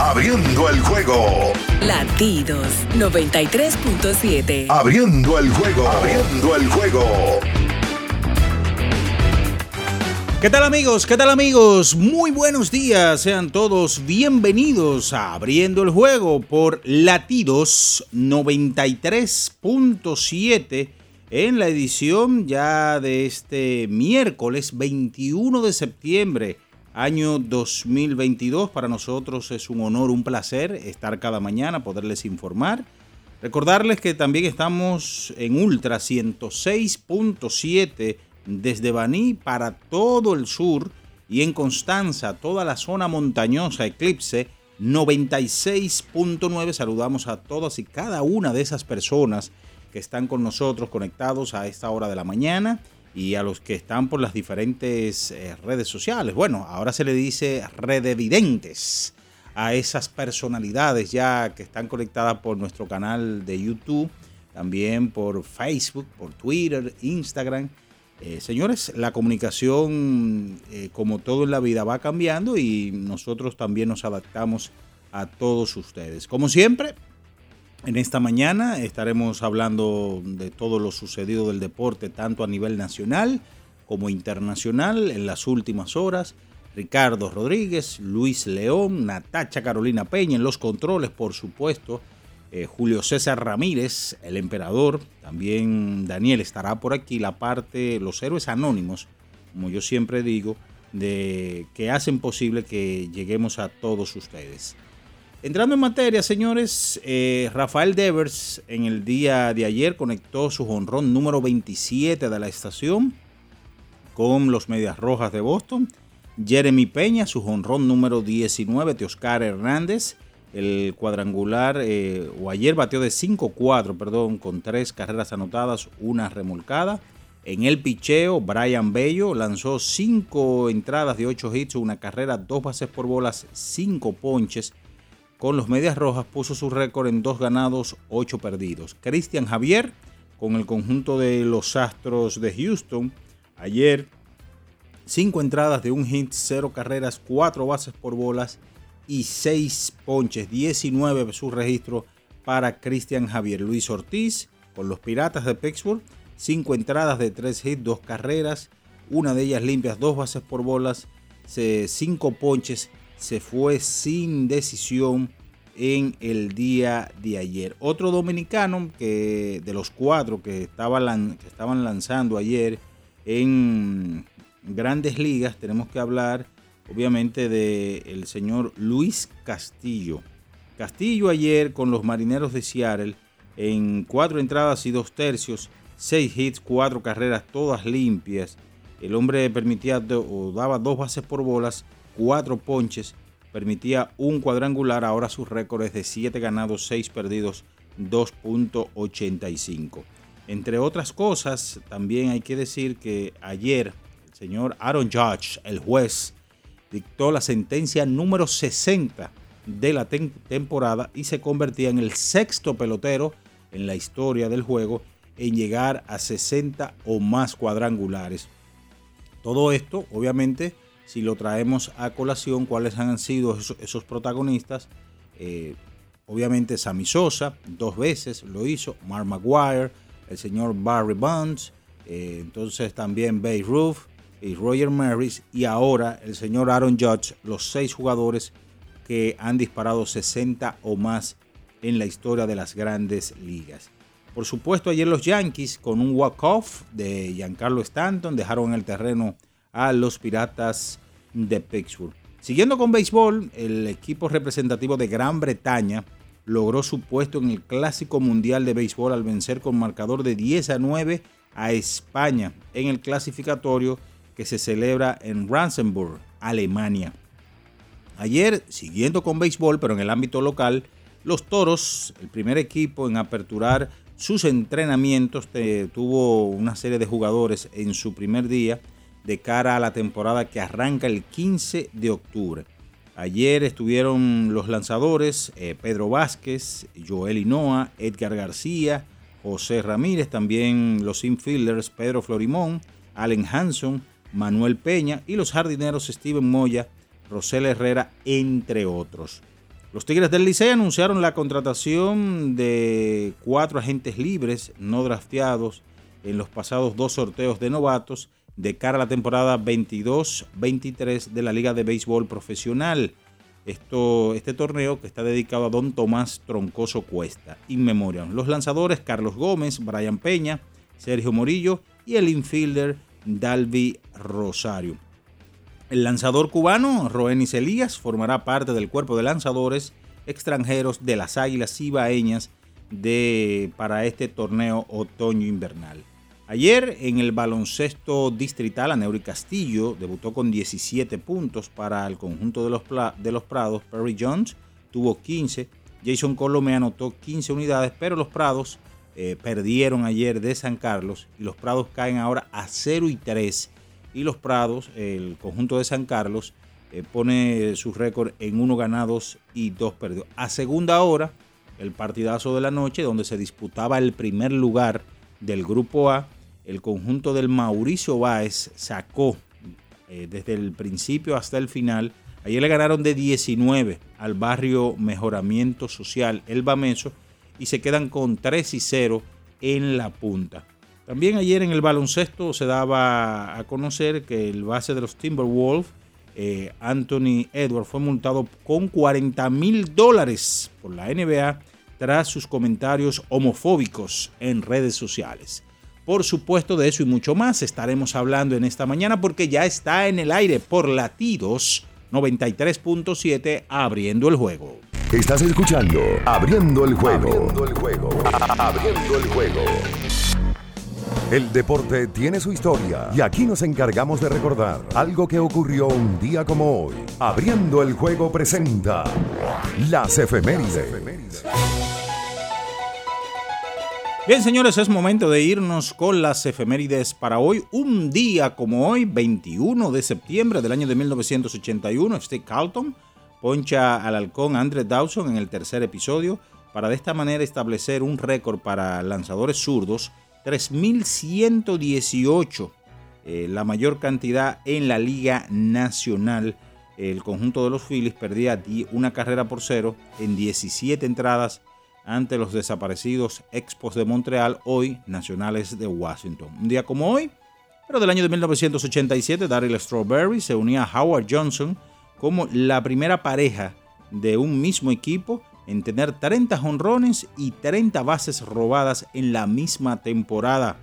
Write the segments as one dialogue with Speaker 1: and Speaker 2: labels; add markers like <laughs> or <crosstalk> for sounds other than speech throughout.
Speaker 1: Abriendo el juego,
Speaker 2: Latidos 93.7.
Speaker 1: abriendo el juego, abriendo el juego.
Speaker 3: ¿Qué tal amigos? ¿Qué tal amigos? Muy buenos días, sean todos bienvenidos a Abriendo el Juego por Latidos 93.7 en la edición ya de este miércoles 21 de septiembre año 2022. Para nosotros es un honor, un placer estar cada mañana, poderles informar. Recordarles que también estamos en Ultra 106.7 desde Baní para todo el sur y en Constanza, toda la zona montañosa, Eclipse 96.9. Saludamos a todas y cada una de esas personas que están con nosotros conectados a esta hora de la mañana y a los que están por las diferentes eh, redes sociales. Bueno, ahora se le dice redevidentes a esas personalidades ya que están conectadas por nuestro canal de YouTube, también por Facebook, por Twitter, Instagram. Eh, señores, la comunicación, eh, como todo en la vida, va cambiando y nosotros también nos adaptamos a todos ustedes. Como siempre, en esta mañana estaremos hablando de todo lo sucedido del deporte, tanto a nivel nacional como internacional, en las últimas horas. Ricardo Rodríguez, Luis León, Natacha Carolina Peña en los controles, por supuesto. eh, Julio César Ramírez, el emperador. También Daniel estará por aquí. La parte, los héroes anónimos, como yo siempre digo, de que hacen posible que lleguemos a todos ustedes. Entrando en materia, señores, eh, Rafael Devers en el día de ayer conectó su jonrón número 27 de la estación con los Medias Rojas de Boston. Jeremy Peña, su jonrón número 19 de Oscar Hernández. El cuadrangular, eh, o ayer batió de 5-4, perdón, con tres carreras anotadas, una remolcada. En el picheo, Brian Bello lanzó cinco entradas de 8 hits, una carrera, dos bases por bolas, cinco ponches con los Medias Rojas puso su récord en dos ganados, ocho perdidos. Cristian Javier con el conjunto de los Astros de Houston ayer cinco entradas de un hit, cero carreras, cuatro bases por bolas y seis ponches, 19 su registro para Cristian Javier Luis Ortiz con los Piratas de Pittsburgh, cinco entradas de tres hits, dos carreras, una de ellas limpias, dos bases por bolas, se- cinco ponches, se fue sin decisión en el día de ayer. Otro dominicano que de los cuatro que, estaba lan- que estaban lanzando ayer en grandes ligas, tenemos que hablar obviamente del señor Luis Castillo. Castillo ayer con los Marineros de Seattle en cuatro entradas y dos tercios, seis hits, cuatro carreras, todas limpias. El hombre permitía do- o daba dos bases por bolas, cuatro ponches, permitía un cuadrangular. Ahora sus récords de 7 ganados, 6 perdidos, 2.85. Entre otras cosas, también hay que decir que ayer el señor Aaron Judge, el juez, dictó la sentencia número 60 de la tem- temporada y se convertía en el sexto pelotero en la historia del juego en llegar a 60 o más cuadrangulares. Todo esto, obviamente, si lo traemos a colación, cuáles han sido esos, esos protagonistas. Eh, obviamente, Sammy Sosa, dos veces lo hizo, Mark Maguire, el señor Barry Bonds, eh, entonces también Babe Ruth y Roger Maris, y ahora el señor Aaron Judge, los seis jugadores que han disparado 60 o más en la historia de las grandes ligas. Por supuesto, ayer los Yankees con un walk-off de Giancarlo Stanton dejaron en el terreno a los Piratas de Pittsburgh. Siguiendo con béisbol, el equipo representativo de Gran Bretaña logró su puesto en el Clásico Mundial de Béisbol al vencer con marcador de 10 a 9 a España en el clasificatorio que se celebra en Ransenburg, Alemania. Ayer, siguiendo con béisbol, pero en el ámbito local, los Toros, el primer equipo en aperturar sus entrenamientos, te- tuvo una serie de jugadores en su primer día de cara a la temporada que arranca el 15 de octubre. Ayer estuvieron los lanzadores eh, Pedro Vázquez, Joel Hinoa, Edgar García, José Ramírez, también los infielders Pedro Florimón, Allen Hanson, Manuel Peña y los jardineros Steven Moya, Rosel Herrera, entre otros. Los Tigres del Licey anunciaron la contratación de cuatro agentes libres no drafteados en los pasados dos sorteos de novatos de cara a la temporada 22-23 de la Liga de Béisbol Profesional. Esto, este torneo que está dedicado a Don Tomás Troncoso Cuesta, In Memoriam. Los lanzadores Carlos Gómez, Brian Peña, Sergio Morillo y el infielder Dalvi Rosario. El lanzador cubano, Roenis Elías, formará parte del cuerpo de lanzadores extranjeros de las Águilas Cibaeñas de, para este torneo otoño-invernal. Ayer en el baloncesto distrital, Aneuri Castillo debutó con 17 puntos para el conjunto de los, pla- de los Prados. Perry Jones tuvo 15, Jason Colome anotó 15 unidades, pero los Prados eh, perdieron ayer de San Carlos y los Prados caen ahora a 0 y 3 y los Prados, el conjunto de San Carlos, eh, pone su récord en uno ganados y dos perdidos. A segunda hora, el partidazo de la noche, donde se disputaba el primer lugar del Grupo A, el conjunto del Mauricio Báez sacó eh, desde el principio hasta el final. Ayer le ganaron de 19 al barrio Mejoramiento Social El Bameso y se quedan con 3 y 0 en la punta. También ayer en el baloncesto se daba a conocer que el base de los Timberwolves, eh, Anthony Edwards, fue multado con 40 mil dólares por la NBA tras sus comentarios homofóbicos en redes sociales. Por supuesto, de eso y mucho más estaremos hablando en esta mañana porque ya está en el aire por latidos 93.7 abriendo el juego.
Speaker 1: Estás escuchando Abriendo el juego. Abriendo el juego. Abriendo el juego. El deporte tiene su historia y aquí nos encargamos de recordar algo que ocurrió un día como hoy. Abriendo el juego presenta las efemérides.
Speaker 3: Bien, señores, es momento de irnos con las efemérides para hoy. Un día como hoy, 21 de septiembre del año de 1981, Steve Este Carlton poncha al halcón Andre Dawson en el tercer episodio para de esta manera establecer un récord para lanzadores zurdos, 3.118, eh, la mayor cantidad en la Liga Nacional. El conjunto de los Phillies perdía di- una carrera por cero en 17 entradas ante los desaparecidos Expos de Montreal, hoy Nacionales de Washington. Un día como hoy, pero del año de 1987, Daryl Strawberry se unía a Howard Johnson como la primera pareja de un mismo equipo en tener 30 jonrones y 30 bases robadas en la misma temporada.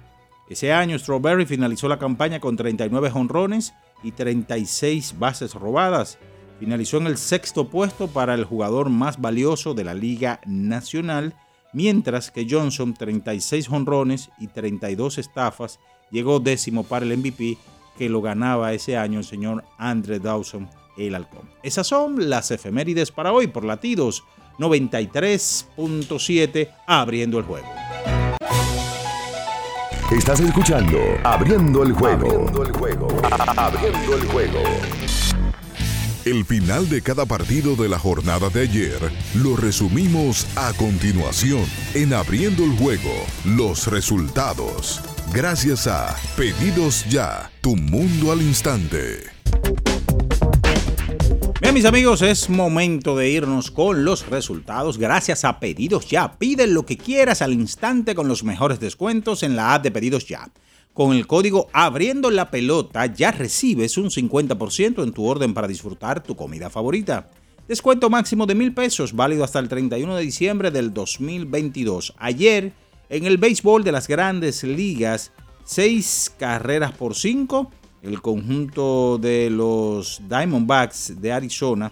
Speaker 3: Ese año, Strawberry finalizó la campaña con 39 jonrones y 36 bases robadas. Finalizó en el sexto puesto para el jugador más valioso de la Liga Nacional, mientras que Johnson, 36 jonrones y 32 estafas, llegó décimo para el MVP que lo ganaba ese año el señor Andre Dawson, el halcón. Esas son las efemérides para hoy por latidos 93.7 abriendo el juego.
Speaker 1: Estás escuchando Abriendo el juego. Abriendo el juego. Abriendo el juego.
Speaker 4: El final de cada partido de la jornada de ayer lo resumimos a continuación en Abriendo el Juego, los resultados. Gracias a Pedidos Ya, tu mundo al instante.
Speaker 3: Bien, mis amigos, es momento de irnos con los resultados. Gracias a Pedidos Ya. Pide lo que quieras al instante con los mejores descuentos en la app de Pedidos Ya. Con el código Abriendo la Pelota ya recibes un 50% en tu orden para disfrutar tu comida favorita. Descuento máximo de mil pesos, válido hasta el 31 de diciembre del 2022. Ayer, en el béisbol de las grandes ligas, seis carreras por cinco, el conjunto de los Diamondbacks de Arizona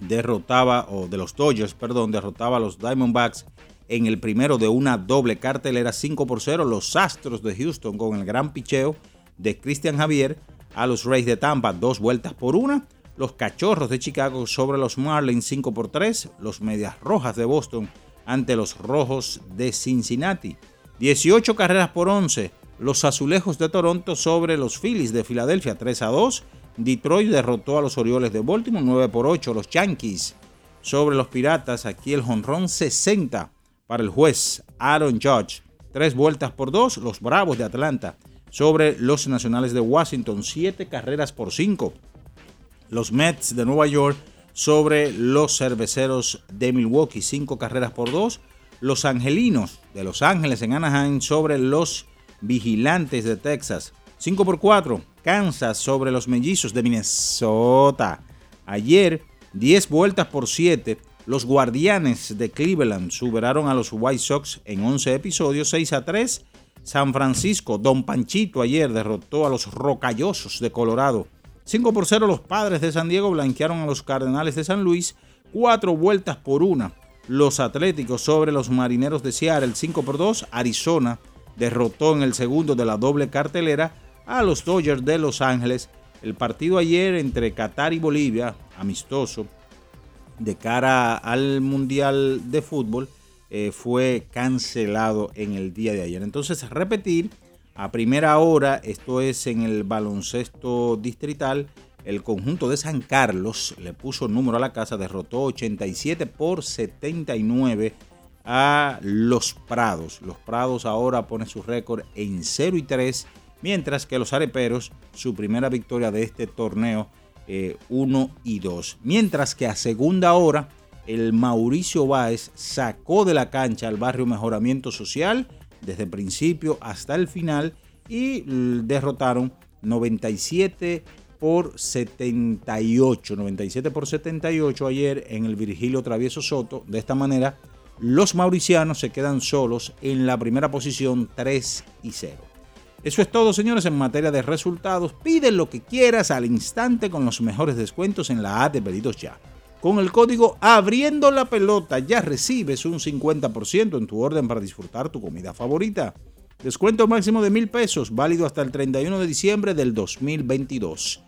Speaker 3: derrotaba, o de los Dodgers, perdón, derrotaba a los Diamondbacks en el primero de una doble cartelera 5 por 0. Los Astros de Houston con el gran picheo de Christian Javier a los Rays de Tampa, dos vueltas por una. Los Cachorros de Chicago sobre los Marlins 5 por 3. Los Medias Rojas de Boston ante los Rojos de Cincinnati. 18 carreras por 11. Los Azulejos de Toronto sobre los Phillies de Filadelfia 3 a 2. Detroit derrotó a los Orioles de Baltimore 9 por 8. Los Yankees sobre los Piratas. Aquí el jonrón 60 para el juez Aaron Judge. Tres vueltas por dos, los Bravos de Atlanta sobre los Nacionales de Washington. Siete carreras por cinco. Los Mets de Nueva York sobre los Cerveceros de Milwaukee. Cinco carreras por dos. Los Angelinos de Los Ángeles en Anaheim sobre los Vigilantes de Texas. 5 por 4, Kansas sobre los Mellizos de Minnesota. Ayer, 10 vueltas por 7, los Guardianes de Cleveland superaron a los White Sox en 11 episodios, 6 a 3. San Francisco, Don Panchito ayer derrotó a los Rocallosos de Colorado. 5 por 0 los Padres de San Diego blanquearon a los Cardenales de San Luis. 4 vueltas por 1 los Atléticos sobre los Marineros de Seattle. 5 por 2 Arizona derrotó en el segundo de la doble cartelera a los Dodgers de Los Ángeles. El partido ayer entre Qatar y Bolivia, amistoso, de cara al Mundial de Fútbol eh, fue cancelado en el día de ayer. Entonces, repetir, a primera hora, esto es en el baloncesto distrital, el conjunto de San Carlos le puso número a la casa, derrotó 87 por 79 a los Prados. Los Prados ahora ponen su récord en 0 y 3, mientras que los Areperos, su primera victoria de este torneo, 1 y 2. Mientras que a segunda hora, el Mauricio Báez sacó de la cancha al barrio Mejoramiento Social desde el principio hasta el final y derrotaron 97 por 78, 97 por 78 ayer en el Virgilio Travieso Soto. De esta manera, los mauricianos se quedan solos en la primera posición 3 y 0. Eso es todo, señores, en materia de resultados. Pide lo que quieras al instante con los mejores descuentos en la app de Pedidos Ya. Con el código Abriendo la Pelota ya recibes un 50% en tu orden para disfrutar tu comida favorita. Descuento máximo de mil pesos, válido hasta el 31 de diciembre del 2022.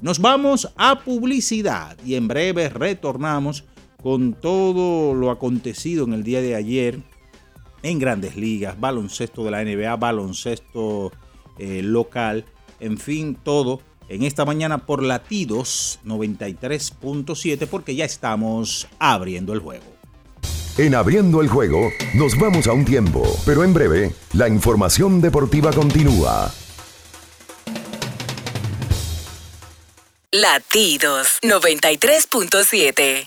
Speaker 3: Nos vamos a publicidad y en breve retornamos con todo lo acontecido en el día de ayer en grandes ligas, baloncesto de la NBA, baloncesto eh, local, en fin, todo en esta mañana por latidos 93.7 porque ya estamos abriendo el juego.
Speaker 1: En abriendo el juego, nos vamos a un tiempo, pero en breve, la información deportiva continúa.
Speaker 2: Latidos 93.7.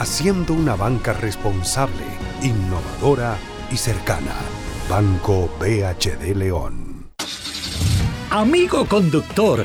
Speaker 5: haciendo una banca responsable, innovadora y cercana. Banco BHD León.
Speaker 6: Amigo conductor,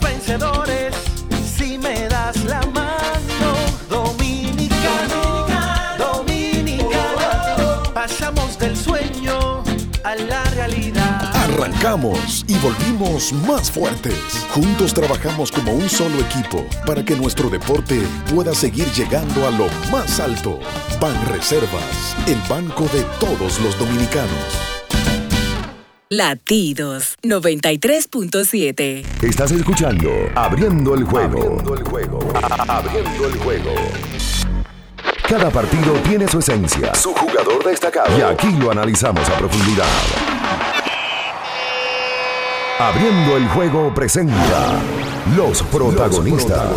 Speaker 7: vencedores si me das la mano. Dominicano, dominicano, pasamos del sueño a la realidad.
Speaker 8: Arrancamos y volvimos más fuertes. Juntos trabajamos como un solo equipo para que nuestro deporte pueda seguir llegando a lo más alto. Ban Reservas, el banco de todos los dominicanos.
Speaker 2: Latidos 93.7.
Speaker 1: Estás escuchando Abriendo el juego. Abriendo el juego.
Speaker 4: Abriendo el juego.
Speaker 1: Cada partido tiene su esencia, su jugador destacado. Y aquí lo analizamos a profundidad. Abriendo el juego presenta los protagonistas.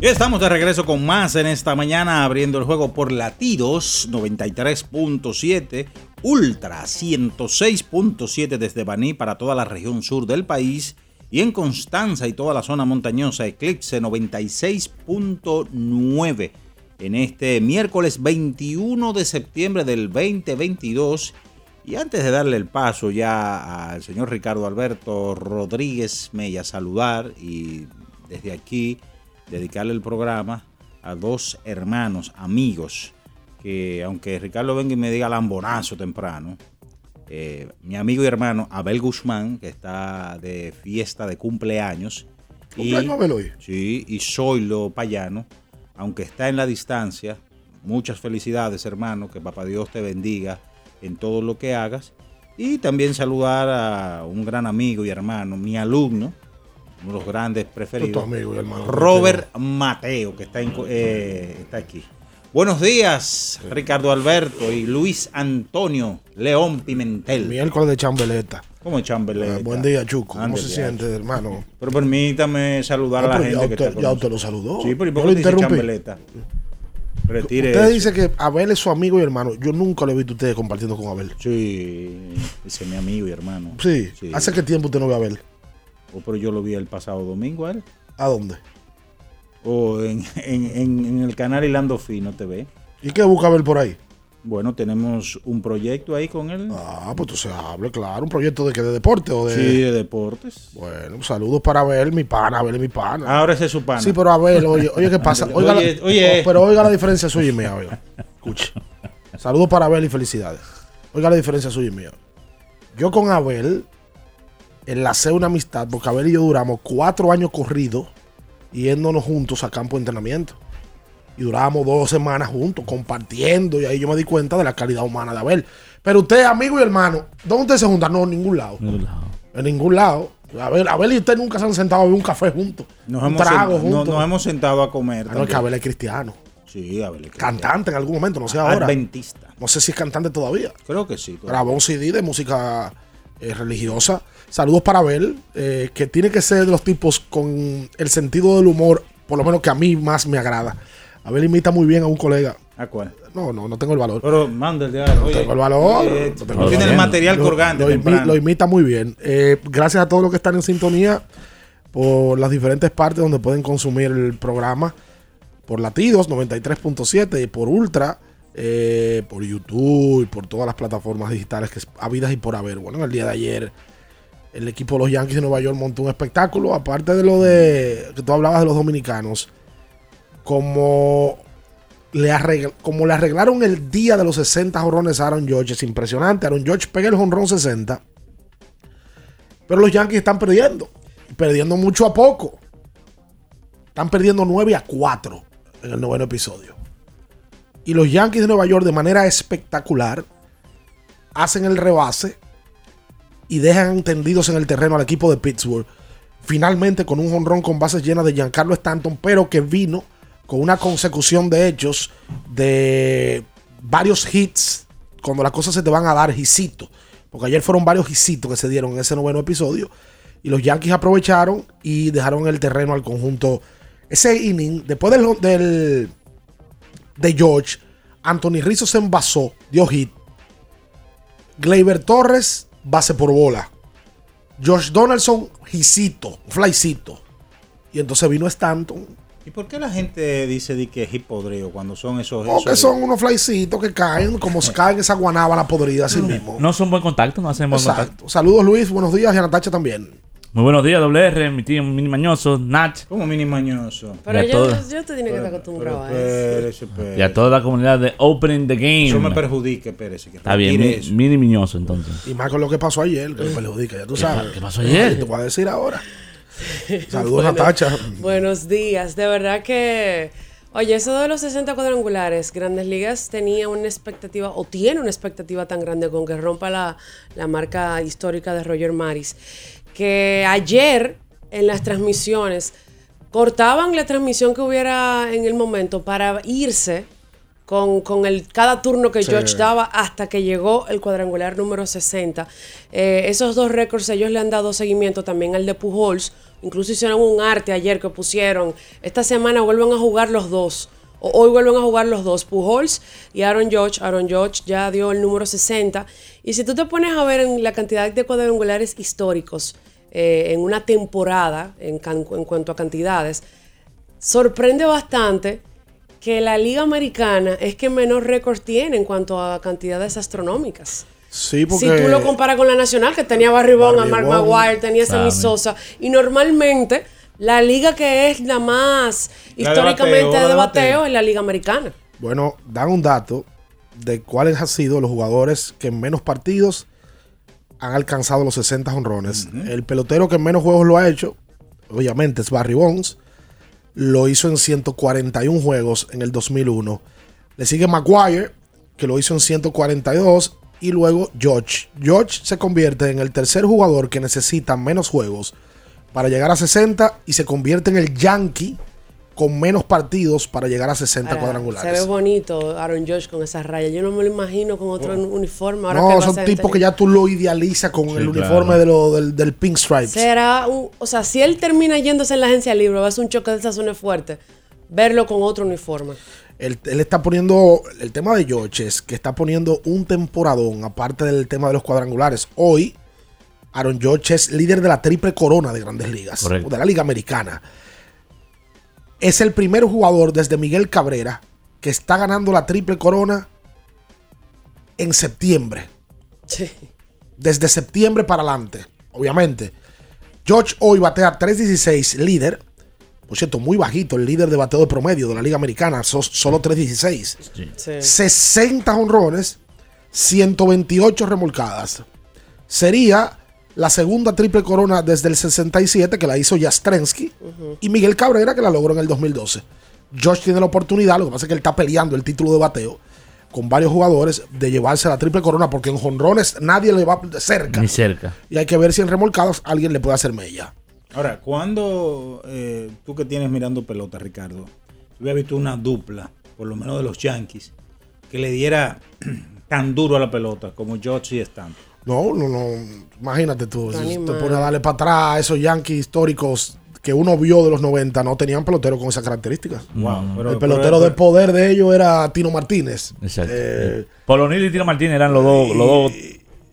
Speaker 3: Y estamos de regreso con más en esta mañana, abriendo el juego por latidos 93.7, Ultra 106.7 desde Baní para toda la región sur del país y en Constanza y toda la zona montañosa, Eclipse 96.9 en este miércoles 21 de septiembre del 2022. Y antes de darle el paso ya al señor Ricardo Alberto Rodríguez Mella, saludar y desde aquí dedicarle el programa a dos hermanos, amigos, que aunque Ricardo venga y me diga lambonazo temprano, eh, mi amigo y hermano Abel Guzmán, que está de fiesta de cumpleaños, y,
Speaker 9: ¿Cumpleaños Abel hoy?
Speaker 3: sí, y Zoilo Payano, aunque está en la distancia, muchas felicidades hermano, que papá Dios te bendiga en todo lo que hagas. Y también saludar a un gran amigo y hermano, mi alumno, uno de los grandes preferidos.
Speaker 9: Tu amigo y hermano.
Speaker 3: Robert Mateo, que está, en co- eh, está aquí. Buenos días, Ricardo Alberto y Luis Antonio León Pimentel.
Speaker 9: Miércoles de chambeleta.
Speaker 3: ¿Cómo es Chamberlain?
Speaker 9: Eh, buen día, Chuco. ¿Cómo
Speaker 3: Ándale,
Speaker 9: se
Speaker 3: ya.
Speaker 9: siente, hermano?
Speaker 3: Pero permítame saludar a
Speaker 9: Ah,
Speaker 3: la
Speaker 9: pero
Speaker 3: gente
Speaker 9: ya
Speaker 3: que
Speaker 9: usted-
Speaker 3: está con
Speaker 9: ya
Speaker 3: nosotros.
Speaker 9: usted lo saludó.
Speaker 3: Sí, pero ¿y
Speaker 9: Yo
Speaker 3: por qué
Speaker 9: lo
Speaker 3: dice
Speaker 9: interrumpí.
Speaker 3: chambeleta? Retire
Speaker 9: Usted
Speaker 3: eso.
Speaker 9: dice que Abel es su amigo y hermano. Yo nunca lo he visto a ustedes compartiendo con Abel.
Speaker 3: Sí, ese es mi amigo y hermano.
Speaker 9: Sí. ¿Hace qué tiempo usted no ve a Abel?
Speaker 3: Oh, pero yo lo vi el pasado domingo a él.
Speaker 9: ¿A dónde?
Speaker 3: O en, en- en- en el canal Hilando Fino TV.
Speaker 9: ¿Y qué busca Abel por ahí?
Speaker 3: Bueno, tenemos un proyecto ahí con él.
Speaker 9: Ah, pues entonces hable, claro. ¿Un proyecto de qué? ¿De deporte o de...?
Speaker 3: Sí, de deportes.
Speaker 9: Bueno, saludos para Abel, mi pana. Abel es mi pana.
Speaker 3: Ah, Ahora ese es su pana. <laughs>
Speaker 9: Sí, pero Abel, oye, oye, ¿qué pasa? Oiga la-
Speaker 3: Oye, oye.
Speaker 9: Pero oiga la diferencia suya y mía, oiga. Escuche. Saludos para Abel y felicidades. Oiga la diferencia suya y mía. Yo con Abel enlacé una amistad porque Abel y yo duramos cuatro años corridos yéndonos juntos a campo de entrenamiento. Y durábamos dos semanas juntos, compartiendo. Y ahí yo me di cuenta de la calidad humana de Abel. Pero usted, amigo y hermano, ¿dónde ustedes se juntan? No, en ningún lado. En ningún lado. Abel, Abel y usted nunca se han sentado a beber un café juntos.
Speaker 3: Nos,
Speaker 9: un
Speaker 3: hemos,
Speaker 9: trago
Speaker 3: senta- no-
Speaker 9: juntos.
Speaker 3: nos hemos sentado a comer.
Speaker 9: Ah, no, es que
Speaker 3: también.
Speaker 9: Abel es cristiano.
Speaker 3: Sí, Abel es cristiano.
Speaker 9: Cantante en algún momento, no sé ahora.
Speaker 3: Adventista.
Speaker 9: No sé si es cantante todavía.
Speaker 3: Creo que sí. todavía.
Speaker 9: Grabó un CD de música eh, religiosa. Saludos para Abel, eh, que tiene que ser de los tipos con el sentido del humor, por lo menos que a mí más me agrada. Abel imita muy bien a un colega.
Speaker 3: ¿A cuál?
Speaker 9: No, no, no tengo el valor.
Speaker 3: Pero mándale a
Speaker 9: No tengo el valor. no tengo
Speaker 3: Tiene el
Speaker 9: valor.
Speaker 3: material
Speaker 9: Lo-
Speaker 3: colgante.
Speaker 9: Lo, imi-
Speaker 3: temprano.
Speaker 9: lo imita muy bien. Eh, gracias a todos los que están en sintonía por las diferentes partes donde pueden consumir el programa. Por Latidos 93.7 y por Ultra, eh, por YouTube y por todas las plataformas digitales que es habidas y por haber. Bueno, en el día de ayer el equipo de los Yankees de Nueva York montó un espectáculo. Aparte de lo de que tú hablabas de los dominicanos, como le, arregl- como le arreglaron el día de los 60 jorrones a Aaron George, es impresionante. Aaron George pega el jonrón 60, pero los Yankees están perdiendo, perdiendo mucho a poco. Están perdiendo 9 a 4 en el noveno episodio. Y los Yankees de Nueva York, de manera espectacular, hacen el rebase y dejan tendidos en el terreno al equipo de Pittsburgh. Finalmente con un jonrón con bases llenas de Giancarlo Stanton, pero que vino con una consecución de hechos de varios hits cuando las cosas se te van a dar hicitos. Porque ayer fueron varios hicitos que se dieron en ese noveno episodio. Y los Yankees aprovecharon y dejaron el terreno al conjunto. Ese inning, después del, del- de George, Anthony Rizzo se envasó, dio hit. Gleyber Torres, base por bola. George Donaldson, hicito, flycito. Y entonces vino Stanton.
Speaker 3: ¿Y por qué la gente dice di que es hipodreo cuando son esos...
Speaker 9: Porque
Speaker 3: esos-
Speaker 9: Oh, son unos flycitos que
Speaker 10: <laughs>
Speaker 9: caen, como se caen esa guanábana podrida así mismo.
Speaker 10: No son buen contacto, no hacen buen contacto.
Speaker 9: Exacto. Saludos Luis, buenos días y a Natacha también.
Speaker 10: Muy buenos días, WR, mi tío Mini Mañoso, Nach.
Speaker 3: ¿Cómo Mini Mañoso?
Speaker 10: y,
Speaker 11: Pero
Speaker 10: a
Speaker 11: yo,
Speaker 10: toda,
Speaker 11: yo te tiene que estar acostumbrado a eso.
Speaker 3: Espérese, espérese.
Speaker 10: y a toda la comunidad de Opening the Game.
Speaker 3: Eso me perjudica, espérese. que
Speaker 10: Está bien,
Speaker 3: retire
Speaker 10: mi- Mini Mañoso entonces.
Speaker 9: Y más con lo que pasó ayer, que lo perjudica, ya tú
Speaker 10: ¿Qué
Speaker 9: sabes.
Speaker 10: pa- qué pasó ayer?
Speaker 9: Te voy a
Speaker 10: <laughs>
Speaker 9: decir ahora. Saludos
Speaker 11: Bueno,
Speaker 9: Natacha.
Speaker 11: Buenos días. De verdad que. Oye, eso de los 60 cuadrangulares, Grandes Ligas tenía una expectativa, o tiene una expectativa tan grande con que rompa la, la marca histórica de Roger Maris, que ayer en las transmisiones cortaban la transmisión que hubiera en el momento para irse con, con el, cada turno que
Speaker 12: Sí.
Speaker 11: George daba hasta que llegó el cuadrangular número 60. Eh, esos dos récords ellos le han dado seguimiento también al de Pujols. Incluso hicieron un arte ayer que pusieron. Esta semana vuelven a jugar los dos. O- Hoy vuelven a jugar los dos, Pujols y Aaron George. Aaron George ya dio el número 60. Y si tú te pones a ver en la cantidad de cuadrangulares históricos eh, en una temporada, en can- en cuanto a cantidades, sorprende bastante que la liga americana es que menor récord tiene en cuanto a cantidades astronómicas.
Speaker 9: Sí, porque.
Speaker 11: Si tú lo comparas con la nacional, que tenía Barry Bond, a
Speaker 9: Barry
Speaker 11: Mark
Speaker 9: Bonds.
Speaker 11: Maguire, tenía Sammy
Speaker 9: Sammy.
Speaker 11: Sosa, y normalmente la liga que es la más
Speaker 9: La de
Speaker 11: históricamente
Speaker 9: bateo, la
Speaker 11: de
Speaker 9: de
Speaker 11: bateo
Speaker 9: bateo.
Speaker 11: es la liga americana.
Speaker 9: Bueno, dan un dato de cuáles han sido los jugadores que en menos partidos han alcanzado los 60 honrones. El pelotero que en menos juegos lo ha hecho, obviamente, es Barry Bonds. Lo hizo en 141 juegos en el 2001. Le sigue Maguire, que lo hizo en 142. Y luego George. George se convierte en el tercer jugador que necesita menos juegos para llegar a 60 y se convierte en el Yankee con menos partidos para llegar a 60
Speaker 11: Ahora,
Speaker 9: cuadrangulares.
Speaker 11: Se ve bonito Aaron George con esas rayas. Yo no me lo imagino con otro uniforme. Ahora que
Speaker 9: Oh.
Speaker 11: este
Speaker 9: No,
Speaker 11: él va a
Speaker 9: son
Speaker 11: ser
Speaker 9: tipos que ya tú lo idealizas con el
Speaker 10: claro.
Speaker 9: uniforme de lo, del, del Pink Stripes.
Speaker 11: Será un- o sea, si él termina yéndose en la agencia libre, va a ser un choque de estaciones fuerte. Verlo con otro uniforme.
Speaker 9: Él, él está poniendo, el tema de George es que está poniendo un temporadón, aparte del tema de los cuadrangulares. Hoy, Aaron George es líder de la triple corona de grandes ligas,
Speaker 10: Correcto.
Speaker 9: o de la liga americana. Es el primer jugador desde Miguel Cabrera que está ganando la triple corona en septiembre. Desde septiembre para adelante, obviamente. George hoy batea 3.16, líder. por cierto, muy bajito, el líder de bateo de promedio de la Liga Americana, so- solo 3.16.
Speaker 11: Sí.
Speaker 9: 60 honrones, 128 remolcadas. Sería la segunda triple corona desde el 67 que la hizo Jastrensky y Miguel Cabrera que la logró en el 2012. Josh tiene la oportunidad, lo que pasa es que él está peleando el título de bateo con varios jugadores de llevarse la triple corona porque en jonrones nadie le va cerca.
Speaker 10: Ni cerca.
Speaker 9: Y hay que ver si en remolcados alguien le puede hacer mella.
Speaker 3: Ahora, cuando tú que tienes mirando pelota, Ricardo, yo había visto una dupla, por lo menos de los Yankees, que le diera <clears throat> tan duro a la pelota como George y Stamp.
Speaker 9: No, no, no. Imagínate tú.
Speaker 3: Está
Speaker 9: si te
Speaker 3: animal.
Speaker 9: pones a darle para atrás a esos Yankees históricos que uno vio de los 90, no tenían pelotero con esas características.
Speaker 3: Wow,
Speaker 10: Mm.
Speaker 3: pero-
Speaker 9: el pelotero
Speaker 3: pero-
Speaker 9: de poder de ellos era Tino Martínez.
Speaker 10: Exacto.
Speaker 3: Eh,
Speaker 10: Paul O'Neill y Tino Martínez eran los dos, los dos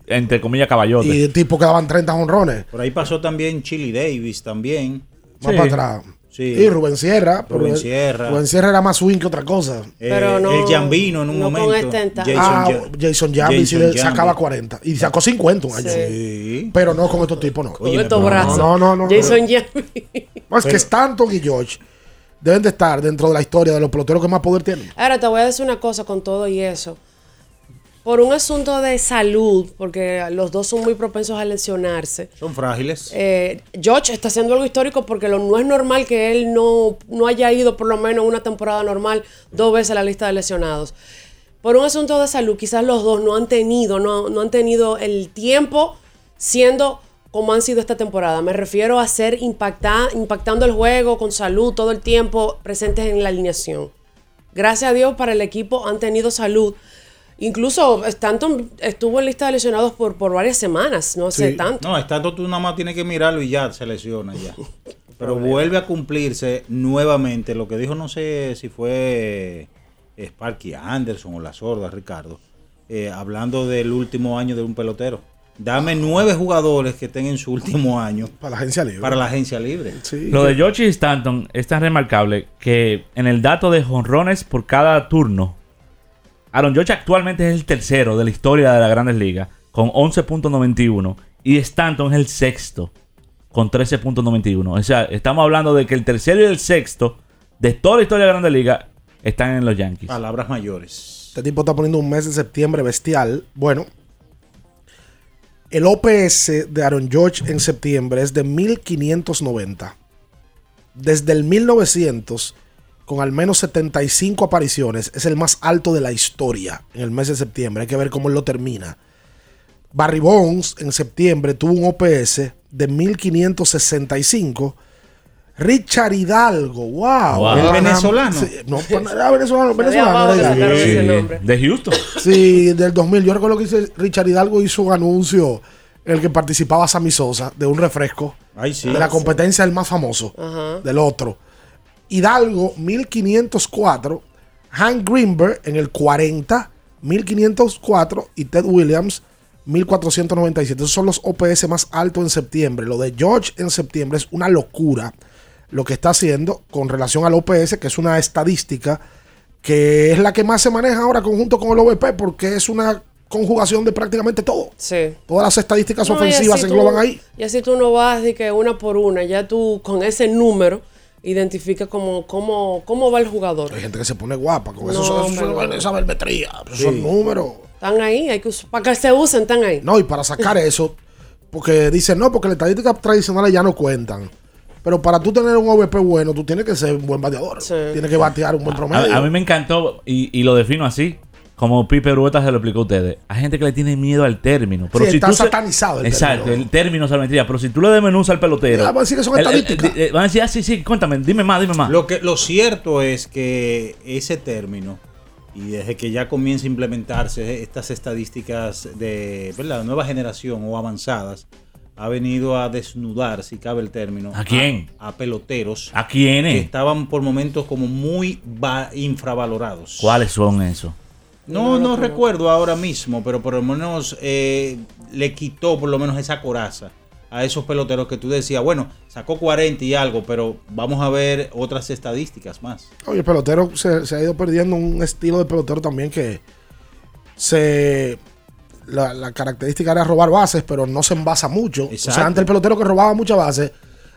Speaker 10: entre comillas, caballotes.
Speaker 9: Y el tipo que daban 30 honrones.
Speaker 3: Por ahí pasó también Chili Davis también.
Speaker 9: Más para atrás.
Speaker 3: Sí.
Speaker 9: Y Rubén Sierra. pero
Speaker 3: Rubén Sierra.
Speaker 9: Rubén Sierra era más swing que otra cosa.
Speaker 3: Eh, Pero no- el Jambino en un no con momento.
Speaker 11: este
Speaker 3: esta Jason
Speaker 9: Ah,
Speaker 3: Ja-
Speaker 9: Jason Jambi
Speaker 3: Jason
Speaker 9: sí le sacaba
Speaker 3: Jambi.
Speaker 9: 40. Y sacó 50 un año. Pero no con estos tipos, no.
Speaker 11: Con estos brazos.
Speaker 9: No, no, no. no.
Speaker 11: Jason Jambi.
Speaker 9: No, es que Stanton y George deben de estar dentro de la historia de los peloteros que más poder tienen.
Speaker 11: Ahora te voy a decir una cosa con todo y eso. Por un asunto de salud, porque los dos son muy propensos a lesionarse.
Speaker 3: Son frágiles.
Speaker 11: Eh, George está haciendo algo histórico porque lo, no es normal que él no, no haya ido por lo menos una temporada normal dos veces a la lista de lesionados. Por un asunto de salud, quizás los dos no han tenido, no, no han tenido el tiempo siendo como han sido esta temporada. Me refiero a ser impacta- impactando el juego con salud todo el tiempo, presentes en la alineación. Gracias a Dios para el equipo han tenido salud. Incluso Stanton estuvo en lista de lesionados por, por varias semanas, no hace
Speaker 3: Sí.
Speaker 11: tanto.
Speaker 3: No, estando tú nada más tienes que mirarlo y ya se lesiona
Speaker 11: <laughs>
Speaker 3: ya. Pero vuelve a cumplirse nuevamente lo que dijo, no sé si fue eh, Sparky Anderson o La Sorda, Ricardo, eh, hablando del último año de un pelotero. Dame
Speaker 11: Ah.
Speaker 3: nueve jugadores que estén en su último año.
Speaker 9: Para la agencia libre.
Speaker 3: Para la agencia libre.
Speaker 10: Lo de George y Stanton es tan remarcable que en el dato de jonrones por cada turno, Aaron George actualmente es el tercero de la historia de las grandes ligas con 11.91 y Stanton es el sexto con 13.91. O sea, estamos hablando de que el tercero y el sexto de toda la historia de las grandes ligas están en los Yankees.
Speaker 3: Palabras mayores.
Speaker 9: Este tipo está poniendo un mes de septiembre bestial. Bueno, el OPS de Aaron George en septiembre es de 1590. Desde el 1900, con al menos 75 apariciones, es el más alto de la historia en el mes de septiembre. Hay que ver cómo él lo termina. Barry Bones en septiembre tuvo un OPS de 1565. Richard Hidalgo, wow.
Speaker 10: Wow.
Speaker 9: Panam-
Speaker 10: ¿El venezolano?
Speaker 9: Sí, no, pan- era venezolano,
Speaker 10: Había
Speaker 9: venezolano,
Speaker 10: abajo de
Speaker 9: era
Speaker 10: sacaron
Speaker 9: Hidalgo.
Speaker 10: ese nombre. De Houston.
Speaker 9: Sí, del 2000. Yo recuerdo que hice- Richard Hidalgo hizo un anuncio en el que participaba Sammy Sosa de un refresco.
Speaker 3: Ay, sí. Ah.
Speaker 9: De la competencia del más famoso,
Speaker 11: Ajá.
Speaker 9: del otro. Hidalgo, 1504. Hank Greenberg en el 40, 1504. Y Ted Williams, 1497. Esos son los OPS más altos en septiembre. Lo de George en septiembre es una locura lo que está haciendo con relación al OPS, que es una estadística que es la que más se maneja ahora conjunto con el OVP porque es una conjugación de prácticamente todo. Todas las estadísticas
Speaker 11: No, y
Speaker 9: ofensivas
Speaker 11: así
Speaker 9: se
Speaker 11: tú-
Speaker 9: engloban ahí.
Speaker 11: Y así tú no vas de que una por una, ya tú con ese número identificas cómo, cómo, cómo va el jugador.
Speaker 9: Hay gente que se pone guapa con
Speaker 11: No,
Speaker 9: eso, eso- eso-
Speaker 11: hombre.
Speaker 9: esa vermetría, esos números.
Speaker 11: Están ahí, hay que us- para que se usen, están ahí.
Speaker 9: No, y para
Speaker 11: <laughs>
Speaker 9: sacar eso, porque dicen, no, porque las estadísticas tradicionales ya no cuentan. Pero para tú tener un OVP bueno, tú tienes que ser un buen bateador. Tienes que batear un buen promedio.
Speaker 10: A, a mí me encantó y, y lo defino así. Como Pipe Urueta se lo explicó a ustedes. Hay gente que le tiene miedo al término. Pero
Speaker 9: Sí,
Speaker 10: si
Speaker 9: está
Speaker 10: tú se-
Speaker 9: satanizado el
Speaker 10: Exacto,
Speaker 9: término.
Speaker 10: el término salmentría. Pero si tú le desmenuzas al pelotero.
Speaker 9: Ah, van a decir que son
Speaker 10: el- el-
Speaker 9: estadísticas.
Speaker 10: di- eh, van a decir, ah, sí, sí, cuéntame, dime más, dime más.
Speaker 3: Lo, que, lo cierto es que ese término, y desde que ya comienza a implementarse estas estadísticas de ¿verdad? nueva generación o avanzadas, ha venido a desnudar, si cabe el término.
Speaker 10: ¿A quién?
Speaker 3: A, a peloteros.
Speaker 10: ¿A quiénes?
Speaker 3: Que estaban por momentos como muy va- infravalorados.
Speaker 10: ¿Cuáles son esos?
Speaker 3: No, no recuerdo ahora mismo, pero por lo menos eh, le quitó por lo menos esa coraza a esos peloteros que tú decías, bueno, sacó 40 y algo, pero vamos a ver otras estadísticas más.
Speaker 9: Oye, el pelotero se, se ha ido perdiendo un estilo de pelotero también que se. La, la característica era robar bases, pero no se envasa mucho. O
Speaker 3: Exacto.
Speaker 9: sea, antes el pelotero que robaba muchas bases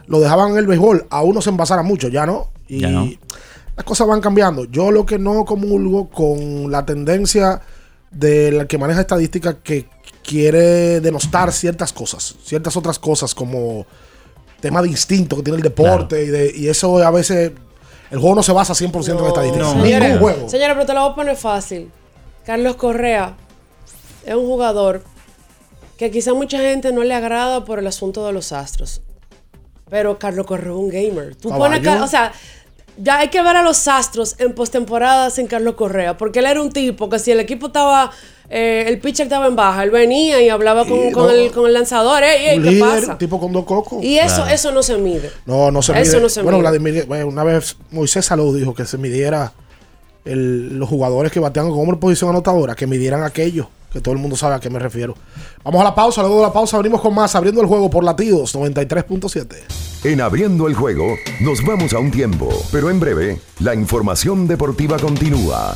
Speaker 9: lo dejaban en el béisbol, a uno se envasara mucho, ya no. Y
Speaker 10: Ya no.
Speaker 9: las cosas van cambiando. Yo lo que no comulgo con la tendencia de la que maneja estadística que quiere denostar ciertas cosas, ciertas otras cosas como tema de instinto que tiene el deporte y, de, y eso a veces el juego no se basa 100% en estadística.
Speaker 11: No.
Speaker 9: Ningún
Speaker 11: Señores,
Speaker 9: juego.
Speaker 11: señores, pero te lo voy a poner fácil. Carlos Correa es un jugador que quizá mucha gente no le agrada por el asunto de los astros. Pero Carlos Correa es un gamer. Tú
Speaker 12: Caballo.
Speaker 11: pones, a Car- o sea, ya hay que ver a los astros en postemporada sin Carlos Correa. Porque él era un tipo que si el equipo estaba, eh, el pitcher estaba en baja, él venía y hablaba con,
Speaker 9: Y
Speaker 11: con
Speaker 9: no.
Speaker 11: el, con el lanzador. "Ey, ey,
Speaker 9: un
Speaker 11: ¿qué
Speaker 9: líder,
Speaker 11: pasa?
Speaker 9: un tipo con dos cocos.
Speaker 11: Y eso,
Speaker 9: Claro.
Speaker 11: eso no se mide.
Speaker 9: No, no se
Speaker 11: Eso
Speaker 9: mide.
Speaker 11: no se
Speaker 9: bueno,
Speaker 11: mide.
Speaker 9: Vladimir, bueno, una vez Moisés Salud dijo que se midiera el- los jugadores que batean con hombre en posición anotadora, que midieran aquello, que todo el mundo sabe a qué me refiero. Vamos a la pausa, luego de la pausa abrimos con más, abriendo el juego por latidos 93.7.
Speaker 1: En abriendo el juego, nos vamos a un tiempo, pero en breve, la información deportiva continúa.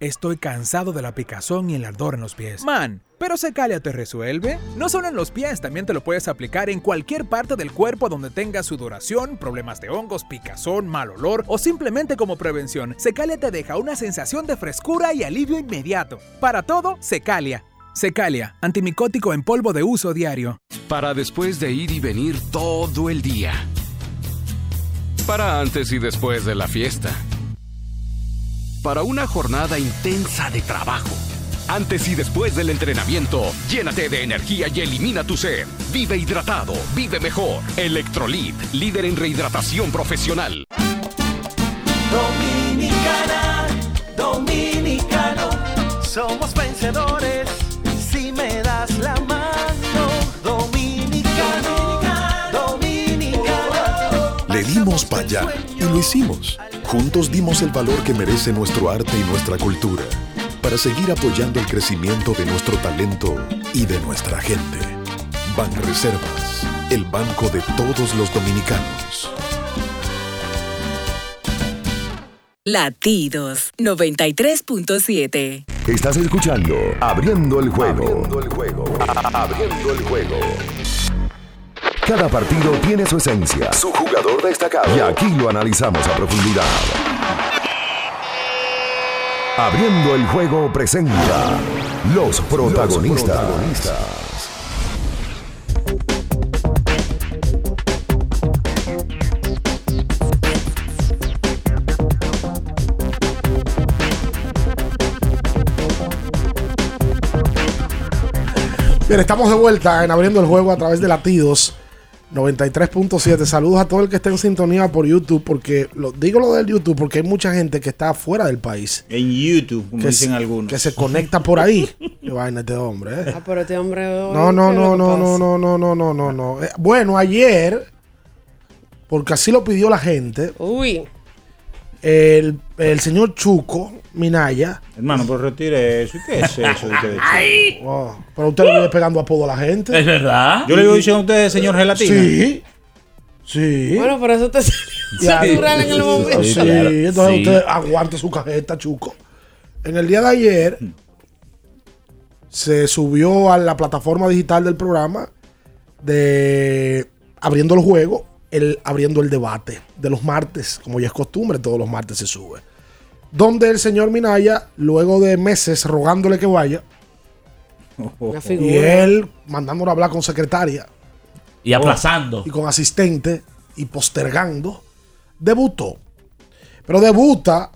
Speaker 13: estoy cansado de la picazón y el ardor en los pies. Man, pero Secalia te resuelve. No solo en los pies, también te lo puedes aplicar en cualquier parte del cuerpo donde tengas sudoración, problemas de hongos, picazón, mal olor o simplemente como prevención. Secalia te deja una sensación de frescura y alivio inmediato. Para todo, Secalia. Secalia, antimicótico en polvo de uso diario.
Speaker 14: Para después de ir y venir todo el día. Para antes y después de la fiesta. Para una jornada intensa de trabajo. Antes y después del entrenamiento, llénate de energía y elimina tu sed. Vive hidratado, vive mejor. Electrolit, líder en rehidratación profesional.
Speaker 7: Dominicana, dominicano, somos vencedores si me das la mano. Dominicano, dominicano.
Speaker 15: Le dimos para allá y lo hicimos. Juntos dimos el valor que merece nuestro arte y nuestra cultura para seguir apoyando el crecimiento de nuestro talento y de nuestra gente. Banreservas, el banco de todos los dominicanos.
Speaker 2: Latidos 93.7.
Speaker 1: Estás escuchando Abriendo el juego. Abriendo el juego. Abriendo el juego. Cada partido tiene su esencia, su jugador destacado. Y aquí lo analizamos a profundidad. Abriendo el juego presenta los protagonistas.
Speaker 9: Bien, estamos de vuelta en abriendo el juego a través de latidos 93.7. Saludos a todo el que esté en sintonía por YouTube, porque lo, digo lo del YouTube porque hay mucha gente que está fuera del país.
Speaker 3: En YouTube, como
Speaker 9: que
Speaker 3: dicen
Speaker 9: se,
Speaker 3: algunos.
Speaker 9: Que se conecta por ahí. Qué vaina este hombre, eh.
Speaker 11: Ah, pero este hombre.
Speaker 9: No, no, no, no, no, no, no, no, no, no, no. Eh, Bueno, ayer, porque así lo pidió la gente.
Speaker 11: Uy.
Speaker 9: El, el señor Chuco, Minaya.
Speaker 3: Hermano, pues retire eso. ¿Y qué es eso?
Speaker 9: <laughs>
Speaker 3: de ustedes?
Speaker 9: Wow. Pero usted le vive pegando apodo a la gente.
Speaker 3: Es verdad. Yo le digo diciendo a usted, señor Gelatina.
Speaker 9: Sí. Sí.
Speaker 11: Bueno, por eso te <laughs> salió
Speaker 9: ¿Eh? Ya,
Speaker 11: natural en el momento.
Speaker 9: Sí, entonces usted aguante su cajeta, Chuco. En el día de ayer se subió a la plataforma digital del programa de abriendo el juego, el abriendo el debate de los martes, como ya es costumbre, todos los martes se sube. Donde el señor Minaya, luego de meses rogándole que vaya,
Speaker 11: Una
Speaker 9: Oh, y
Speaker 11: figura.
Speaker 9: él Oh. mandándolo a hablar con secretaria,
Speaker 10: Y aplazando.
Speaker 9: y con asistente y postergando, debutó. Pero debuta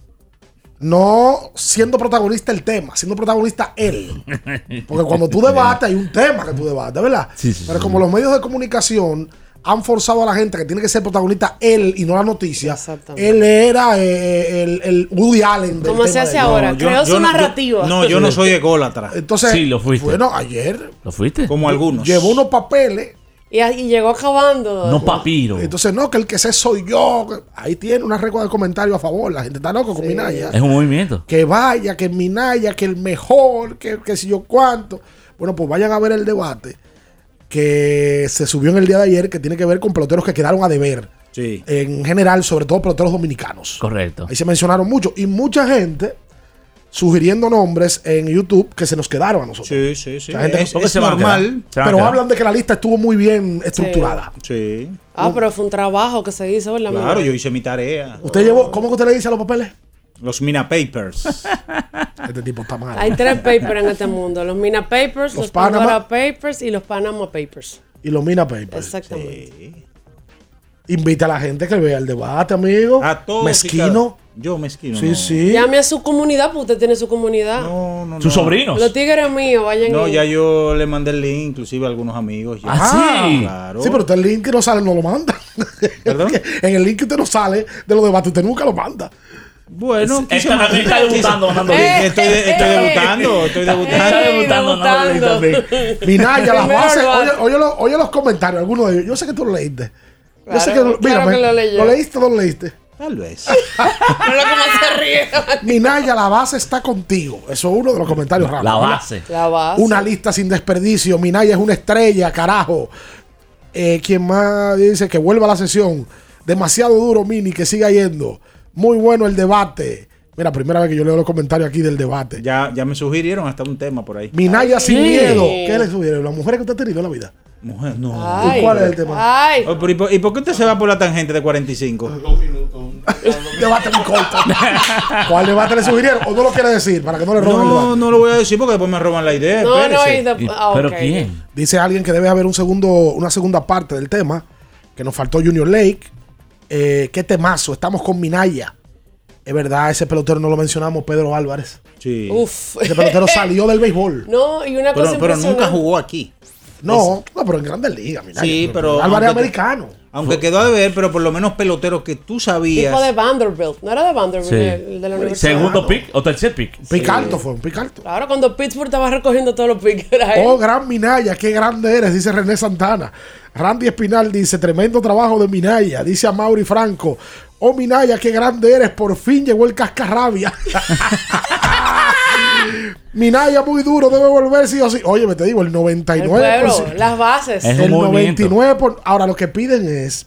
Speaker 9: no siendo protagonista el tema, siendo protagonista él. <laughs> Porque
Speaker 16: <laughs>
Speaker 9: cuando tú debates hay un tema que tú debates, ¿verdad?
Speaker 17: Sí, sí,
Speaker 9: Pero
Speaker 17: sí.
Speaker 9: como los medios de comunicación han forzado a la gente que tiene que ser protagonista él y no la noticia, él era eh, el, el Woody Allen. del
Speaker 11: Como se
Speaker 9: tema
Speaker 11: hace
Speaker 9: de-
Speaker 11: ahora, creo su
Speaker 9: no-
Speaker 11: narrativa.
Speaker 3: No, yo no soy ególatra.
Speaker 9: Entonces,
Speaker 10: Sí, lo fuiste.
Speaker 9: Bueno, ayer.
Speaker 10: ¿Lo fuiste?
Speaker 3: Como algunos.
Speaker 9: Llevó unos papeles.
Speaker 11: Y, y llegó acabando.
Speaker 10: No papiro.
Speaker 9: Entonces, no, que el que sé soy yo. Ahí tiene una récord de comentarios a favor. La gente está loco con Minaya.
Speaker 10: Es un movimiento.
Speaker 9: Que vaya, que Minaya, que el mejor, que, que si yo cuánto. Bueno, pues vayan a ver el debate que se subió en el día de ayer, que tiene que ver con peloteros que quedaron a deber.
Speaker 3: Sí.
Speaker 9: En general, sobre todo peloteros dominicanos.
Speaker 10: Correcto.
Speaker 9: Ahí se mencionaron mucho. Y mucha gente sugiriendo nombres en YouTube que se nos quedaron a nosotros.
Speaker 3: Sí, sí, sí.
Speaker 9: La gente-
Speaker 3: es es normal.
Speaker 9: Pero hablan de que la lista estuvo muy bien estructurada.
Speaker 3: Sí.
Speaker 11: Ah, pero fue un trabajo que se hizo, ¿verdad?
Speaker 3: Claro, yo hice mi tarea.
Speaker 9: ¿Usted llevó, ¿Cómo que usted le dice a los papeles?
Speaker 3: Los Mina Papers.
Speaker 9: este tipo está mal.
Speaker 11: Hay tres papers en este mundo: los Mina Papers, los,
Speaker 9: Los Panama.
Speaker 11: Pandora Papers y los Panama Papers.
Speaker 9: Y los Mina Papers.
Speaker 11: Exactamente.
Speaker 9: pues, Invita a la gente que vea el debate, amigo. A
Speaker 3: todos y
Speaker 9: Mezquino.
Speaker 3: Yo mezquino.
Speaker 9: Sí,
Speaker 3: no.
Speaker 9: sí.
Speaker 11: Llame a su comunidad, porque usted tiene su comunidad. No,
Speaker 3: no, Sus no. sobrinos.
Speaker 11: Los tigres míos, vayan.
Speaker 3: No,
Speaker 11: y-
Speaker 3: ya yo le mandé el link, inclusive a algunos amigos. ya. Ah, Claro.
Speaker 9: ¿Ah, Sí, pero usted el link que no sale, no lo manda. en el link <laughs> que usted no sale de los debates, usted nunca lo manda.
Speaker 3: Bueno,
Speaker 10: quise Está- mandar- está debutando,
Speaker 3: Eh,
Speaker 10: mandando link.
Speaker 3: Estoy,
Speaker 11: Eh,
Speaker 3: estoy debutando, estoy debutando.
Speaker 10: Está debutando, mandando link también.
Speaker 9: Minaya, las
Speaker 10: Primero
Speaker 9: bases.
Speaker 10: lo
Speaker 9: Oye,
Speaker 10: hace.
Speaker 9: oye los, oye los comentarios, algunos de ellos. Yo sé que tú lo leíste. Yo
Speaker 11: Claro,
Speaker 9: sé que,
Speaker 11: claro
Speaker 9: mírame,
Speaker 11: que lo leyó.
Speaker 9: ¿Lo leíste o no lo leíste?
Speaker 3: Tal vez.
Speaker 11: Míralo cómo se ríe.
Speaker 9: <laughs> Minaya, la base está contigo. Eso es uno de los comentarios raros.
Speaker 10: La
Speaker 9: Mira,
Speaker 10: base.
Speaker 11: La base.
Speaker 9: Una lista sin desperdicio. Minaya es una estrella, carajo. Eh, Quien más dice que vuelva a la sesión. Demasiado duro, Mini, que siga yendo. Muy bueno el debate. Mira, primera vez que yo leo los comentarios aquí del
Speaker 11: <laughs> eh.
Speaker 9: debate.
Speaker 3: Ya, ya me sugirieron hasta un tema por ahí.
Speaker 9: Minaya sin
Speaker 3: Sí.
Speaker 9: miedo. ¿Qué le sugirieron? Las mujeres que usted ha tenido en la vida.
Speaker 3: Mujer, no.
Speaker 9: Ay. ¿Y cuál es el tema?
Speaker 11: Ay.
Speaker 3: Oh, pero ¿y, por, y por qué usted se va por la tangente de 45?
Speaker 9: debate muy corto. ¿Cuál debate le sugirieron? ¿O no lo quiere decir para que no le roben el
Speaker 3: No, no lo voy a decir porque después me roban la idea.
Speaker 11: No, no,
Speaker 3: espérese.
Speaker 11: y de- ah, ok.
Speaker 9: Dice alguien que debe haber un segundo, una segunda parte del tema. Que nos faltó Junior Lake. Eh, qué temazo. Estamos con Minaya. Es verdad, ese pelotero no lo mencionamos, Pedro Álvarez.
Speaker 3: Sí.
Speaker 11: Uf.
Speaker 9: Ese
Speaker 11: <laughs>
Speaker 9: pelotero salió del béisbol.
Speaker 11: No, y una cosa
Speaker 3: Pero, pero
Speaker 11: impresionante.
Speaker 3: nunca jugó aquí.
Speaker 9: No, no, pero en grandes ligas, Minaya.
Speaker 3: Sí, pero.
Speaker 9: Álvarez
Speaker 3: aunque-
Speaker 9: americano.
Speaker 3: Aunque quedó a deber, pero por lo menos pelotero que tú sabías.
Speaker 11: Tipo de Vanderbilt. No era de Vanderbilt,
Speaker 10: Sí.
Speaker 11: el de la universidad.
Speaker 10: Segundo pick o tercer pick.
Speaker 9: Pick alto fue, un pick alto.
Speaker 11: Claro, cuando Pittsburgh estaba recogiendo todos los picks. Era él.
Speaker 9: Oh, gran Minaya, qué grande eres, dice René Santana. Randy Espinal dice, tremendo trabajo de Minaya, dice a Mauri Franco. Oh, Minaya, qué grande eres, por fin llegó el cascarrabia. <laughs> Minaya muy duro, debe volver sí o sí. Oye, me te digo, el 99%.
Speaker 11: El pueblo, las bases.
Speaker 9: el 99%. por- ahora, lo que piden es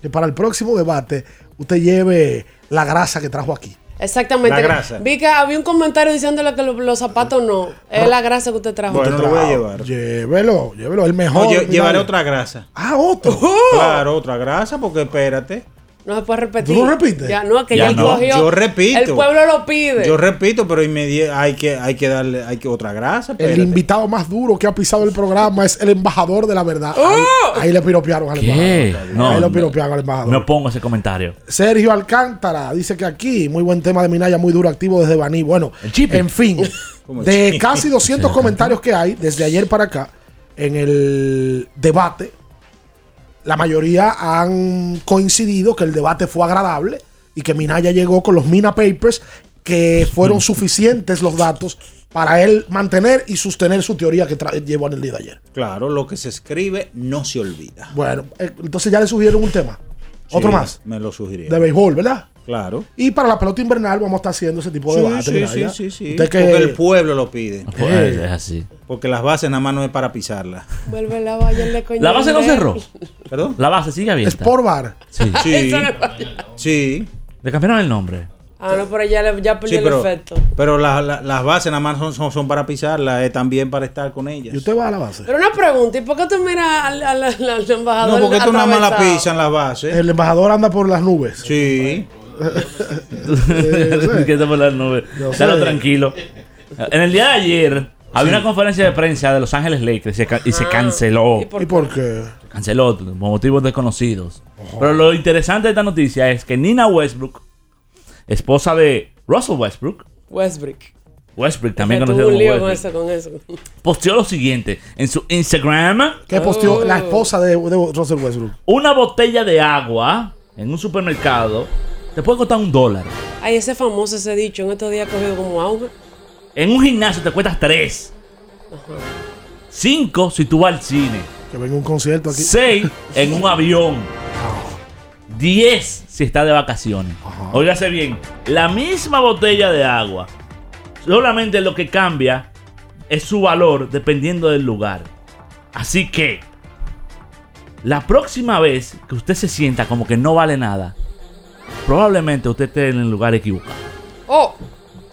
Speaker 9: que para el próximo debate usted lleve la grasa que trajo aquí.
Speaker 11: Exactamente.
Speaker 9: La grasa.
Speaker 11: Vi que había un comentario diciéndole que lo- los zapatos no. Es la grasa que usted trajo.
Speaker 3: Bueno, lo voy a llevar.
Speaker 9: Llévelo, llévelo, el mejor.
Speaker 3: No, lle-
Speaker 9: Minaya.
Speaker 3: llevaré otra grasa.
Speaker 9: Ah, otro.
Speaker 3: Claro, otra grasa, porque espérate.
Speaker 11: No se puede repetir.
Speaker 3: ¿Tú lo repites?
Speaker 11: Ya, no, es que
Speaker 3: Ya
Speaker 11: ya, él
Speaker 3: no.
Speaker 11: cogió.
Speaker 3: Yo repito.
Speaker 11: El pueblo lo pide.
Speaker 3: Yo repito, pero inmedi- hay que, hay que darle hay que otra grasa.
Speaker 9: El
Speaker 3: espérate.
Speaker 9: invitado más duro que ha pisado el programa es el embajador de la verdad. Ahí, ahí le piropearon al
Speaker 10: ¿Qué?
Speaker 9: embajador.
Speaker 10: No,
Speaker 9: ahí lo
Speaker 10: no.
Speaker 9: piropearon al embajador.
Speaker 10: No pongo ese comentario.
Speaker 9: Sergio Alcántara dice que aquí, muy buen tema de Minaya, muy duro activo desde Baní. Bueno, en fin,
Speaker 10: ¿Cómo el
Speaker 9: de
Speaker 10: chipi?
Speaker 9: casi 200
Speaker 10: Sergio
Speaker 9: comentarios que hay desde ayer para acá en el debate, la mayoría han coincidido que el debate fue agradable y que Minaya llegó con los Mina Papers que
Speaker 3: <laughs>
Speaker 9: fueron suficientes los datos para él mantener y sostener su teoría que tra- llevó en el día de ayer.
Speaker 3: Claro, lo que se escribe no se olvida.
Speaker 9: Bueno, eh, entonces ya le sugirieron un tema. Otro
Speaker 3: Sí,
Speaker 9: más.
Speaker 3: Me lo sugirieron.
Speaker 9: De béisbol, ¿verdad?
Speaker 3: Claro.
Speaker 9: Y para la pelota invernal vamos a estar haciendo ese tipo de debate.
Speaker 3: sí,
Speaker 9: mira,
Speaker 3: sí,
Speaker 9: ya.
Speaker 3: sí, sí.
Speaker 9: Usted que-
Speaker 3: Porque el pueblo lo pide.
Speaker 9: Pues,
Speaker 10: es así.
Speaker 3: Porque las bases nada más no es para pisarlas.
Speaker 11: Vuelve la valla de coño.
Speaker 10: La base no
Speaker 11: <laughs>
Speaker 10: cerró.
Speaker 3: ¿Perdón?
Speaker 10: La base sigue abierta.
Speaker 9: Sport Bar.
Speaker 10: Sí.
Speaker 3: Sí.
Speaker 11: Eso no es valla.
Speaker 3: sí.
Speaker 10: Le cambiaron el nombre.
Speaker 11: Ah, no, pero ya, le, ya perdió
Speaker 3: Sí, pero,
Speaker 11: el efecto.
Speaker 3: pero la- la- las bases nada más son, son, son para pisarlas, es también para estar con ellas. ¿Y
Speaker 9: usted va a la base?
Speaker 11: Pero una pregunta, ¿y por qué tú miras al, al- al- al
Speaker 3: No,
Speaker 11: embajador?
Speaker 3: porque tú nada más la
Speaker 11: atravesado?
Speaker 3: pisas en las bases.
Speaker 9: El embajador anda por las nubes.
Speaker 3: Sí.
Speaker 11: <laughs>
Speaker 10: <laughs> Que está por las nubes.
Speaker 9: Yo
Speaker 10: Dalo
Speaker 9: sé.
Speaker 10: tranquilo. En el día de ayer había
Speaker 9: Sí.
Speaker 10: una conferencia de prensa de Los Ángeles Lakers y se, ca- y se canceló.
Speaker 9: Ah. ¿Y por qué?
Speaker 10: Canceló por motivos desconocidos.
Speaker 9: Oh.
Speaker 10: Pero lo interesante de esta noticia es que Nina Westbrook, esposa de Russell Westbrook,
Speaker 11: Westbrook.
Speaker 10: Westbrook
Speaker 11: Que
Speaker 10: también
Speaker 11: tuvo
Speaker 10: conocido
Speaker 11: un
Speaker 10: como
Speaker 11: lío con
Speaker 10: Westbrook,
Speaker 11: eso, con eso.
Speaker 10: posteó lo siguiente en su Instagram.
Speaker 9: ¿Qué posteó
Speaker 11: Oh.
Speaker 9: la esposa de, de Russell Westbrook?
Speaker 10: Una botella de agua en un supermercado te puede costar un dólar.
Speaker 11: Ay, ese famoso, ese dicho, en estos días ha cogido como auge.
Speaker 10: En un gimnasio te cuestas tres. Cinco si tú vas al cine.
Speaker 9: Que venga un concierto aquí.
Speaker 10: Seis en un avión. Diez si está de vacaciones. Óigase bien, la misma botella de agua. Solamente lo que cambia es su valor dependiendo del lugar. Así que, la próxima vez que usted se sienta como que no vale nada, probablemente usted esté en el lugar equivocado.
Speaker 11: Oh,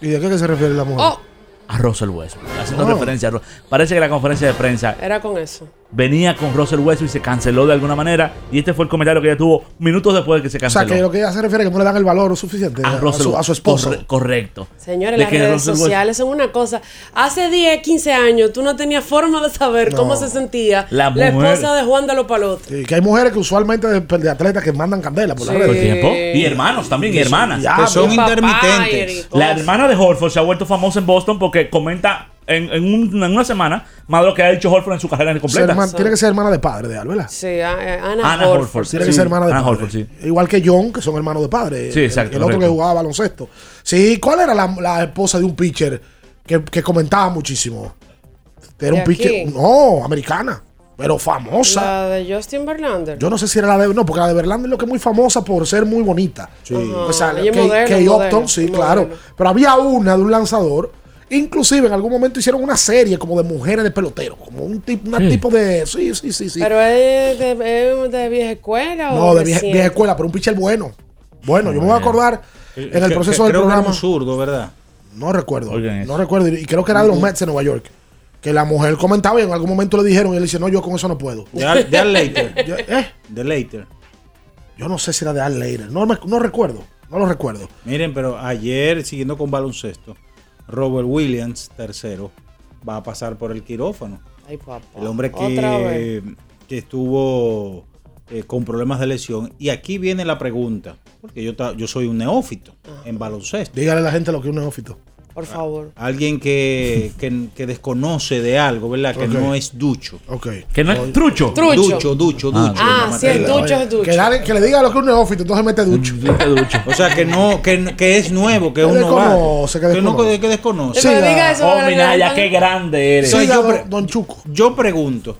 Speaker 9: ¿Y de qué que se refiere la mujer?
Speaker 11: oh,
Speaker 10: A Russell Westbrook. Haciendo
Speaker 9: Oh.
Speaker 10: referencia a Ru- Parece que la conferencia de prensa
Speaker 11: era con eso.
Speaker 10: venía con Russell Westbrook y se canceló de alguna manera. Y este fue el comentario que ella tuvo minutos después de que se
Speaker 9: o sea,
Speaker 10: canceló.
Speaker 9: que lo que ella se refiere es que no le dan el valor suficiente a,
Speaker 10: a,
Speaker 9: a
Speaker 10: Russell
Speaker 9: su, a su
Speaker 10: Westbrook.
Speaker 9: esposo.
Speaker 10: Corre- correcto.
Speaker 11: Señores,
Speaker 10: De
Speaker 11: las
Speaker 10: que
Speaker 11: redes
Speaker 10: Russell Westbrook-
Speaker 11: sociales son una cosa. Hace 10, 15 años tú no tenías forma de saber
Speaker 9: No.
Speaker 11: cómo se sentía
Speaker 9: La
Speaker 11: la
Speaker 9: mujer.
Speaker 11: esposa de Juan de los Palotes.
Speaker 9: Sí, que hay mujeres que usualmente de, de atletas que mandan candela por la
Speaker 10: Por tiempo.
Speaker 9: red.
Speaker 10: Y hermanos también, y
Speaker 9: Que son-
Speaker 10: hermanas.
Speaker 9: ya, Que son y papá, intermitentes. y
Speaker 10: La
Speaker 9: cosas.
Speaker 10: hermana de Horford se ha vuelto famosa en Boston porque comenta en, en un- en una semana más de lo que ha hecho Horford en su carrera
Speaker 9: Ser
Speaker 10: completa.
Speaker 9: hermana- tiene que ser hermana de padre de Albela.
Speaker 11: Sí, a- eh, Ana,
Speaker 10: Ana
Speaker 11: Horford.
Speaker 10: Horford.
Speaker 9: Tiene
Speaker 10: Sí.
Speaker 9: que ser hermana de
Speaker 10: Ana
Speaker 9: padre.
Speaker 10: Horford, sí.
Speaker 9: Igual que John, que son hermanos de padre.
Speaker 10: Sí,
Speaker 9: El-
Speaker 10: exacto,
Speaker 9: El, otro que
Speaker 10: correcto.
Speaker 9: jugaba baloncesto. Sí, ¿cuál era la, la esposa de un pitcher que, que comentaba muchísimo? Era
Speaker 11: ¿De
Speaker 9: un pitcher.
Speaker 11: aquí?
Speaker 9: No, americana. Pero famosa.
Speaker 11: La de Justin Verlander.
Speaker 9: Yo no sé si era la de. No, porque la de Verlander es lo que es muy famosa por ser muy bonita. Sí. O sea,
Speaker 11: Ella es
Speaker 9: Kay-
Speaker 11: modelo,
Speaker 9: Kay
Speaker 11: modelo,
Speaker 9: Upton, sí,
Speaker 11: modelo.
Speaker 9: claro. Pero había una de un lanzador. Inclusive en algún momento hicieron una serie como de mujeres de pelotero. Como un tipo, una tipo de. Sí, sí, sí, sí.
Speaker 11: Pero es de, es de vieja escuela o
Speaker 9: no, de vieja,
Speaker 11: recién?
Speaker 9: vieja escuela, pero un pitcher bueno. Bueno, yo me voy a acordar
Speaker 3: eh,
Speaker 9: en el proceso del
Speaker 3: creo Que era
Speaker 9: programa.
Speaker 3: un zurdo, ¿verdad?
Speaker 9: No recuerdo. No recuerdo. Y creo que era de los Mets de Nueva York. Que la mujer comentaba y en algún momento le dijeron y él dice, no, yo con eso no puedo.
Speaker 3: De Al, de
Speaker 9: <laughs>
Speaker 3: Al Leiter.
Speaker 9: Yo- ¿eh?
Speaker 3: De Leiter.
Speaker 9: Yo no sé si era de Al Leiter. No, me- no recuerdo. No lo recuerdo.
Speaker 3: Miren, pero ayer, siguiendo con baloncesto, Robert Williams, tercero, va a pasar por el quirófano.
Speaker 11: Ay, papá.
Speaker 3: El hombre
Speaker 11: Otra vez.
Speaker 3: que, que estuvo eh, con problemas de lesión. Y aquí viene la pregunta, porque yo, ta- yo soy un neófito en baloncesto.
Speaker 9: Dígale a la gente lo que es un neófito.
Speaker 11: Por favor.
Speaker 3: Alguien que, que- que desconoce de algo, ¿verdad? Que
Speaker 9: Ok.
Speaker 3: no es ducho.
Speaker 10: Que no es trucho.
Speaker 11: Trucho.
Speaker 3: Ducho, ducho,
Speaker 10: Ah.
Speaker 3: ducho.
Speaker 11: Ah,
Speaker 3: la
Speaker 11: sí, es
Speaker 3: materia.
Speaker 11: ducho, es ducho.
Speaker 9: Que, dale- que le diga lo que es un neófito, entonces mete ducho.
Speaker 10: Mm,
Speaker 3: O sea, que no, que, que es nuevo, que es
Speaker 9: Que
Speaker 3: un novato.
Speaker 9: desconoce, que
Speaker 3: Que no-
Speaker 9: desconoce. ah.
Speaker 3: que desconoce.
Speaker 9: Que le diga
Speaker 10: eso, Oh, que le Minaya, levantan- qué grande eres.
Speaker 3: Soy
Speaker 10: Siga,
Speaker 3: yo,
Speaker 10: don-
Speaker 3: pre- yo
Speaker 10: <laughs>
Speaker 3: pregunto.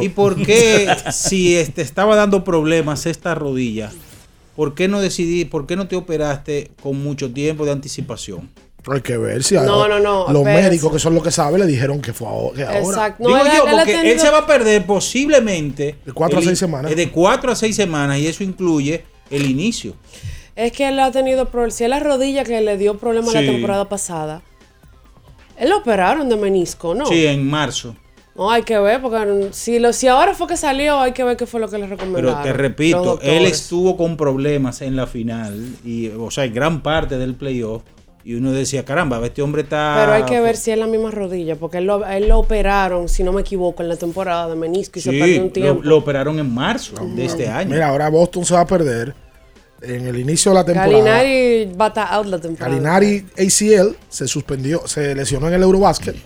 Speaker 3: ¿Y por qué si te estaba dando problemas esta rodilla? ¿Por qué no decidí, por qué no te operaste con mucho tiempo de anticipación?
Speaker 9: Hay que ver si
Speaker 11: No,
Speaker 9: ahora-
Speaker 11: no, no,
Speaker 9: Los
Speaker 11: espérense.
Speaker 9: médicos que son los que saben le dijeron que fue ahora. que ahora.
Speaker 11: Exacto.
Speaker 3: Digo
Speaker 11: él-
Speaker 3: yo,
Speaker 11: él ha
Speaker 3: porque él
Speaker 11: tenido-
Speaker 3: se va a perder posiblemente. De
Speaker 9: cuatro a seis semanas.
Speaker 3: De cuatro a seis semanas, y eso incluye el inicio.
Speaker 11: Es que él ha tenido problemas. Si es la rodilla que le dio problemas la
Speaker 3: Sí.
Speaker 11: temporada pasada. Él lo operaron de menisco, ¿no?
Speaker 3: Sí, en marzo.
Speaker 11: No, hay que ver, porque mm, si, lo, si ahora fue que salió, hay que ver qué fue lo que le recomendaron.
Speaker 3: Pero te
Speaker 11: los
Speaker 3: repito,
Speaker 11: doctores.
Speaker 3: él estuvo con problemas en la final, y, o sea, en gran parte del playoff. Y uno decía, caramba, este hombre está.
Speaker 11: Pero
Speaker 9: Ah,
Speaker 11: hay que ver si es la misma rodilla, porque él lo, a él lo operaron, si no me equivoco, en la temporada de menisco y se
Speaker 3: Sí,
Speaker 11: perdió un
Speaker 3: lo,
Speaker 11: tiempo.
Speaker 3: lo operaron en marzo de este año.
Speaker 9: Mira, ahora Boston se va a perder en el inicio de la temporada.
Speaker 11: Galinari va a estar out la temporada.
Speaker 9: Galinari ACL se suspendió, se lesionó en el Eurobasket.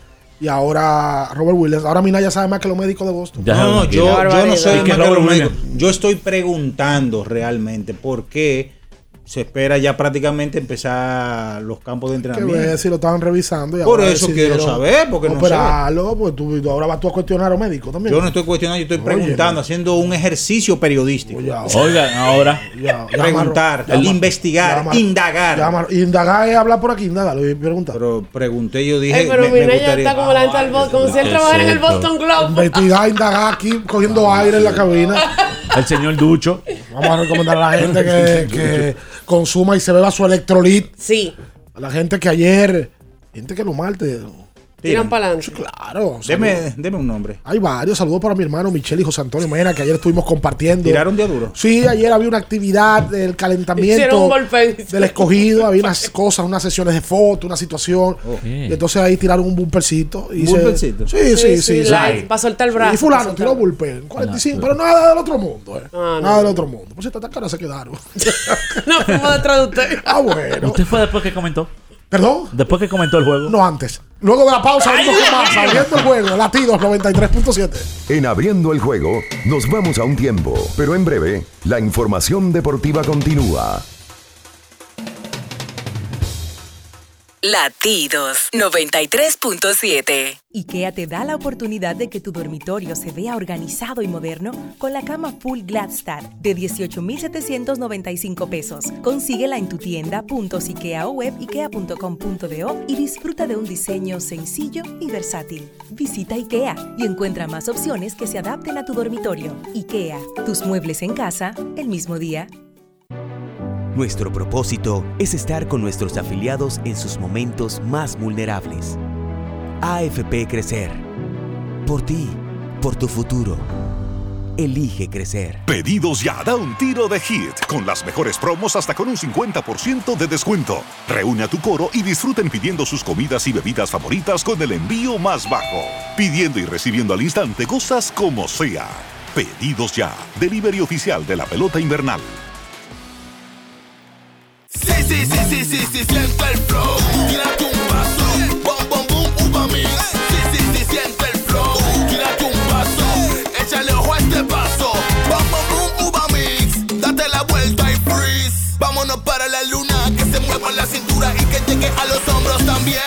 Speaker 9: Y ahora Robert Williams. Ahora Minaya sabe más que los médicos de Boston.
Speaker 3: No, no, yo, yo no soy
Speaker 10: Y que
Speaker 3: más que
Speaker 10: Robert
Speaker 3: lo médico.
Speaker 10: Williams.
Speaker 3: Yo estoy preguntando realmente por qué se espera ya prácticamente empezar los campos de
Speaker 9: que ver
Speaker 3: entrenamiento.
Speaker 9: si lo estaban revisando. y
Speaker 3: Por
Speaker 9: ahora
Speaker 3: eso
Speaker 9: decidieron
Speaker 3: quiero saber, porque no sé.
Speaker 9: operarlo, pues tú, ahora vas tú a cuestionar a los médicos también.
Speaker 3: Yo no estoy cuestionando, yo estoy preguntando, haciendo un ejercicio periodístico.
Speaker 10: Oigan, ahora.
Speaker 3: preguntar,
Speaker 9: amarró,
Speaker 3: el
Speaker 9: ya
Speaker 3: investigar,
Speaker 9: amarró.
Speaker 3: indagar.
Speaker 9: Llama- indagar es hablar por aquí, indagarlo y preguntar.
Speaker 3: Pero pregunté, yo dije.
Speaker 11: Ay, pero
Speaker 3: me- me
Speaker 11: Minaya
Speaker 3: gustaría-
Speaker 11: está como la gente del Boston, como si él trabajara en el
Speaker 10: Exacto.
Speaker 11: Boston Globe.
Speaker 9: Investigar, indagar aquí, cogiendo aire en la cabina.
Speaker 10: El señor Ducho.
Speaker 9: Vamos a recomendar a la gente que, que consuma y se beba su electrolit.
Speaker 11: Sí.
Speaker 9: A la gente que ayer, gente que lo malte.
Speaker 11: Tiran para adelante.
Speaker 9: Claro.
Speaker 3: Deme, deme un nombre.
Speaker 9: Hay varios. Saludos para mi hermano Michelle y José Antonio Mena, que ayer estuvimos compartiendo.
Speaker 3: Tiraron día duro.
Speaker 9: Sí, ayer había una actividad del
Speaker 11: Hicieron un
Speaker 9: calentamiento
Speaker 11: golpe.
Speaker 9: del escogido. Había unas cosas, unas sesiones de fotos, una situación. Y entonces ahí tiraron eh. un bumpercito. y
Speaker 3: ¿Un
Speaker 9: se-
Speaker 3: bumpercito?
Speaker 9: Sí, sí, sí. sí.
Speaker 11: la- Para soltar el brazo.
Speaker 9: Y fulano
Speaker 11: para
Speaker 9: tiró
Speaker 11: soltar-
Speaker 9: bullpen, 45, pero nada del otro mundo. eh.
Speaker 11: Ah, no.
Speaker 9: nada del otro mundo. Por cierto, tan caras se quedaron.
Speaker 11: <laughs> No, fuimos detrás de usted.
Speaker 9: <laughs> ah, bueno.
Speaker 10: ¿Usted fue después que comentó?
Speaker 9: ¿Perdón?
Speaker 10: Después que comentó el juego.
Speaker 9: No antes. Luego de la pausa, vemos qué más. Abriendo el juego, latidos 93.7.
Speaker 1: En abriendo el juego, nos vamos a un tiempo, pero en breve, la información deportiva continúa.
Speaker 2: Latidos 93.7.
Speaker 18: IKEA te da la oportunidad de que tu dormitorio se vea organizado y moderno con la cama Full Gladstar de 18,795 pesos. Consíguela en tu tienda, puntos IKEA o web ikea.com.do y disfruta de un diseño sencillo y versátil. Visita IKEA y encuentra más opciones que se adapten a tu dormitorio. IKEA, tus muebles en casa el mismo día.
Speaker 19: Nuestro propósito es estar con nuestros afiliados en sus momentos más vulnerables. AFP Crecer. Por ti, por tu futuro. Elige crecer.
Speaker 4: Pedidos ya, da un tiro de hit con las mejores promos hasta con un 50% de descuento. Reúne a tu coro y disfruten pidiendo sus comidas y bebidas favoritas con el envío más bajo. Pidiendo y recibiendo al instante cosas como sea. Pedidos ya, delivery oficial de la pelota invernal.
Speaker 20: Sí, sí, sí, sí, sí, sí, siento el flow. Tírate un vaso. Bom, bom, bum, uva mix. Sí, sí, sí, siento el flow. Tírate un vaso. Échale ojo a este vaso. Bom, bom, bum, uva mix. Date la vuelta y freeze. Vámonos para la luna. Que se mueva la cintura y que llegue a los hombros también.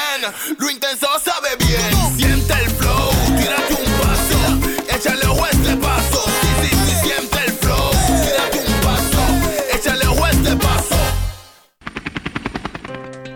Speaker 20: Lo intenso sabe bien. Siente el flow. Tírate un vaso. Échale ojo a este vaso. Sí, sí, sí, siente el flow. Tírate un vaso. Échale ojo a este vaso.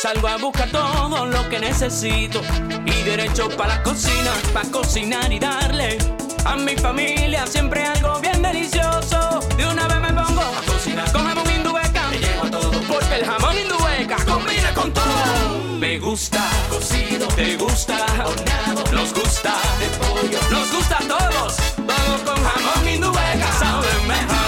Speaker 21: salgo a buscar todo lo que necesito y derecho para la cocina, para cocinar y darle a mi familia siempre algo bien delicioso. De una vez me pongo a cocinar con jamón indubeca, me llevo a todo porque el jamón indubeca combina con todo. Me gusta cocido, te gusta horneado, nos gusta de pollo, nos gusta a todos. Vamos con jamón indubeca, sabe mejor.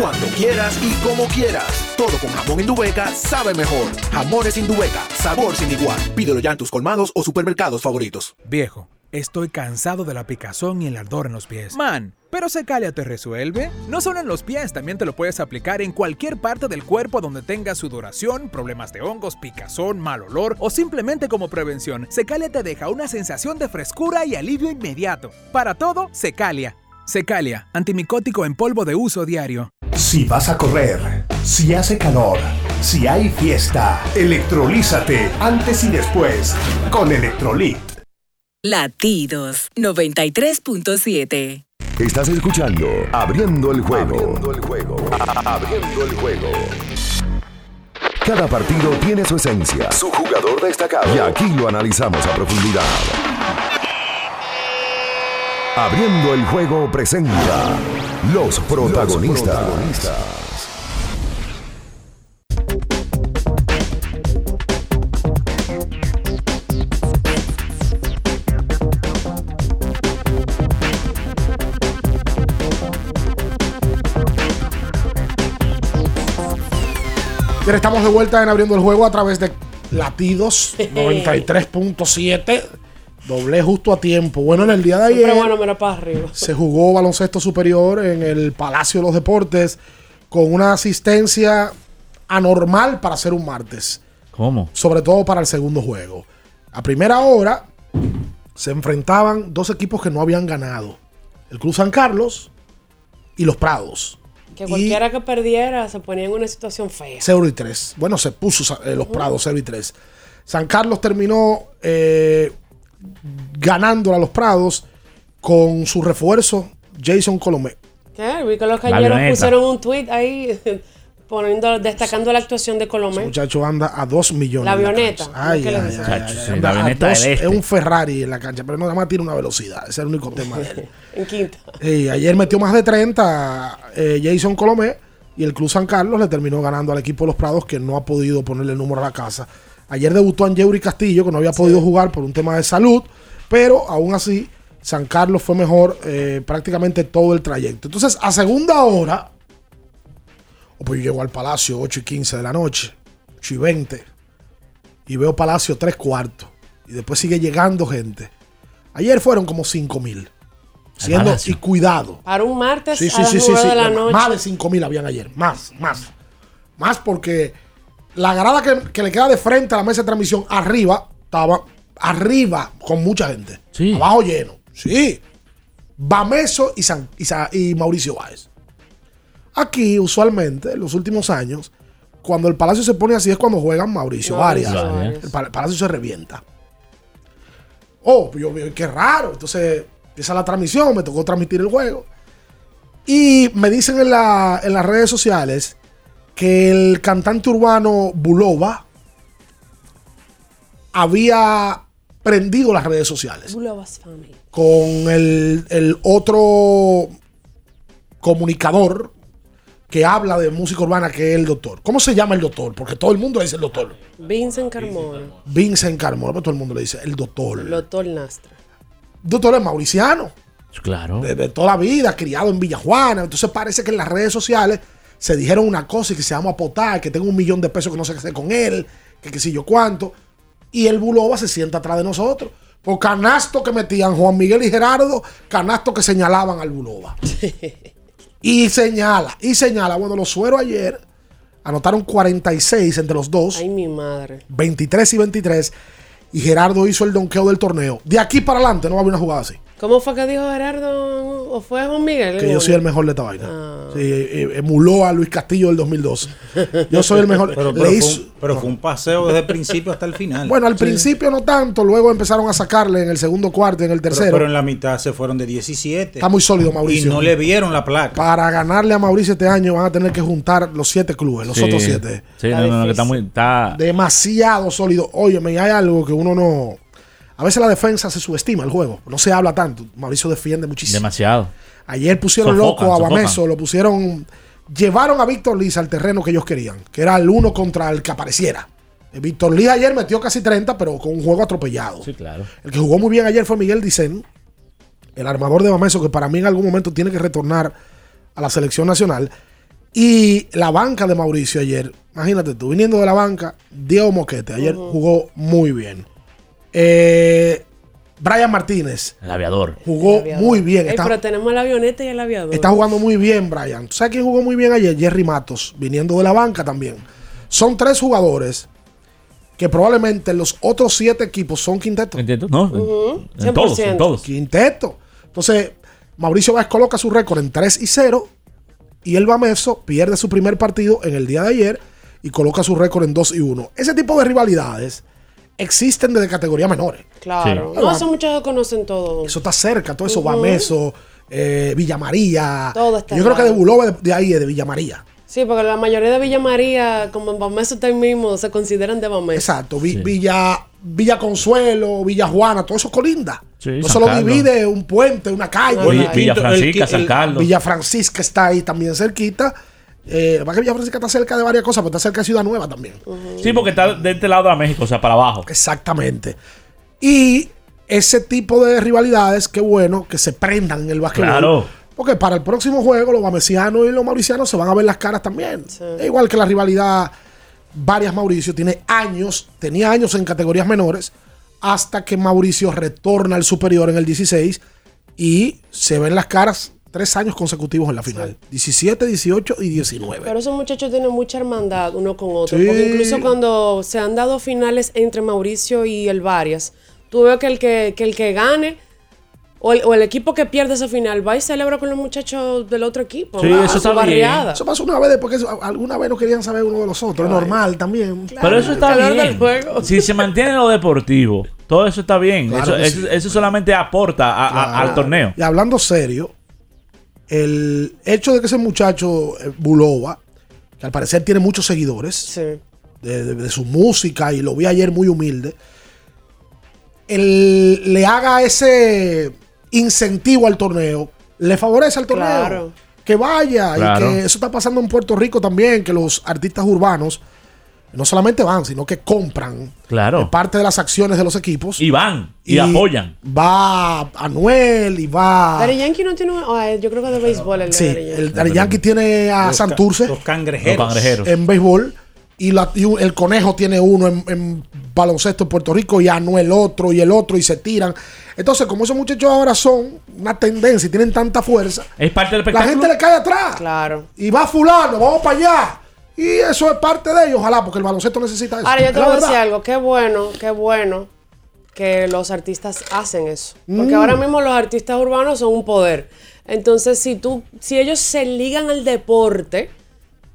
Speaker 20: Cuando quieras y como quieras. Todo con jamón Indubeca sabe mejor. Jamones Indubeca, sabor sin igual. Pídelo ya en tus colmados o supermercados favoritos.
Speaker 13: Viejo, Estoy cansado de la picazón y el ardor en los pies. Man, pero Secalia te resuelve. No solo en los pies, también te lo puedes aplicar en cualquier parte del cuerpo donde tengas sudoración, problemas de hongos, picazón, mal olor o simplemente como prevención. Secalia te deja una sensación de frescura y alivio inmediato. Para todo, Secalia. Secalia, antimicótico en polvo de uso diario.
Speaker 22: Si vas a correr, si hace calor, si hay fiesta, electrolízate antes y después con Electrolit.
Speaker 2: Latidos 93.7.
Speaker 1: Estás escuchando Abriendo el juego.
Speaker 4: Abriendo el juego. Abriendo el juego.
Speaker 1: Cada partido tiene su esencia, su jugador destacado. Y aquí lo analizamos a profundidad. Abriendo el juego presenta los protagonistas.
Speaker 9: Bien, estamos de vuelta en abriendo el juego a través de
Speaker 11: <laughs>
Speaker 9: Latidos 93.7. Doble justo a tiempo. Bueno, en el día de ayer
Speaker 11: Pero bueno, mira para arriba.
Speaker 9: se jugó baloncesto superior en el Palacio de los Deportes con una asistencia anormal para ser un martes.
Speaker 10: ¿Cómo?
Speaker 9: Sobre todo para el segundo juego. A primera hora se enfrentaban dos equipos que no habían ganado. El Club San Carlos y los Prados.
Speaker 11: Que cualquiera que perdiera se ponía en una situación fea.
Speaker 9: 0 y 3. Bueno, se puso eh, los Prados 0 y 3. San Carlos terminó eh, ganando a los Prados con su refuerzo, Jason Colomé.
Speaker 11: ¿Qué? Eh, Vi que los
Speaker 9: La
Speaker 11: cañeros
Speaker 9: avioneta.
Speaker 11: pusieron un tweet ahí <laughs> poniendo, destacando la actuación de Colomé.
Speaker 9: Muchacho anda a 2 millones.
Speaker 11: La
Speaker 9: en
Speaker 11: avioneta,
Speaker 9: cancha. Ay,
Speaker 11: ¿qué le
Speaker 9: ay,
Speaker 11: dicen?
Speaker 9: ay, ay,
Speaker 11: Muchacho,
Speaker 10: sí,
Speaker 9: anda
Speaker 10: la
Speaker 9: a
Speaker 10: avioneta
Speaker 9: dos,
Speaker 10: del este.
Speaker 9: Es un Ferrari en la cancha, pero nada más tiene una velocidad. Ese es el único tema de él.
Speaker 11: En quinta.
Speaker 9: Y Eh, ayer metió más de 30 eh, Jason Colomé y el Club San Carlos le terminó ganando al equipo de los Prados que no ha podido ponerle el número a la casa. Ayer debutó Angeuri Castillo que no había podido jugar por un tema de salud, pero aún así San Carlos fue mejor eh, prácticamente todo el trayecto. Entonces a segunda hora, oh, pues yo llego al Palacio 8 y 15 de la noche, 8 y 20, y veo Palacio 3 cuartos, y después sigue llegando gente. Ayer fueron como 5 mil. Siendo, y
Speaker 11: Palacio.
Speaker 9: cuidado.
Speaker 11: Para un martes
Speaker 9: Sí,
Speaker 11: a
Speaker 9: sí,
Speaker 11: las
Speaker 9: sí, sí,
Speaker 11: nueve
Speaker 9: sí.
Speaker 11: de la noche.
Speaker 9: Más de 5 mil habían ayer. Más, más. Más porque la grada que, que le queda de frente a la mesa de transmisión arriba estaba arriba con mucha gente. Abajo lleno. Sí. Bameso y, San- y Sa- y Mauricio Báez. Aquí, usualmente, en los últimos años, cuando el Palacio se pone así es cuando juegan Mauricio
Speaker 23: Mauricio
Speaker 9: Arias.
Speaker 23: Arias.
Speaker 9: El, pa- el Palacio se revienta. Oh, yo veo, qué raro. Entonces, empieza la transmisión, me tocó transmitir el juego. Y me dicen en, la- en las redes sociales que el cantante urbano Bulova había prendido las redes sociales
Speaker 11: Bulovas Family.
Speaker 9: con el, el otro comunicador que habla de música urbana, que es el doctor. ¿Cómo se llama el doctor? Porque todo el mundo le dice el doctor.
Speaker 11: Vincent Carmona.
Speaker 9: Vincent Carmona, pero todo el mundo le dice el doctor.
Speaker 11: Lotor Nastra.
Speaker 9: Doctor es mauriciano.
Speaker 10: Claro.
Speaker 9: de, de toda la vida, criado en Villajuana. Entonces parece que en las redes sociales se dijeron una cosa y que se llama a potar, que tengo un millón de pesos que no sé qué hacer con él, que qué sé yo cuánto. Y el Buloba se sienta atrás de nosotros. Por canasto que metían Juan Miguel y Gerardo, canasto que señalaban al
Speaker 11: <laughs>
Speaker 9: Buloba. y señala, y señala. Bueno, los sueros ayer anotaron 46 entre los dos.
Speaker 11: Ay, mi madre.
Speaker 9: 23 y 23. Y Gerardo hizo el donqueo del torneo. De aquí para adelante no va a haber una jugada así.
Speaker 11: ¿Cómo fue que dijo Gerardo? ¿O fue Juan Miguel?
Speaker 9: Que yo soy el mejor de esta vaina. Sí, eh, eh, emuló a Luis Castillo del 2012. Yo soy el mejor.
Speaker 3: <laughs> Pero,
Speaker 9: Le
Speaker 3: pero
Speaker 9: hizo-
Speaker 3: fue, un, pero fue un paseo desde el principio hasta el final.
Speaker 9: Bueno, al
Speaker 3: Sí.
Speaker 9: principio no tanto, luego empezaron a sacarle en el segundo cuarto y en el
Speaker 3: Pero-
Speaker 9: tercero.
Speaker 3: Pero, en la mitad se fueron de 17.
Speaker 9: Está muy sólido, Mauricio.
Speaker 3: Y no le vieron la placa.
Speaker 9: Para ganarle a Mauricio este año van a tener que juntar los siete clubes, los
Speaker 10: Sí.
Speaker 9: otros siete.
Speaker 10: Sí, no, no, no, que está muy. Está,
Speaker 9: Demasiado sólido. Oye, me hay algo que uno no. A veces la defensa se subestima el juego. No se habla tanto. Mauricio defiende muchísimo.
Speaker 10: demasiado.
Speaker 9: Ayer pusieron
Speaker 10: Sofocan,
Speaker 9: loco a
Speaker 10: sofocan.
Speaker 9: Bameso, lo pusieron. Llevaron a Víctor Liz al terreno que ellos querían, que era el uno contra el que apareciera. Eh, Víctor Liz ayer metió casi 30, pero con un juego atropellado.
Speaker 10: Sí, claro.
Speaker 9: El que jugó muy bien ayer fue Miguel Dicen, el armador de Bameso, que para mí en algún momento tiene que retornar a la selección nacional. Y la banca de Mauricio ayer, imagínate tú, viniendo de la banca, Diego Moquete, ayer jugó muy bien. Eh, Brian Martínez
Speaker 23: El aviador.
Speaker 9: jugó muy bien.
Speaker 11: Ey,
Speaker 9: Está,
Speaker 11: pero tenemos el avioneta y el aviador.
Speaker 9: está jugando muy bien, Brian. ¿Tú sabes quién jugó muy bien ayer? Jerry Matos, viniendo de la banca también. Son tres jugadores que probablemente los otros siete equipos son quintetos.
Speaker 10: ¿Quinteto? No.
Speaker 11: Ujú, en 100%. todos, en todos.
Speaker 9: Quinteto. Entonces, Mauricio Vázquez coloca su récord en 3 y 0. Y el Bameso pierde su primer partido en el día de ayer y coloca su récord en 2 y 1. Ese tipo de rivalidades existen desde categorías menores.
Speaker 11: Claro.
Speaker 9: Sí.
Speaker 11: No, esos muchachos conocen todo.
Speaker 9: Eso está cerca, todo eso,
Speaker 11: Ujú.
Speaker 9: Bameso, eh, Villa María.
Speaker 11: Todo está
Speaker 9: Yo creo que de
Speaker 11: raro.
Speaker 9: Bulova de, de ahí es de Villa María.
Speaker 11: Sí, porque la mayoría de Villa María, como en Bameso está ahí mismo, se consideran de Bameso.
Speaker 9: Exacto. Vi- Villa, Villa Consuelo, Villa Juana, todo eso colinda. no solo
Speaker 10: Carlos.
Speaker 9: divide un puente, una calle.
Speaker 10: Villa- Villa Francisca, San Carlos.
Speaker 9: Villa Francisca está ahí también cerquita. Eh, va que Villa Francisca está cerca de varias cosas, pero está cerca de Ciudad Nueva también.
Speaker 10: Sí, porque está de este lado a México, o sea, para abajo.
Speaker 9: Exactamente. Y ese tipo de rivalidades, qué bueno que se prendan en el basquetbol.
Speaker 10: Claro.
Speaker 9: Porque para el próximo juego, los bamesianos y los mauricianos se van a ver las caras también. Es Igual que la rivalidad Varias Mauricio tiene años, tenía años en categorías menores, hasta que Mauricio retorna al superior en el 16 y se ven las caras tres años consecutivos en la final. 17, 18 y 19.
Speaker 11: Pero esos muchachos tienen mucha hermandad uno con otro.
Speaker 9: Sí.
Speaker 11: Porque incluso cuando se han dado finales entre Mauricio y el Varias, tú ves que el que, que el que gane o el, o el equipo que pierde esa final va y celebra con los muchachos del otro equipo. a- a su barriada.
Speaker 9: Eso pasó una vez después que eso- alguna vez no querían saber uno de los otros. Es normal también.
Speaker 10: Pero eso está bien. Si se mantiene lo deportivo, todo eso está bien.
Speaker 9: Claro
Speaker 10: eso,
Speaker 9: que
Speaker 10: eso- eso solamente aporta a- a- al torneo.
Speaker 9: Y hablando serio, el hecho de que ese muchacho eh, Bulova, que al parecer tiene muchos seguidores de, de- de su música y lo vi ayer muy humilde, el- le haga ese incentivo al torneo, le favorece al torneo.
Speaker 11: Claro.
Speaker 9: Que vaya
Speaker 24: Claro.
Speaker 9: y que eso está pasando en Puerto Rico también, que los artistas urbanos no solamente van, sino que compran eh,
Speaker 10: Claro.
Speaker 9: parte de las acciones de los equipos.
Speaker 10: Y van, y, apoyan.
Speaker 9: Va Anuel y va.
Speaker 11: Daddy Yankee no tiene. ah, yo creo que de béisbol el de
Speaker 9: Sí,
Speaker 11: Daddy Yankee.
Speaker 9: el Daddy Yankee tiene a
Speaker 3: Los ca-
Speaker 9: Santurce.
Speaker 3: los cangrejeros. Los cangrejeros.
Speaker 9: En béisbol. Y, la- y un- el conejo tiene uno en, en baloncesto en Puerto Rico y Anuel otro y el otro y se tiran. Entonces, como esos muchachos ahora son una tendencia y tienen tanta fuerza,
Speaker 10: Es parte del
Speaker 9: la
Speaker 10: espectáculo.
Speaker 9: gente le cae atrás.
Speaker 11: Claro.
Speaker 9: Y va fulano, vamos para allá. Y eso es parte de ellos, ojalá, porque el baloncesto necesita eso.
Speaker 11: Ahora yo
Speaker 9: Es
Speaker 11: te
Speaker 9: la
Speaker 11: voy a
Speaker 9: verdad.
Speaker 11: decir algo, qué bueno, qué bueno que los artistas hacen eso. Porque
Speaker 9: Mm.
Speaker 11: ahora mismo los artistas urbanos son un poder. Entonces, si tú, si ellos se ligan al deporte,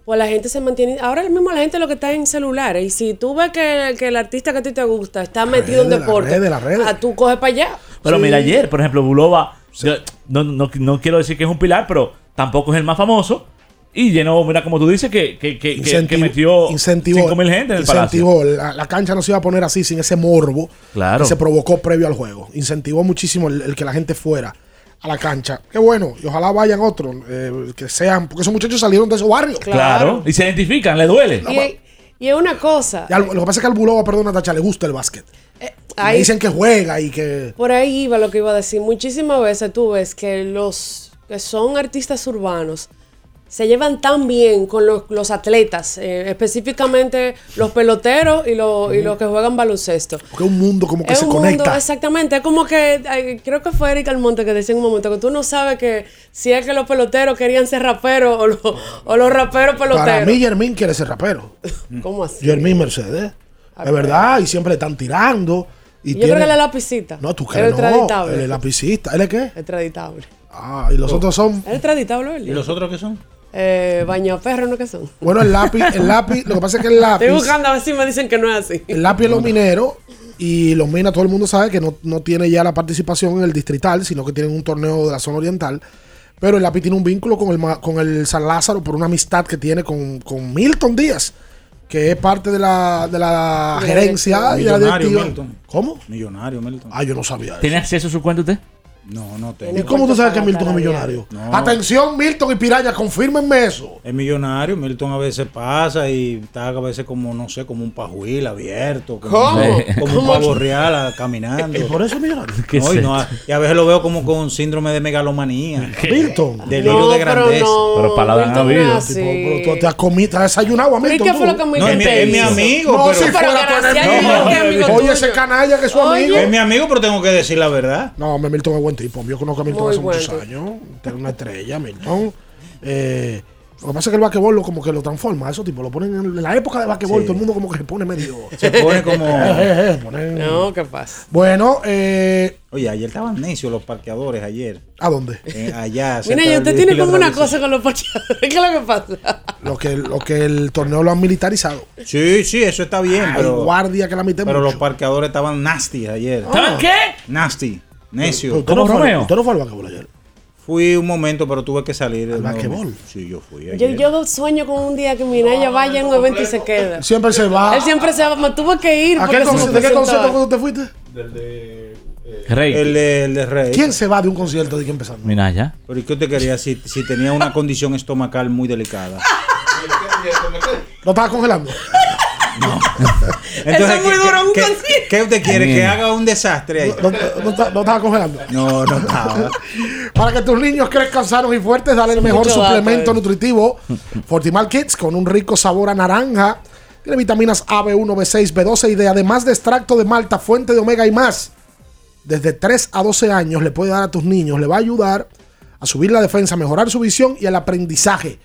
Speaker 11: pues la gente se mantiene. Ahora mismo la gente lo que está en celulares. Y si tú ves que, que el artista que a ti te gusta está metido en
Speaker 10: redes, las
Speaker 11: deporte,
Speaker 10: redes, las redes.
Speaker 11: ah, tú coges para allá.
Speaker 10: Pero
Speaker 11: Sí.
Speaker 10: mira, ayer, por ejemplo, Bulova, yo- no, no- no quiero decir que es un pilar, pero tampoco es el más famoso. Y llenó, mira, como tú dices, que, que, que- que- que metió 5.000 gente en el palacio.
Speaker 9: incentivó. La, la cancha no se iba a poner así sin ese morbo
Speaker 10: Claro.
Speaker 9: que se provocó previo al juego. Incentivó muchísimo el, el que la gente fuera a la cancha. Qué bueno, y ojalá vayan otros, eh, que sean, porque esos muchachos salieron de esos barrios.
Speaker 10: Claro. Y se identifican, le duele.
Speaker 11: Y, y es una cosa.
Speaker 9: Ya, lo que pasa es que al Buloba, perdona, Tacha, le gusta el básquet. Le
Speaker 11: ahí-
Speaker 9: dicen que juega y que.
Speaker 11: Por ahí iba lo que iba a decir. Muchísimas veces tú ves que los que son artistas urbanos se llevan tan bien con los, los atletas, eh, específicamente los peloteros y, los- y los que juegan baloncesto.
Speaker 9: Porque es un mundo como que
Speaker 11: es
Speaker 9: se
Speaker 11: un
Speaker 9: conecta.
Speaker 11: mundo, exactamente. Es como que, eh, creo que fue Eric Almonte que decía en un momento que tú no sabes que si es que los peloteros querían ser raperos o, los- o los raperos peloteros.
Speaker 9: Para mí, Germín quiere ser rapero.
Speaker 11: <laughs> ¿Cómo así?
Speaker 9: Germín Mercedes. Es verdad, y siempre le están tirando. Y
Speaker 11: Yo creo que
Speaker 9: tiene-
Speaker 11: la lapicita.
Speaker 9: No, tú
Speaker 11: Era
Speaker 9: crees, no.
Speaker 11: extraditable.
Speaker 9: Él es lapicista. ¿Él es qué?
Speaker 11: Extraditable.
Speaker 9: Ah, y
Speaker 3: Oh.
Speaker 9: los otros son
Speaker 11: Era extraditable, ¿verdad?
Speaker 3: otros qué son?
Speaker 11: Eh, bañaperro, ¿no que son?
Speaker 9: Bueno, el lápiz, el lápiz, lo que pasa es que el lápiz.
Speaker 11: Estoy buscando a ver si me dicen que no es así.
Speaker 9: El lápiz es los mineros y los minas, todo el mundo sabe que no, no tiene ya la participación en el distrital, sino que tienen un torneo de la zona oriental. Pero el lápiz tiene un vínculo con el, ma- con el San Lázaro por una amistad que tiene con, con Milton Díaz, que es parte de la, de la gerencia y de la
Speaker 3: Millonario
Speaker 9: directiva.
Speaker 3: Milton.
Speaker 9: ¿Cómo?
Speaker 3: Millonario Milton.
Speaker 9: Ah, yo no sabía.
Speaker 10: ¿Tiene acceso a su cuenta usted?
Speaker 3: No, no tengo.
Speaker 9: ¿Y cómo tú sabes que Milton es millonario?
Speaker 3: No.
Speaker 9: Atención, Milton y Piraña, confírmenme eso.
Speaker 3: Es millonario, Milton a veces pasa y está a veces como, no sé, como un pajuil abierto. Como,
Speaker 9: ¿Cómo?
Speaker 3: Como un
Speaker 9: ¿Cómo?
Speaker 3: pavo real ah, caminando.
Speaker 9: Y por eso es millonario.
Speaker 3: No, y, no, a- y a veces lo veo como con síndrome de megalomanía.
Speaker 9: Milton.
Speaker 3: Delirio de grandeza.
Speaker 10: Pero palabras han habido.
Speaker 9: Tipo, pero tú te has comido, te has desayunado a
Speaker 3: ¿Y
Speaker 9: Milton.
Speaker 3: qué fue
Speaker 9: tú?
Speaker 3: lo que Milton No, es mi- te es mi hizo? amigo,
Speaker 9: No,
Speaker 3: pero-
Speaker 9: si
Speaker 3: Pero
Speaker 9: fuera tu
Speaker 3: Graciano,
Speaker 9: enemigo.
Speaker 3: ¿qué amigo
Speaker 9: Oye,
Speaker 3: tuyo?
Speaker 9: ese canalla que es su amigo.
Speaker 3: Es mi amigo, pero tengo que decir la verdad.
Speaker 9: No, hombre, Milton es buen tipo. Yo conozco a Milton
Speaker 3: Muy
Speaker 9: hace muchos
Speaker 3: bueno.
Speaker 9: años. Es una estrella, Milton. Eh, lo que pasa es que el basquetbol lo, como que lo transforma. Eso tipo, lo ponen en la época de basquetbol.
Speaker 3: Sí.
Speaker 9: Todo el mundo como que se pone medio.
Speaker 3: Se pone como-
Speaker 9: <laughs> Eh, eh, ponen-
Speaker 11: No, ¿qué pasa?
Speaker 9: Bueno, eh,
Speaker 3: Oye, ayer estaban necios los parqueadores ayer.
Speaker 9: ¿a dónde?
Speaker 3: Eh, allá.
Speaker 11: Mira,
Speaker 3: cerca
Speaker 11: y
Speaker 3: del
Speaker 11: usted tiene
Speaker 3: desfile
Speaker 11: como una
Speaker 3: atravesado.
Speaker 11: cosa con los parqueadores. <laughs> ¿Qué es lo que pasa?
Speaker 9: Lo que, lo que el torneo lo han militarizado.
Speaker 3: Sí, sí, eso está bien,
Speaker 9: Hay
Speaker 3: pero.
Speaker 9: guardia que la meten
Speaker 3: Pero los
Speaker 9: mucho.
Speaker 3: parqueadores estaban nasty ayer.
Speaker 9: ¿Estaban
Speaker 10: qué?
Speaker 3: Nasty. Necio.
Speaker 9: Pero usted no fue- ¿Usted no fue al basquetbol ayer?
Speaker 3: Fui un momento, pero tuve que salir. ¿Al
Speaker 9: basquetbol?
Speaker 3: Sí, yo fui.
Speaker 11: Yo,
Speaker 3: Ayer.
Speaker 11: yo sueño con un día que Minaya vaya en un evento y se queda.
Speaker 9: Siempre se va.
Speaker 11: Él siempre se va. Me tuve que ir.
Speaker 9: ¿A qué
Speaker 11: porque se me
Speaker 9: concierto- ¿De qué
Speaker 11: presentó
Speaker 9: concierto
Speaker 11: él.
Speaker 9: cuando te fuiste?
Speaker 10: Rey.
Speaker 3: El, de- el de Rey.
Speaker 9: ¿Quién se va de un concierto de que empezando?
Speaker 10: Minaya.
Speaker 3: Pero ¿y qué te quería si, si tenía una condición estomacal
Speaker 9: <laughs>
Speaker 3: muy delicada?
Speaker 9: ¿Lo estaba congelando?
Speaker 3: Entonces,
Speaker 9: es muy
Speaker 3: ¿qué-
Speaker 9: duro, un
Speaker 3: qué-
Speaker 9: concierto.
Speaker 3: ¿qué, qué usted quiere? ¿Que
Speaker 9: También.
Speaker 3: haga un desastre ahí?
Speaker 9: ¿Lo, lo- lo está- lo estaba congelando?
Speaker 3: No, no estaba.
Speaker 9: Para que tus niños crezcan sanos y fuertes, dale el mejor
Speaker 3: Mucho dato,
Speaker 9: suplemento
Speaker 3: eh.
Speaker 9: nutritivo. Fortimal Kids con un rico sabor a naranja. Tiene vitaminas A, B1, B6, B12 y de, además de extracto de malta, fuente de omega y más. Desde 3 a 12 años le puede dar a tus niños, le va a ayudar a subir la defensa, a mejorar su visión y el aprendizaje.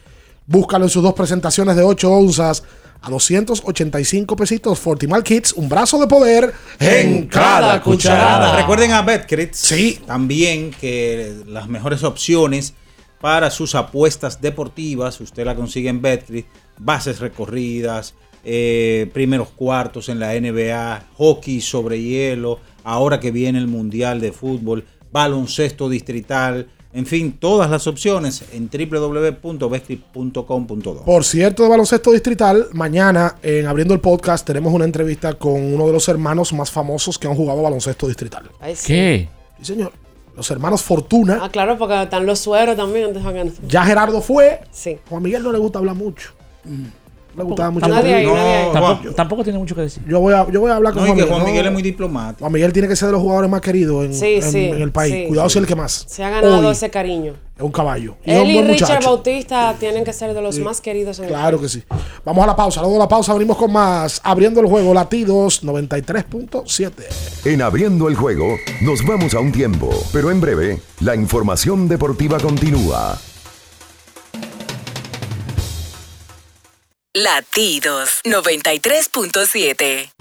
Speaker 9: Búscalo en sus dos presentaciones de 8 onzas a 285 pesitos. Fortimal Kids, un brazo de poder en cada cucharada.
Speaker 3: Recuerden a Betcrit. Sí. También que las mejores opciones para sus apuestas deportivas, usted la consigue en Betcrit. Bases recorridas, eh, primeros cuartos en la NBA, hockey sobre hielo, ahora que viene el Mundial de Fútbol, baloncesto distrital. En fin, todas las opciones en www.betcrit.com.do.
Speaker 9: Por cierto, de baloncesto distrital, mañana en Abriendo el Podcast tenemos una entrevista con uno de los hermanos más famosos que han jugado baloncesto distrital.
Speaker 10: ¿Qué?
Speaker 9: Sí, señor. Los hermanos Fortuna.
Speaker 11: Ah, claro, porque están los sueros también. Antes bacano.
Speaker 9: Ya Gerardo fue.
Speaker 11: Sí.
Speaker 9: Juan Miguel no le gusta hablar mucho. No Le gustaba mucho.
Speaker 11: Nadie ahí, nadie ahí.
Speaker 10: Tampoco, tampoco tiene mucho que decir.
Speaker 9: Yo voy a, yo voy a hablar con
Speaker 3: No, y
Speaker 9: Juan
Speaker 3: que
Speaker 9: Miguel.
Speaker 3: Juan
Speaker 9: ¿no?
Speaker 3: Miguel es muy diplomático.
Speaker 9: Juan Miguel tiene que ser de los jugadores más queridos en,
Speaker 11: Sí,
Speaker 9: en-
Speaker 11: sí,
Speaker 9: en el país.
Speaker 11: sí.
Speaker 9: Cuidado si es el que más.
Speaker 11: Se ha ganado
Speaker 9: Hoy
Speaker 11: ese cariño.
Speaker 9: Es un caballo. Y es
Speaker 11: Él
Speaker 9: un
Speaker 11: y
Speaker 9: buen
Speaker 11: Richard
Speaker 9: muchacho.
Speaker 11: Bautista tienen que ser de los más queridos en el
Speaker 9: Claro que sí. Vamos a la pausa. Luego de la pausa venimos con más. Abriendo el juego, latidos 93.7.
Speaker 1: En Abriendo el Juego, nos vamos a un tiempo, pero en breve, la información deportiva continúa.
Speaker 25: Latidos 93.7.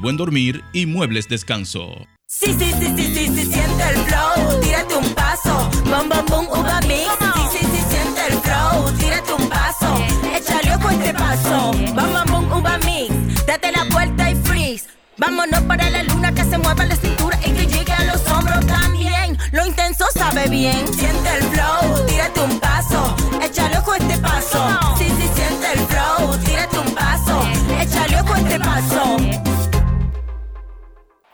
Speaker 26: buen dormir y muebles descanso.
Speaker 27: Sí, sí, sí, sí, sí, sí, siente el flow, tírate un paso, bom, bom, bom, uva mix. Sí, sí, sí, siente el flow, tírate un paso, échale ojo a este paso, bom, bom, bom, uva mix. Date la vuelta y freeze. Vámonos para la luna que se mueva la cintura y que llegue a los hombros también. Lo intenso sabe bien. Siente el flow, tírate un paso, échale ojo a este paso. Sí, sí, siente el flow, tírate un paso, échale ojo a este paso.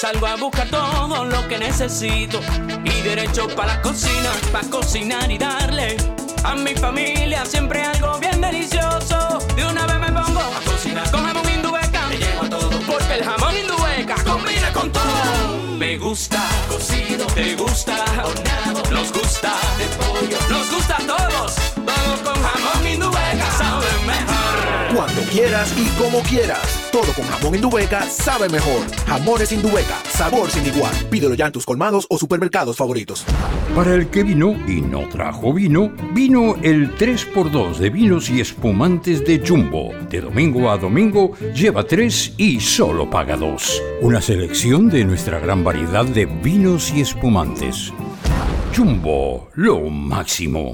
Speaker 21: Salgo a buscar todo lo que necesito y derecho para la cocina, para cocinar y darle a mi familia siempre algo bien delicioso. De una vez me pongo a cocinar con jamón indubeca, me llevo a todo porque el jamón indubeca combina con todo. Me gusta cocido, te gusta horneado, nos gusta de pollo, nos gusta a todos. Vamos con jamón indubeca, sabe mejor.
Speaker 28: Cuando quieras y como quieras. Todo con jamón Indubeca sabe mejor. Jamones Indubeca, sabor sin igual. Pídelo ya en tus colmados o supermercados favoritos.
Speaker 29: Para el que vino y no trajo vino, vino el 3x2 de vinos y espumantes de Jumbo. De domingo a domingo lleva 3 y solo paga 2. Una selección de nuestra gran variedad de vinos y espumantes. Jumbo, lo máximo.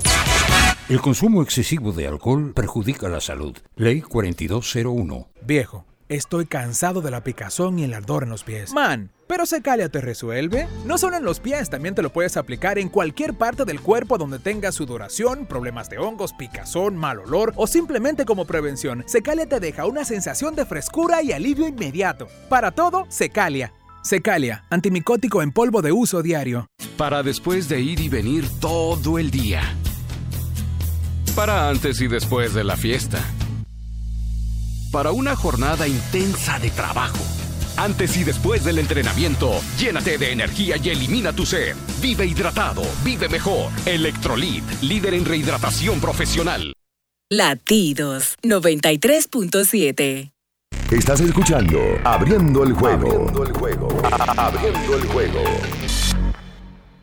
Speaker 29: El consumo excesivo de alcohol perjudica la salud. Ley 4201.
Speaker 13: Viejo, estoy cansado de la picazón y el ardor en los pies. Man, pero Secalia te resuelve. No solo en los pies, también te lo puedes aplicar en cualquier parte del cuerpo donde tengas sudoración, problemas de hongos, picazón, mal olor o simplemente como prevención. Secalia te deja una sensación de frescura y alivio inmediato. Para todo, Secalia. Secalia, antimicótico en polvo de uso diario.
Speaker 14: Para después de ir y venir todo el día. Para antes y después de la fiesta. Para una jornada intensa de trabajo. Antes y después del entrenamiento, llénate de energía y elimina tu sed. Vive hidratado, vive mejor. Electrolit, líder en rehidratación profesional.
Speaker 2: Latidos 93.7.
Speaker 1: Estás escuchando Abriendo el juego. Abriendo el juego. Abriendo el juego.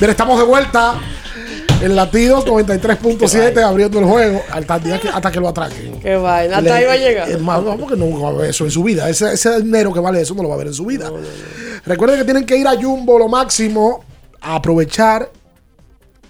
Speaker 9: Mira, estamos de vuelta en latidos 93.7 abriendo el juego hasta, el día que, hasta que lo atraquen.
Speaker 11: Qué vaina, hasta ahí va a llegar.
Speaker 9: Es más, no, porque no va a ver eso en su vida. Ese, ese dinero que vale eso no lo va a ver en su vida. Recuerden que tienen que ir a Jumbo lo máximo a aprovechar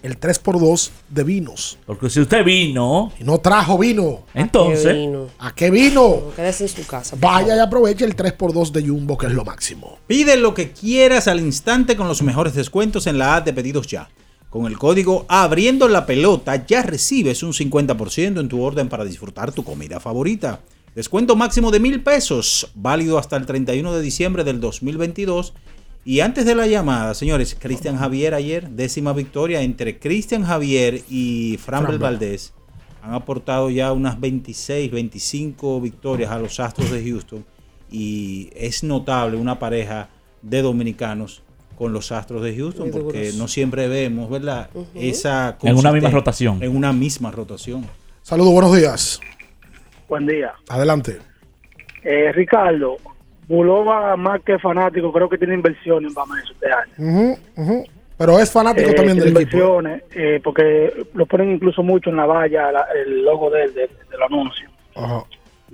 Speaker 9: el 3x2 de vinos.
Speaker 8: Porque si usted vino,
Speaker 9: Y no trajo vino.
Speaker 8: Entonces.
Speaker 9: ¿A qué vino?
Speaker 11: Quédese en su casa. por
Speaker 9: Vaya y aproveche el 3x2 de Jumbo, que es lo máximo.
Speaker 3: Pide lo que quieras al instante con los mejores descuentos en la app de pedidos ya. Con el código Abriendo la Pelota ya recibes un 50% en tu orden para disfrutar tu comida favorita. Descuento máximo de mil pesos, válido hasta el 31 de diciembre del 2022. Y antes de la llamada, señores, Cristian Javier ayer, décima victoria entre Cristian Javier y Framber
Speaker 9: Framber.
Speaker 3: Valdés. Han aportado ya unas 26, 25 victorias a los Astros de Houston y es notable una pareja de dominicanos con los Astros de Houston,
Speaker 8: Muy duros.
Speaker 3: porque no siempre vemos, ¿verdad?
Speaker 8: Ujú.
Speaker 3: Esa
Speaker 8: En una misma
Speaker 3: consistencia.
Speaker 8: rotación.
Speaker 3: En una misma rotación.
Speaker 9: Saludos, buenos días.
Speaker 17: Buen día.
Speaker 9: Adelante.
Speaker 17: Eh, Ricardo, Bulova, más que fanático, creo que tiene inversión en Bamés este año.
Speaker 9: Ujú, ujú. Pero es fanático
Speaker 17: Eh,
Speaker 9: también
Speaker 17: tiene
Speaker 9: del equipo.
Speaker 17: inversiones, eh, porque lo ponen incluso mucho en la valla, la- el logo de él, de- del anuncio.
Speaker 9: Ajá.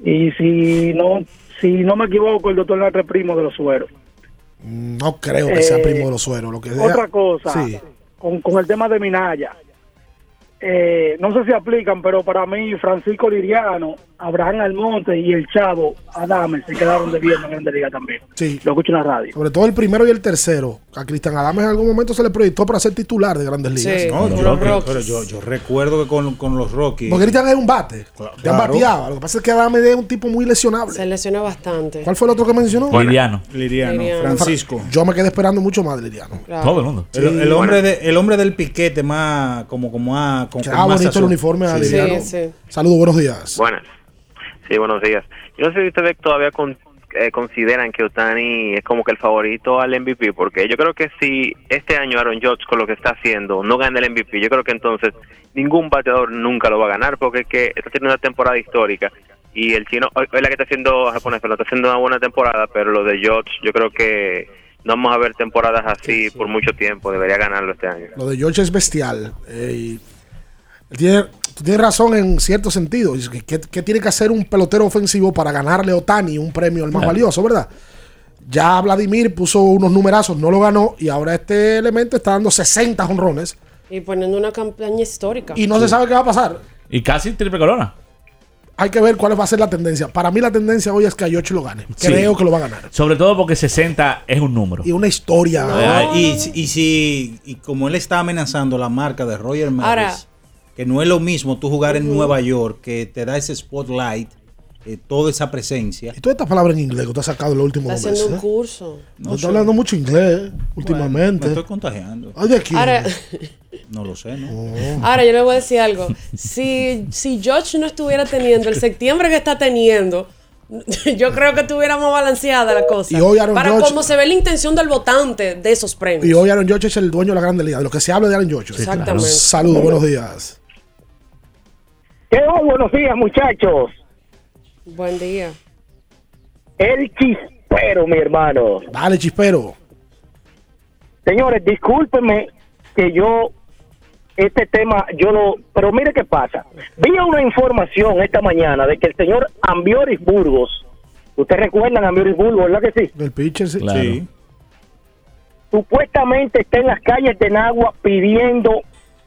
Speaker 17: Y si no si no me equivoco, el doctor Latre primo de los sueros.
Speaker 9: Mm, No creo que sea
Speaker 17: Eh,
Speaker 9: primo de los sueros. Lo que sea-
Speaker 17: Otra cosa,
Speaker 9: Sí.
Speaker 17: con, con el tema de Minaya. Eh, no sé si aplican, pero para mí Francisco Liriano, Abraham Almonte y el Chavo Adame se quedaron de bien en la Grande Liga también.
Speaker 9: Sí.
Speaker 17: Lo escucho en la radio.
Speaker 9: Sobre todo el primero y el tercero. A Cristian Adames en algún momento se le proyectó para ser titular de grandes ligas.
Speaker 3: No, yo,
Speaker 9: Porque
Speaker 3: creo- pero yo, yo recuerdo que con, con los Rockies.
Speaker 9: Cristian es un bate.
Speaker 3: Claro.
Speaker 9: Ya bateaba. Lo que pasa es que Adames es un tipo muy lesionable.
Speaker 11: Se lesiona bastante.
Speaker 9: ¿Cuál fue el otro que mencionó?
Speaker 8: Liriano.
Speaker 3: Liriano,
Speaker 11: Liriano.
Speaker 3: Francisco.
Speaker 9: Yo me quedé esperando mucho más de Liriano.
Speaker 3: Todo el mundo. El, el hombre de, el hombre del piquete más como como ah, con, con
Speaker 9: Ah,
Speaker 3: más
Speaker 9: bonito el
Speaker 3: sazón.
Speaker 9: uniforme de
Speaker 3: Sí, sí.
Speaker 9: Liriano. Saludos, buenos días.
Speaker 30: Buenas. Sí, buenos días. Yo no sé si ustedes todavía con- eh, consideran que Otani es como que el favorito al MVP, porque yo creo que si este año Aaron Judge con lo que está haciendo no gana el MVP, yo creo que entonces ningún bateador nunca lo va a ganar, porque es que está teniendo una temporada histórica. Y el chino, hoy, hoy la que está haciendo japonés, pero está haciendo una buena temporada, pero lo de Judge, yo creo que no vamos a ver temporadas así por mucho tiempo, debería ganarlo este año.
Speaker 9: Lo de George es bestial. Eh, y él tiene tú tienes razón en cierto sentido. Es que- ¿Qué, qué tiene que hacer un pelotero ofensivo para ganarle a Otani un premio el más
Speaker 10: Claro.
Speaker 9: valioso, verdad? Ya Vladimir puso unos numerazos, no lo ganó, y ahora este elemento está dando 60 honrones
Speaker 11: Y poniendo una campaña histórica.
Speaker 9: y no se sabe qué va a pasar.
Speaker 10: Y casi triple corona.
Speaker 9: Hay que ver cuál va a ser la tendencia. Para mí la tendencia hoy es que Ayochi lo gane.
Speaker 10: Sí.
Speaker 9: Creo que lo va a ganar.
Speaker 10: Sobre todo porque 60 es un número.
Speaker 9: Y una historia.
Speaker 3: Ah, y, si- y si y como él está amenazando la marca de Roger Maris,
Speaker 11: Ahora-
Speaker 3: que no es lo mismo tú jugar en
Speaker 9: Ujú.
Speaker 3: Nueva York, que te da ese spotlight, eh, toda esa presencia.
Speaker 9: Y todas estas palabras en inglés que tú has sacado en los últimos
Speaker 11: Está
Speaker 9: dos
Speaker 11: haciendo
Speaker 9: meses.
Speaker 11: un
Speaker 9: ¿eh?
Speaker 11: curso.
Speaker 9: No, está hablando mucho inglés últimamente.
Speaker 3: me estoy contagiando.
Speaker 9: Ay, de aquí.
Speaker 11: Ahora,
Speaker 3: No lo sé, ¿no?
Speaker 9: Oh.
Speaker 11: ahora yo le voy a decir algo. Si, si George no estuviera teniendo el septiembre que está teniendo, <laughs> yo creo que estuviera más balanceada la cosa.
Speaker 9: Y hoy Aaron
Speaker 11: Para
Speaker 9: Judge-
Speaker 11: cómo se ve la intención del votante de esos premios.
Speaker 9: Y hoy Aaron George es el dueño de la grande liga. De lo que se habla de Aaron George.
Speaker 11: claro. Exactamente.
Speaker 9: Saludos, buenos días.
Speaker 17: buenos días, muchachos.
Speaker 11: Buen día.
Speaker 17: El chispero, mi hermano.
Speaker 9: Dale, chispero.
Speaker 17: Señores, discúlpenme que yo este tema yo lo, pero mire qué pasa. Vi una información esta mañana de que el señor Ambioris Burgos, ustedes recuerdan a Ambioris Burgos, ¿verdad que sí?
Speaker 9: El pitcher, sí. Sí.
Speaker 17: Supuestamente está en las calles de Nagua pidiendo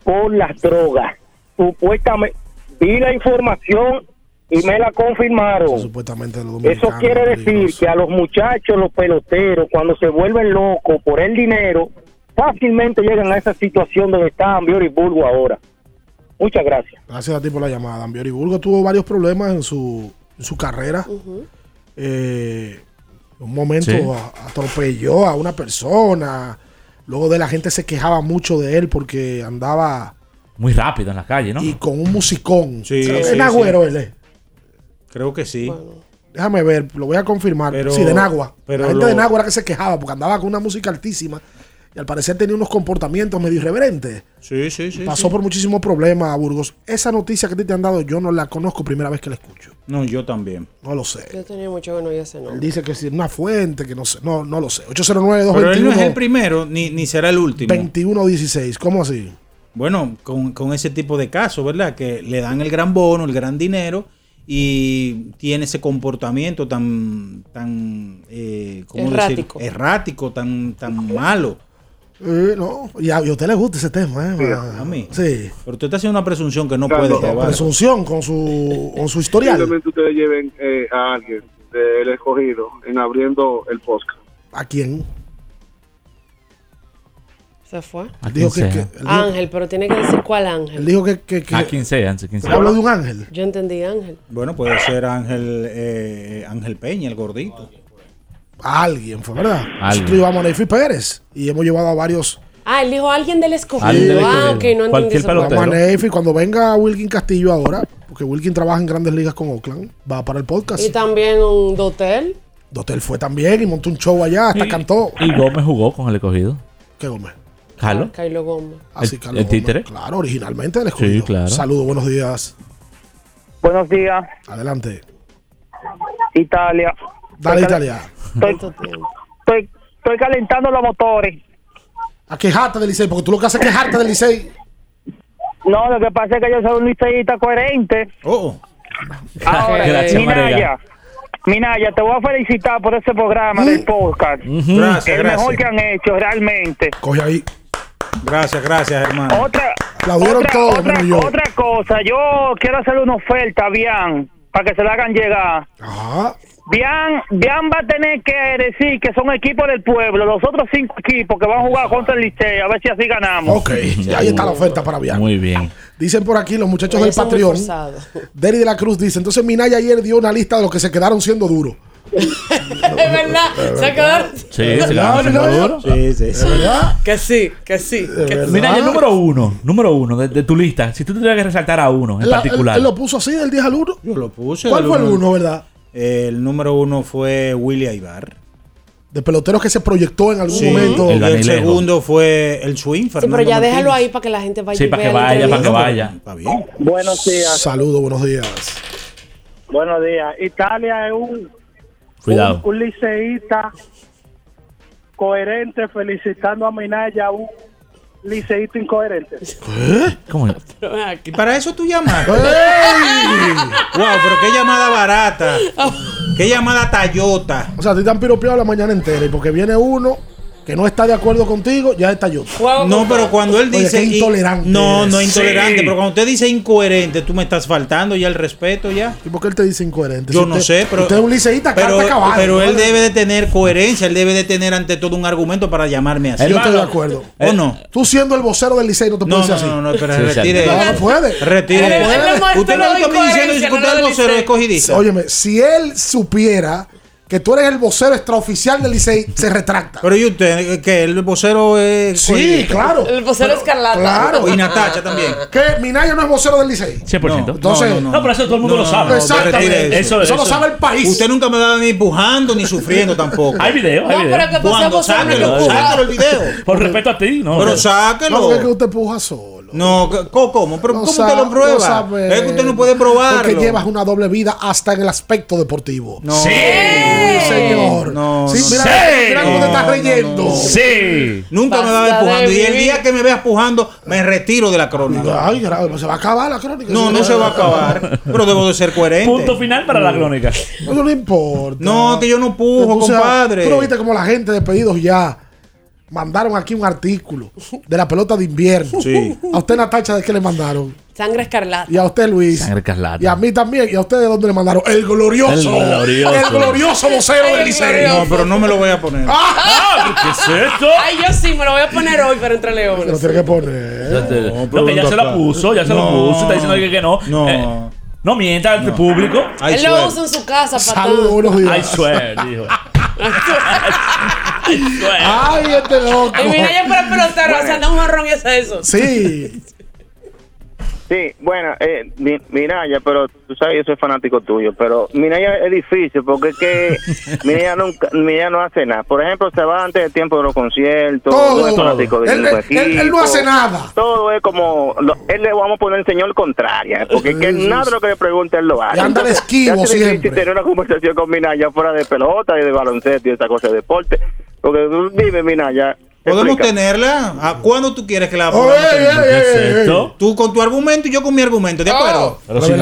Speaker 17: por las drogas. Supuestamente vi la información y me la confirmaron.
Speaker 9: Supuestamente los
Speaker 17: Eso
Speaker 9: dominicanos.
Speaker 17: quiere decir que a los muchachos, los peloteros, cuando se vuelven locos por el dinero, fácilmente llegan a esa situación donde está Ambioris Burgo ahora. Muchas gracias.
Speaker 9: Gracias a ti por la llamada. Ambiori Burgo tuvo varios problemas en su, en su carrera.
Speaker 11: Mm.
Speaker 9: Eh, un momento
Speaker 7: Sí.
Speaker 9: a- atropelló a una persona. Luego de la gente se quejaba mucho de él porque andaba
Speaker 10: Muy rápido en la calle, ¿no?
Speaker 9: y con un eh. musicón.
Speaker 10: Sí,
Speaker 9: Creo que
Speaker 10: sí,
Speaker 9: es Nagüero
Speaker 10: sí.
Speaker 9: él es.
Speaker 3: Creo que sí.
Speaker 9: Déjame ver, lo voy a confirmar.
Speaker 3: Pero-
Speaker 9: sí, de Nagua.
Speaker 3: pero
Speaker 9: la gente
Speaker 3: lo-
Speaker 9: de Nagua era que se quejaba porque andaba con una música altísima y al parecer tenía unos comportamientos medio irreverentes.
Speaker 3: Sí, sí, sí.
Speaker 9: Pasó
Speaker 3: sí.
Speaker 9: por muchísimos problemas a Burgos. Esa noticia que a ti te han dado, yo no la conozco primera vez que la escucho.
Speaker 3: No, yo también.
Speaker 9: No lo sé.
Speaker 11: Yo tenía mucho que no oía ese
Speaker 9: Él
Speaker 11: nombre.
Speaker 9: dice que es una fuente, que no sé. No, no lo sé. 809
Speaker 3: Pero él no es el
Speaker 9: 221
Speaker 3: primero, ni, ni será el último.
Speaker 9: 2116 ¿Cómo así?
Speaker 3: Bueno, con, con ese tipo de casos, ¿verdad? Que le dan el gran bono, el gran dinero y tiene ese comportamiento tan, tan eh, ¿cómo
Speaker 9: Errático.
Speaker 3: decir? Errático, tan, tan malo.
Speaker 9: Eh, no, y a, y a usted le gusta ese tema, ¿eh?
Speaker 3: A mí.
Speaker 9: Sí.
Speaker 3: Pero tú estás haciendo una presunción que no puede
Speaker 9: Con
Speaker 3: probar.
Speaker 9: Presunción con su, con su historial.
Speaker 15: Posiblemente ustedes lleven eh, a alguien del escogido en abriendo el podcast.
Speaker 9: ¿A quién?
Speaker 11: Se fue.
Speaker 10: A quien sea.
Speaker 11: Ángel, pero tiene que decir cuál ángel.
Speaker 9: Él dijo que. que,
Speaker 10: A quien sea, antes de quien sea.
Speaker 9: ángel?
Speaker 11: Yo entendí ángel.
Speaker 3: Bueno, puede ser Ángel eh, Ángel Peña, el gordito.
Speaker 9: Alguien fue, ¿verdad?
Speaker 3: Alguien.
Speaker 9: Nosotros llevamos a Neyfi Pérez y hemos llevado a varios.
Speaker 11: Ah, él dijo alguien del escogido.
Speaker 9: Alguien del
Speaker 11: Ah, ok,
Speaker 9: escogido.
Speaker 11: no entendí
Speaker 10: Cualquier
Speaker 11: esa parte.
Speaker 9: Vamos a Neyfi. Cuando venga Wilkin Castillo ahora, porque Wilkin trabaja en grandes ligas con Oakland, va para el podcast.
Speaker 11: Y también un dotel.
Speaker 9: Dotel fue también y montó un show allá, hasta cantó.
Speaker 10: Y Gómez jugó con el escogido.
Speaker 9: ¿Qué Gómez? Ah,
Speaker 10: Carlos.
Speaker 11: Ah, Kylo Gomba.
Speaker 9: Así,
Speaker 10: el,
Speaker 9: Carlos
Speaker 10: el títere.
Speaker 9: Claro, originalmente del escogido.
Speaker 10: Sí, claro.
Speaker 9: Saludos, buenos días.
Speaker 17: Buenos días.
Speaker 9: Adelante.
Speaker 17: Italia.
Speaker 9: Dale,
Speaker 17: Estoy cal-
Speaker 9: Italia.
Speaker 17: Estoy, estoy, estoy calentando los motores.
Speaker 9: A quejarte del Licey, porque tú lo que haces es quejarte del Licey.
Speaker 17: No, lo que pasa es que yo soy un liceísta coherente.
Speaker 3: Oh.
Speaker 17: Ahora, eh,
Speaker 3: Gracias,
Speaker 17: Minaya,
Speaker 3: Marega.
Speaker 17: Minaya, te voy a felicitar por ese programa del podcast.
Speaker 3: Mm. Ujú. Gracias,
Speaker 17: el
Speaker 3: gracias.
Speaker 17: mejor que han hecho, realmente.
Speaker 9: Coge ahí.
Speaker 3: Gracias, gracias, hermano.
Speaker 17: Otra,
Speaker 9: Aplaudieron
Speaker 17: otra,
Speaker 9: todos,
Speaker 17: otra,
Speaker 9: menos yo.
Speaker 17: otra cosa, yo quiero hacerle una oferta a Bian para que se la hagan llegar. Bian, Bian va a tener que decir que son equipos del pueblo, los otros cinco equipos que van a jugar contra el Liceo, a ver si así ganamos.
Speaker 9: Ok, ahí está la oferta para viajar.
Speaker 10: Muy bien.
Speaker 9: Dicen por aquí los muchachos
Speaker 17: Oye,
Speaker 9: del
Speaker 17: son muy
Speaker 9: Patreon.
Speaker 17: forzados.
Speaker 9: <laughs> Derry de la Cruz dice, entonces Minaya ayer dio una lista de los que se quedaron siendo duros.
Speaker 11: <laughs> Es verdad, se quedaron.
Speaker 10: Sí, se
Speaker 9: No,
Speaker 10: ganó
Speaker 9: no,
Speaker 10: el seguro.
Speaker 9: no.
Speaker 3: Sí, sí, sí.
Speaker 11: Que sí, que sí. que sí.
Speaker 10: Mira, y el
Speaker 9: Ah.
Speaker 10: número uno, número uno de, de tu lista, si tú tuvieras que resaltar a uno en
Speaker 9: La-
Speaker 10: particular.
Speaker 9: él lo puso así del 10 al 1.
Speaker 3: Yo lo puse.
Speaker 9: ¿Cuál
Speaker 3: del
Speaker 9: fue el
Speaker 3: uno-
Speaker 9: 1, verdad?
Speaker 3: El número uno fue Willy Aibar.
Speaker 9: De peloteros que se proyectó en algún momento.
Speaker 3: y el segundo fue el swing,
Speaker 11: Sí,
Speaker 3: Fernando
Speaker 11: pero ya
Speaker 3: Martínez.
Speaker 11: déjalo ahí para que la gente vaya y vea la entrevista.
Speaker 3: Está bien.
Speaker 17: Buenos días.
Speaker 9: Saludos, buenos días.
Speaker 17: Buenos días. Italia es un,
Speaker 9: Cuidado.
Speaker 17: un liceísta coherente felicitando a Minaya, un
Speaker 12: liceíto incoherente.
Speaker 10: ¿Cómo?
Speaker 3: Y para eso tú llamaste. Wow, pero qué llamada barata. <laughs> Qué llamada Tayota.
Speaker 9: O sea, te han piropeado la mañana entera y porque viene uno que no está de acuerdo contigo, ya está yo.
Speaker 3: No, pero cuando él
Speaker 9: Oye,
Speaker 3: dice.
Speaker 9: qué
Speaker 3: y-
Speaker 9: intolerante
Speaker 3: No,
Speaker 9: eres.
Speaker 3: no es intolerante.
Speaker 9: Sí.
Speaker 3: Pero cuando usted dice incoherente, tú me estás faltando ya el respeto ya.
Speaker 9: ¿Y por qué él te dice incoherente?
Speaker 3: Yo
Speaker 9: Si
Speaker 3: no
Speaker 9: usted-
Speaker 3: sé, pero.
Speaker 9: Usted es un liceísta,
Speaker 3: pero,
Speaker 9: carta caballo.
Speaker 3: pero
Speaker 9: ¿no?
Speaker 3: él debe de tener coherencia, él debe de tener ante todo un argumento para llamarme así.
Speaker 9: Yo estoy de acuerdo.
Speaker 3: ¿O no?
Speaker 9: Tú siendo el vocero del liceo no te
Speaker 3: No,
Speaker 9: puedes
Speaker 3: no,
Speaker 9: decir así.
Speaker 3: no, no, pero
Speaker 9: Sí,
Speaker 3: retire.
Speaker 9: exacto. No, no puede.
Speaker 3: Retire. No puede. Usted no está diciendo que usted es el vocero escogidista.
Speaker 9: Óyeme, si él supiera que tú eres el vocero extraoficial del Licey, se retracta.
Speaker 3: Pero y usted, que el vocero es.
Speaker 9: Sí,
Speaker 3: escogidista?
Speaker 9: claro.
Speaker 11: El vocero
Speaker 9: Pero-
Speaker 11: escarlata.
Speaker 9: Claro.
Speaker 3: Y Natacha también.
Speaker 9: Que Minaya no es vocero del Licey.
Speaker 10: 100%. No,
Speaker 9: Entonces-
Speaker 10: no, pero eso todo el mundo lo sabe.
Speaker 9: Exactamente.
Speaker 3: retire
Speaker 9: Eso lo sabe el país.
Speaker 3: Usted nunca me va ni empujando ni sufriendo tampoco.
Speaker 10: Hay video, hay No, video. pero que
Speaker 3: ¿Cuándo?
Speaker 10: pasemos a una
Speaker 3: Sáquelo,
Speaker 10: locura.
Speaker 3: sáquelo el video.
Speaker 10: <laughs> Por respeto a ti, no.
Speaker 3: Pero sáquelo.
Speaker 9: No, porque es que usted puja solo.
Speaker 3: No, c- co- ¿cómo? ¿Pero
Speaker 9: No
Speaker 3: ¿Cómo
Speaker 9: sabe-
Speaker 3: usted lo
Speaker 9: no
Speaker 3: prueba?
Speaker 9: sabe.
Speaker 3: es que usted no puede probarlo.
Speaker 9: pues, Porque llevas una doble vida hasta en el aspecto deportivo.
Speaker 3: No. Sí.
Speaker 9: señor.
Speaker 3: No,
Speaker 9: Sí,
Speaker 3: no,
Speaker 9: mira,
Speaker 3: no.
Speaker 9: mira
Speaker 3: Sí.
Speaker 9: cómo te estás
Speaker 3: No, no,
Speaker 9: riendo.
Speaker 3: no. Sí. Nunca me
Speaker 9: Basta
Speaker 3: va empujando.
Speaker 9: de
Speaker 3: Y el
Speaker 9: vivir.
Speaker 3: día que me veas pujando, me retiro de la crónica.
Speaker 9: Ay, grave, pero se va a acabar la crónica.
Speaker 3: No, no se va a acabar. Pero debo de ser coherente. Mm.
Speaker 10: Punto final para la crónica.
Speaker 9: No, no le importa.
Speaker 3: No, que yo no pujo,
Speaker 9: Le puse a-
Speaker 3: compadre.
Speaker 9: Tú no viste como la gente de pedidos ya mandaron aquí un artículo de la pelota de invierno.
Speaker 3: Sí.
Speaker 9: A usted, Natacha, ¿de qué le mandaron?
Speaker 11: Sangre escarlata.
Speaker 9: Y a usted, Luis. Y a mí también. ¿Y a usted de dónde le mandaron? El glorioso.
Speaker 3: El glorioso.
Speaker 9: El glorioso vocero del Liceo.
Speaker 3: No, pero no me lo voy
Speaker 10: <laughs>
Speaker 3: a poner.
Speaker 10: Ah, ¿Qué es esto?
Speaker 11: Ay, yo sí, me lo voy a poner hoy para entre leones.
Speaker 9: Lo tiene que poner.
Speaker 10: No, que ya se la
Speaker 3: claro.
Speaker 10: puso, ya se la
Speaker 3: No.
Speaker 10: puso. Está diciendo que, que no. No. no mientas al público.
Speaker 11: Él lo usa en su casa,
Speaker 9: Saludos,
Speaker 11: patán.
Speaker 9: buenos días.
Speaker 10: I swear, dijo.
Speaker 9: Ay, este loco.
Speaker 11: Y mira, yo para pelotero, o sea, da un jarrón y hace eso. <laughs>
Speaker 9: Sí.
Speaker 6: Sí, bueno, eh, Mi- Minaya, pero tú sabes, yo soy fanático tuyo, pero Minaya es difícil porque es
Speaker 9: <laughs>
Speaker 6: que Minaya, nunca, Minaya no hace nada. Por ejemplo, se va antes de tiempo de los conciertos,
Speaker 9: Todo,
Speaker 6: no es
Speaker 9: todo.
Speaker 6: fanático de
Speaker 9: Él-
Speaker 6: ningún
Speaker 9: él- él- él no
Speaker 6: equipo.
Speaker 9: hace nada.
Speaker 6: Todo es como, lo- él le vamos a poner el señor contraria, porque es que
Speaker 9: Sí, sí,
Speaker 6: nada de lo que le pregunta él lo hace.
Speaker 9: Y anda de
Speaker 6: Entonces,
Speaker 9: esquivo
Speaker 6: ya tiene
Speaker 9: siempre.
Speaker 6: difícil tener una conversación con Minaya fuera de pelota y de baloncesto y esa cosa de deporte. Porque tú dime, Minaya.
Speaker 3: ¿Podemos
Speaker 6: explica.
Speaker 3: tenerla? ¿A cuándo tú quieres que la
Speaker 6: Oye,
Speaker 3: pongamos?
Speaker 6: ey,
Speaker 3: ¿Qué
Speaker 6: ey,
Speaker 3: es
Speaker 6: ey, ey.
Speaker 3: esto? Tú con tu argumento y yo con mi argumento, ¿de acuerdo?
Speaker 10: <laughs> Pero sin-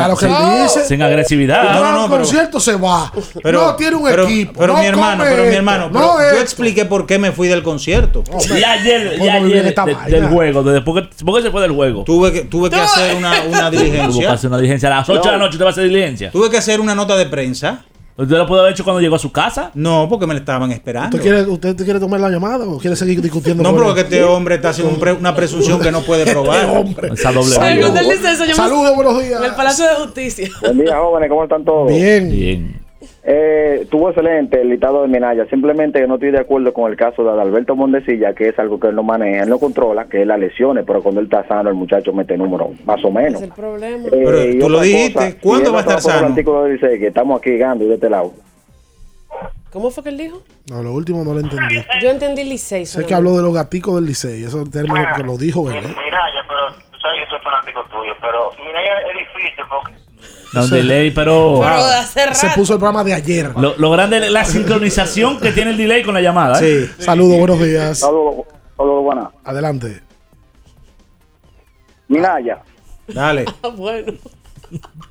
Speaker 10: sin- Sin agresividad.
Speaker 3: No, no, no,
Speaker 9: al
Speaker 3: pero-
Speaker 9: concierto se va.
Speaker 3: Pero-
Speaker 9: no tiene un
Speaker 3: pero-
Speaker 9: equipo.
Speaker 3: Pero
Speaker 9: no
Speaker 3: mi hermano,
Speaker 9: come
Speaker 3: pero mi
Speaker 9: esto,
Speaker 3: hermano, pero
Speaker 9: no
Speaker 3: yo
Speaker 9: esto.
Speaker 3: expliqué por qué me fui del concierto.
Speaker 10: Y ayer, y ayer de- del juego, desde poco, poco se fue del juego.
Speaker 3: Tuve que, tuve que hacer una, una diligencia.
Speaker 10: Tuvo que hacer una diligencia. A las 8 de la
Speaker 3: No.
Speaker 10: noche usted va a hacer diligencia.
Speaker 3: Tuve que hacer una nota de prensa.
Speaker 10: ¿Usted lo pudo haber hecho cuando llegó a su casa?
Speaker 3: No, porque me la estaban esperando.
Speaker 9: ¿Usted quiere, ¿Usted quiere tomar la llamada o quiere seguir discutiendo?
Speaker 3: Ah, No,
Speaker 9: con
Speaker 3: pero
Speaker 9: él?
Speaker 3: que este hombre está haciendo un pre- una presunción que no
Speaker 9: Este
Speaker 3: puede probar.
Speaker 10: Esa doble
Speaker 11: Ay,
Speaker 3: vida.
Speaker 11: cuando él dice eso, yo me-
Speaker 9: Saludos, buenos días.
Speaker 11: En el Palacio de Justicia.
Speaker 31: Buen día, jóvenes, ¿cómo están todos?
Speaker 9: Bien.
Speaker 10: Bien.
Speaker 31: Eh, estuvo excelente el listado de Minaya. Simplemente que no estoy de acuerdo con el caso de Adalberto Mondesilla, que es algo que él no maneja, él no controla, que es las lesiones, pero cuando él está sano, el muchacho mete número, más o menos.
Speaker 11: Es el problema.
Speaker 31: Eh, y
Speaker 3: tú lo
Speaker 31: otra
Speaker 3: dijiste,
Speaker 31: cosa,
Speaker 3: ¿cuándo
Speaker 31: y
Speaker 3: va a estar
Speaker 31: otra cosa, el
Speaker 3: sano?
Speaker 31: artículo dice que estamos aquí ganando y de este lado.
Speaker 11: ¿Cómo fue que él dijo?
Speaker 9: No, lo último no lo entendí.
Speaker 11: Yo entendí Licey.
Speaker 9: Sé que habló de los gaticos del Licey. Eso es el término que lo dijo él. ¿eh?
Speaker 10: No, un delay, pero.
Speaker 9: Se puso el programa de ayer.
Speaker 10: Lo, lo grande es la sincronización que tiene el delay con la llamada. ¿eh?
Speaker 9: Saludos, buenos días.
Speaker 31: Saludos, saludos, buenas.
Speaker 9: Adelante.
Speaker 31: Minaya,
Speaker 3: Dale.
Speaker 11: Ah, bueno.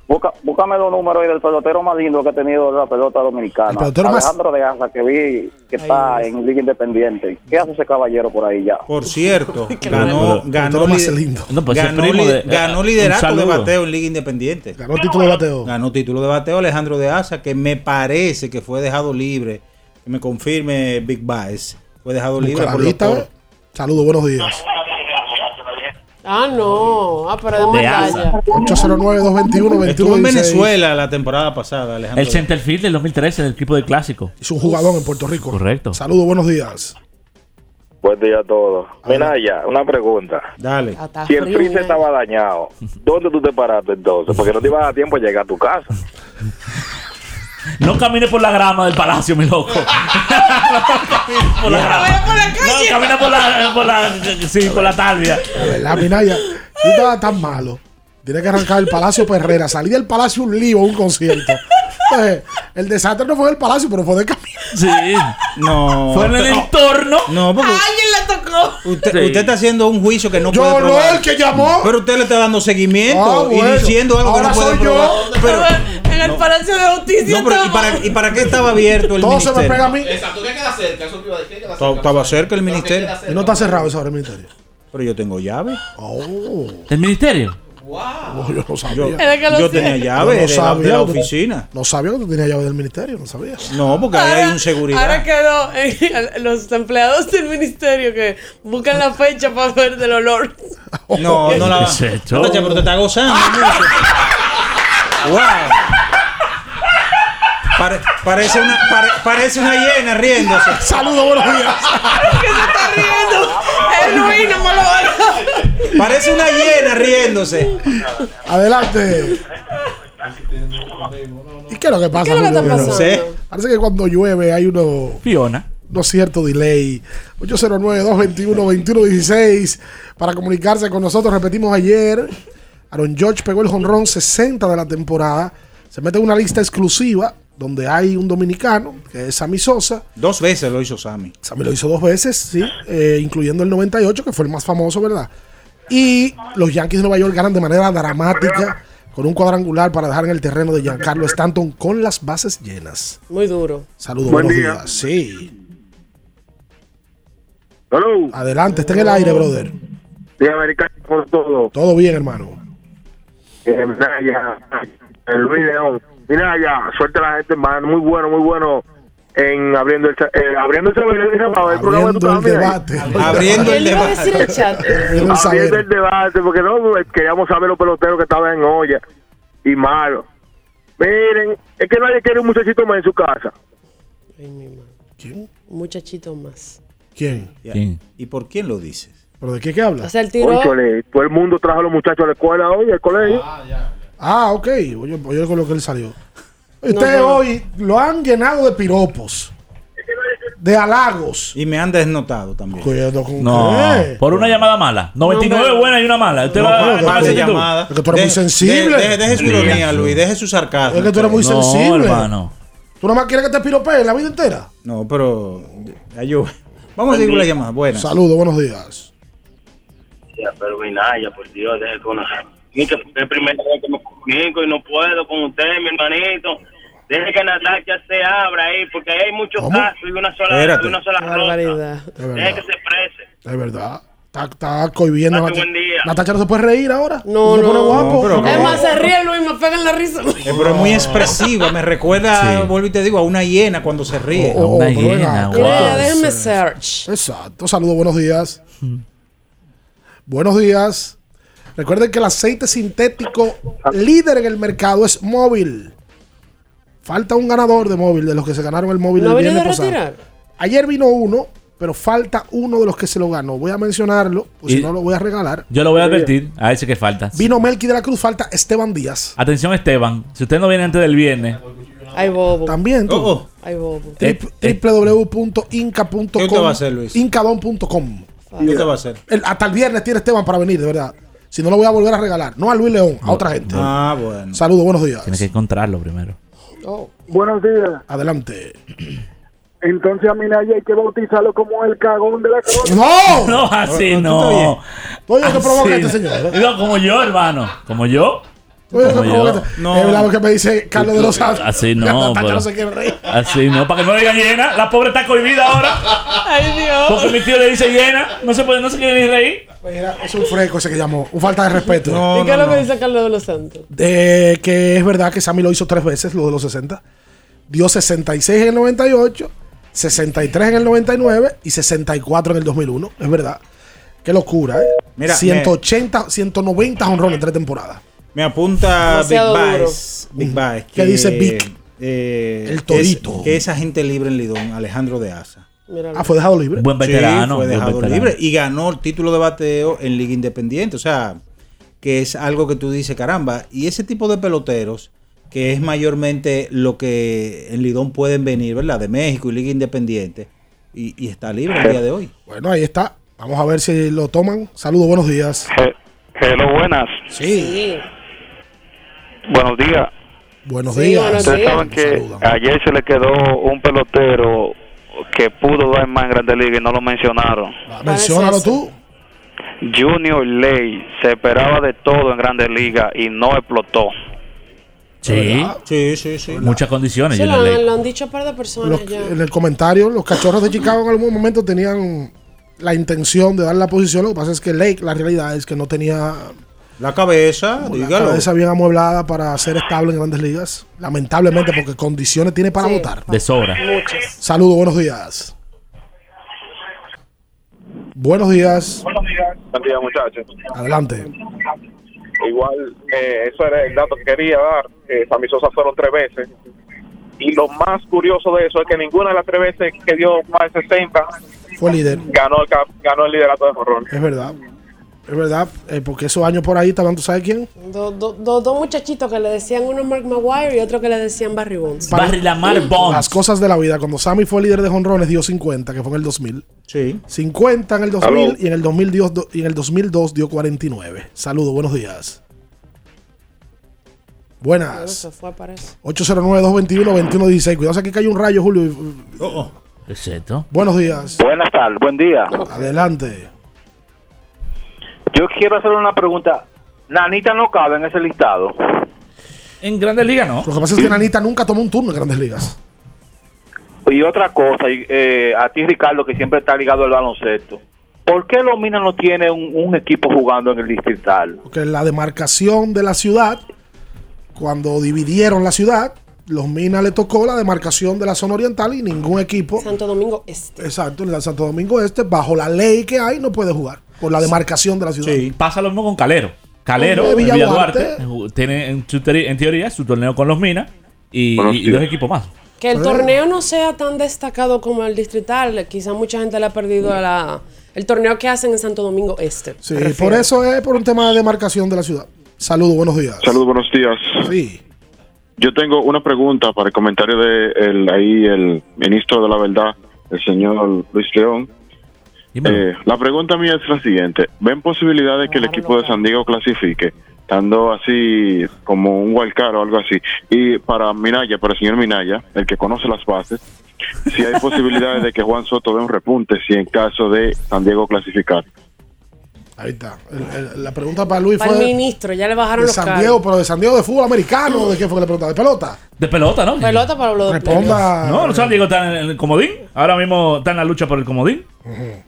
Speaker 31: busca, búscame los números ahí del pelotero más lindo que ha tenido la pelota dominicana.
Speaker 9: pelotero más-
Speaker 31: Alejandro de Gaza, que vi que está en Liga Independiente. ¿Qué hace ese caballero por ahí ya?
Speaker 3: Por cierto, ganó, ganó,
Speaker 9: más
Speaker 3: lider-
Speaker 9: lindo.
Speaker 10: No, pues es
Speaker 3: ganó
Speaker 10: primo
Speaker 3: lider-
Speaker 10: de-
Speaker 3: ganó
Speaker 10: un
Speaker 3: liderato de
Speaker 10: saludo.
Speaker 3: bateo en Liga Independiente.
Speaker 9: Ganó título de bateo.
Speaker 3: Ganó título de bateo Alejandro de Asa, que me parece que fue dejado libre. Que me confirme Big Baez. Fue dejado libre por los
Speaker 9: Bucaramanga,
Speaker 3: toros.
Speaker 9: ¿eh? Saludos, buenos días.
Speaker 11: Ah, no. Ah, pero de
Speaker 3: De asa.
Speaker 11: batalla.
Speaker 9: 809-221-21.
Speaker 3: Estuvo en Venezuela la temporada pasada, Alejandro.
Speaker 10: El centerfield del 2013 del equipo del clásico.
Speaker 9: Es un jugador en Puerto Rico.
Speaker 10: Correcto.
Speaker 9: Saludos, buenos días.
Speaker 7: Buen día a todos. Minaya, una pregunta.
Speaker 3: Dale.
Speaker 7: Si el freezer estaba dañado, ¿dónde tú te paraste entonces? Porque no te iba a dar tiempo a llegar a tu casa.
Speaker 10: No camine por la grama del palacio, mi loco. <laughs> por la grama. No, camina por la, por la, sí, por la tardía.
Speaker 9: La verdad, Minaya, yo estaba tan malo. Tiene que arrancar el Palacio Perrera. Salí del Palacio un lío, un concierto. Entonces, el desastre no fue en el Palacio, pero fue de camino.
Speaker 10: Sí.
Speaker 3: No.
Speaker 10: Fue en el entorno.
Speaker 3: No, porque.
Speaker 11: Ay, en la tocó.
Speaker 3: Usted,
Speaker 11: Sí.
Speaker 3: usted está haciendo un juicio que no
Speaker 11: Yo
Speaker 3: puede
Speaker 11: no,
Speaker 3: probar.
Speaker 11: el que llamó.
Speaker 3: Pero usted le está dando seguimiento
Speaker 11: Ah, bueno.
Speaker 3: y diciendo algo
Speaker 11: Ahora
Speaker 3: que no puede
Speaker 11: soy
Speaker 3: probar.
Speaker 11: yo.
Speaker 3: Pero,
Speaker 11: En el Palacio de Justicia.
Speaker 3: no, pero ¿y para, y para qué estaba abierto el
Speaker 9: Todo se me
Speaker 3: ministerio?
Speaker 9: pega a mí.
Speaker 3: Estaba- Estaba cerca el ministerio.
Speaker 9: Y no está cerrado eso ahora el ministerio.
Speaker 3: Pero yo tengo llave.
Speaker 9: Oh.
Speaker 10: ¿El ministerio?
Speaker 9: No, yo no sabía.
Speaker 3: Yo- Era que lo yo sé. tenía llave de la- de
Speaker 9: <laughs>
Speaker 3: la oficina.
Speaker 9: No sabía que tú tenías llave del ministerio, no sabía.
Speaker 3: No, porque ahí hay un seguridad.
Speaker 11: Ahora quedó eh, <laughs> los empleados del ministerio que buscan la fecha para ver del olor.
Speaker 3: No, no la
Speaker 10: ¿Qué es esto?
Speaker 3: Natacha, pero te está gozando mucho. ¡Wow! Pare- parece, una, pare- parece una hiena riéndose.
Speaker 9: <laughs> Saludos, buenos días.
Speaker 11: El Luis no me lo va a
Speaker 3: Parece una hiena riéndose.
Speaker 9: Adelante. ¿Y qué es lo que pasa?
Speaker 11: ¿Qué es lo que
Speaker 9: Julio? Yo
Speaker 11: está
Speaker 9: no sé. Parece que cuando llueve hay uno.
Speaker 10: Fiona.
Speaker 9: No cierto delay. 809-221-2116 para comunicarse con nosotros. Repetimos ayer. Aaron George pegó el jonrón 60 de la temporada. Se mete en una lista exclusiva donde hay un dominicano, que es Sammy Sosa.
Speaker 3: Dos veces lo hizo Sammy.
Speaker 9: Sammy lo hizo dos veces, sí, eh, incluyendo el 98, que fue el más famoso, ¿verdad? Y los Yankees de Nueva York ganan de manera dramática con un cuadrangular para dejar en el terreno de Giancarlo Stanton con las bases llenas.
Speaker 11: Muy duro.
Speaker 9: Saludos,
Speaker 11: Buen
Speaker 9: buenos
Speaker 11: día.
Speaker 9: días. Sí. Adelante, está en el aire, brother.
Speaker 15: De americano con todo.
Speaker 9: Todo bien, hermano.
Speaker 15: Eh, Minaya, el Luis León. Minaya, suerte a la gente, man. Muy bueno, muy bueno. En abriendo el, cha- eh, abriendo el saber, el programa de
Speaker 9: Abriendo
Speaker 15: tu
Speaker 9: el
Speaker 15: familia.
Speaker 9: debate.
Speaker 15: Abriendo el
Speaker 11: Él iba a
Speaker 15: debate.
Speaker 11: decir el chat.
Speaker 9: Abriendo el saber.
Speaker 15: Abriendo el debate, porque no eh, queríamos saber los peloteros que estaban en olla y malo. Miren, es que nadie quiere un muchachito más en su casa.
Speaker 11: Un muchachito más.
Speaker 9: ¿Quién?
Speaker 3: ¿Y por quién lo dices?
Speaker 9: ¿Pero de qué que habla?
Speaker 11: O sea, él tiró.
Speaker 15: Cónchale, todo el mundo trajo a los muchachos a la escuela hoy, al colegio.
Speaker 9: Ah, ok. Oye, oye con lo que él salió. Usted
Speaker 3: no.
Speaker 9: hoy lo han llenado de piropos, de halagos.
Speaker 3: Y me han desnotado también.
Speaker 9: Cuidado con
Speaker 10: No,
Speaker 9: qué.
Speaker 10: por una llamada mala. 99
Speaker 9: No,
Speaker 10: buenas y una mala. Usted
Speaker 3: No,
Speaker 10: va
Speaker 3: pero
Speaker 10: a
Speaker 3: que tú eres
Speaker 10: actitud.
Speaker 3: llamada. Es que tú eres muy Deje- sensible. deje- deje su ironía, Luis, deje su sarcasmo.
Speaker 9: Es que tú eres muy
Speaker 3: No,
Speaker 9: sensible.
Speaker 3: hermano.
Speaker 9: ¿Tú nomás quieres que te piropeen la vida entera?
Speaker 3: No, pero. Ayú. Vamos a seguir con la llamada. Buenas.
Speaker 9: Saludos, buenos días.
Speaker 32: Ya, pero Minaya, por Dios, deje con Ni que fue la primera vez que me comunico y no puedo con usted, mi hermanito. Deje que Natalia se abra ahí, porque ahí hay muchos casos y una sola,
Speaker 9: Espérate.
Speaker 32: y una sola
Speaker 11: rosa.
Speaker 9: Es
Speaker 32: Deje
Speaker 9: verdad.
Speaker 32: que se exprese.
Speaker 9: Es verdad. Está, está cohibiendo.
Speaker 32: Pase
Speaker 9: Nat-
Speaker 32: buen día.
Speaker 9: Natacha no se puede reír ahora.
Speaker 11: No,
Speaker 9: Se
Speaker 11: no.
Speaker 9: pone guapo.
Speaker 11: es más, se ríe Luis, me pegan la risa.
Speaker 3: Eh, pero es muy expresiva. Me recuerda, vuelvo y te digo, a una hiena cuando se ríe.
Speaker 9: Oh, oh, pero ven acá.
Speaker 11: Eh, déjeme search.
Speaker 9: Exacto. Saludos, buenos días. Buenos días. Recuerden que el aceite sintético líder en el mercado es móvil. Falta un ganador de móvil, de los que se ganaron el móvil
Speaker 11: <laughs> ¿No ha
Speaker 9: el
Speaker 11: venido a
Speaker 9: viernes pasado. <laughs>
Speaker 11: retirar?
Speaker 9: Ayer vino uno, pero falta uno de los que se lo ganó. Voy a mencionarlo, pues
Speaker 10: Y-
Speaker 9: si no lo voy a regalar.
Speaker 10: Yo lo voy a advertir a ese que falta.
Speaker 9: Vino Melqui de la Cruz, falta Esteban Díaz.
Speaker 10: Atención, Esteban. Si usted no viene antes del viernes,
Speaker 11: Ay, bobo.
Speaker 9: Ah, También
Speaker 3: Oh,
Speaker 9: tú.
Speaker 11: Ay, bobo.
Speaker 10: eh, eh,
Speaker 9: www.inca.com.
Speaker 3: ¿Qué usted va a hacer, Luis?
Speaker 9: Incadon.com.
Speaker 3: ¿Qué te va a hacer?
Speaker 9: El- hasta el viernes tiene Esteban para venir, de verdad. Si no, lo voy a volver a regalar. No a Luis León, a otra gente.
Speaker 3: Ah, bueno.
Speaker 9: Saludos, buenos días.
Speaker 10: tiene que encontrarlo primero.
Speaker 11: Oh.
Speaker 15: Buenos días.
Speaker 9: Adelante.
Speaker 15: Entonces a Minaya hay que bautizarlo como el cagón de la cruz.
Speaker 9: ¡No!
Speaker 10: <laughs> No, así
Speaker 15: No, no, tú
Speaker 10: no.
Speaker 9: Tú oyes que
Speaker 10: Así
Speaker 9: provoca este
Speaker 10: no.
Speaker 9: señor,
Speaker 10: No, como yo, hermano. Como yo.
Speaker 9: Oye,
Speaker 10: Como
Speaker 9: no,
Speaker 10: yo.
Speaker 9: provoca este- Es verdad lo que me dice Carlos de los Santos.
Speaker 10: Así no,
Speaker 9: Natacha
Speaker 10: pero-
Speaker 9: no se quiere reír.
Speaker 10: Así no, para que no diga llena. La pobre está cohibida ahora.
Speaker 11: Ay, Dios.
Speaker 10: Porque mi tío le dice llena. No se puede, no se quiere ni reír.
Speaker 9: Mira, Pues es un fresco ese que llamó. Un falta de respeto.
Speaker 11: ¿Y qué es lo que dice Carlos de los Santos?
Speaker 9: De Eh, que es verdad que Sammy lo hizo tres veces, lo de los 60. Dio 66 en el 98, 63 en el 99 y 64 en el 2001. Es verdad. Qué locura, ¿eh?
Speaker 3: Mira,
Speaker 9: 180, 190 honrones en tres temporadas.
Speaker 3: Me apunta Big
Speaker 9: Demasiado duro.
Speaker 3: Baez. Big Baez.
Speaker 9: ¿Qué dice Big?
Speaker 3: eh,
Speaker 9: El
Speaker 3: que es-
Speaker 9: torito.
Speaker 3: Que, esa gente libre en Lidón, Alejandro de Asa.
Speaker 9: Ah, fue dejado libre.
Speaker 10: Buen veterano,
Speaker 3: Sí, fue
Speaker 10: buen
Speaker 3: dejado
Speaker 10: veterano.
Speaker 3: libre y ganó el título de bateo en Liga Independiente. O sea, que es algo que tú dices, caramba. Y ese tipo de peloteros, que es mayormente lo que en Lidón pueden venir, ¿verdad? De México y Liga Independiente. Y, y está libre el día de hoy.
Speaker 9: Bueno, ahí está. Vamos a ver si lo toman. Saludos, buenos días.
Speaker 23: Hello, buenas.
Speaker 9: Sí.
Speaker 23: Buenos días.
Speaker 9: Buenos
Speaker 23: Ustedes saben que ayer se le quedó un pelotero que pudo dar más en Grande Liga y no lo mencionaron.
Speaker 9: Ah, Menciónalo tú.
Speaker 23: Junior Ley se esperaba de todo en Grande Liga y no explotó.
Speaker 10: Sí,
Speaker 3: sí, sí.
Speaker 10: Muchas condiciones.
Speaker 11: Sí,
Speaker 10: yo
Speaker 11: lo,
Speaker 10: la leí.
Speaker 11: han- lo han dicho un par de personas
Speaker 9: Los-
Speaker 11: ya.
Speaker 9: en el comentario, los cachorros de Chicago en algún momento tenían la intención de dar la posición. Lo que pasa es que Lake, la realidad es que no tenía
Speaker 3: La cabeza,
Speaker 9: la
Speaker 3: dígalo.
Speaker 9: cabeza bien amueblada para ser estable en grandes ligas. Lamentablemente, porque condiciones tiene para votar.
Speaker 10: De sobra.
Speaker 9: Saludos, buenos días. Buenos días.
Speaker 23: Buenos días. Buenos días, muchachos.
Speaker 9: Adelante.
Speaker 23: Igual, eh, eso era el dato que quería dar. Eh, Sammy Sosa fueron tres veces. Y lo más curioso de eso es que ninguna de las tres veces que dio más de 60
Speaker 9: Fue líder.
Speaker 23: ganó el, cap- ganó el liderato de Jorrón.
Speaker 9: Es verdad. Es verdad, eh, porque esos años por ahí estaban, ¿tú sabes quién?
Speaker 11: Do- do- do- Dos muchachitos que le decían uno Mark Maguire y otro que le decían Barry Bonds.
Speaker 9: Las cosas de la vida. Cuando Sammy fue líder de jonrones dio 50, que fue en el 2000.
Speaker 3: Sí.
Speaker 9: 50 en el 2000
Speaker 3: Aló.
Speaker 9: y en el 2002 do- y en el 2002 dio 49. Saludos, buenos días. Buenas.
Speaker 11: Se fue, parece.
Speaker 9: 809-221-2116. Cuidado, aquí cae un rayo, Julio. y- uh,
Speaker 10: Oh, Exacto.
Speaker 9: Buenos días.
Speaker 4: Buenas tardes, buen día.
Speaker 9: Adelante.
Speaker 4: Yo quiero hacer una pregunta. Nanita no cabe en ese listado.
Speaker 10: En Grandes Ligas no.
Speaker 9: Lo que pasa es que Nanita nunca tomó un turno en Grandes Ligas.
Speaker 4: Y otra cosa, y, eh, a ti Ricardo, que siempre está ligado al baloncesto. ¿Por qué Lomina no tiene un, un equipo jugando en el distrital?
Speaker 9: Porque la demarcación de la ciudad, cuando dividieron la ciudad, los Minas le tocó la demarcación de la zona oriental y ningún equipo.
Speaker 11: Santo Domingo Este.
Speaker 9: Exacto, el Santo Domingo Este, bajo la ley que hay, no puede jugar. Por la demarcación de la ciudad.
Speaker 10: Pasa lo mismo con Calero. Calero,
Speaker 9: Hombre,
Speaker 10: Villa
Speaker 9: Villa
Speaker 10: Duarte, tiene en, su teoría- en teoría su torneo con los Minas y,
Speaker 4: Bueno,
Speaker 10: y
Speaker 4: sí.
Speaker 10: dos equipos más.
Speaker 11: Que el
Speaker 10: Ah.
Speaker 11: torneo no sea tan destacado como el distrital, quizá mucha gente le ha perdido la, el torneo que hacen en Santo Domingo Este.
Speaker 9: Mm. Sí, por eso es por un tema de demarcación de la ciudad. Saludos, buenos días.
Speaker 24: Saludos, buenos días.
Speaker 9: Sí.
Speaker 24: Yo tengo una pregunta para el comentario de el, ahí el ministro de la verdad, el señor Luis León. Eh, la pregunta mía es la siguiente. ¿Ven posibilidad de que el equipo de San Diego clasifique? Estando así como un wildcard o algo así. Y para Minaya, para el señor Minaya, el que conoce las bases, si hay posibilidades de que Juan Soto dé un repunte si en caso de San Diego clasificar.
Speaker 9: Ahí está. El- el- la pregunta para Luis
Speaker 11: Para el
Speaker 9: fue
Speaker 11: ministro, ya le bajaron
Speaker 9: de
Speaker 11: los
Speaker 9: San
Speaker 11: cargos.
Speaker 9: Diego, pero de San Diego de fútbol americano, ¿o ¿de qué fue que le preguntaba? ¿De pelota?
Speaker 10: De pelota, ¿no?
Speaker 11: Pelota para los
Speaker 9: Responda.
Speaker 10: No, los San Diego están en el eh, comodín. Ahora mismo está en la lucha por el comodín.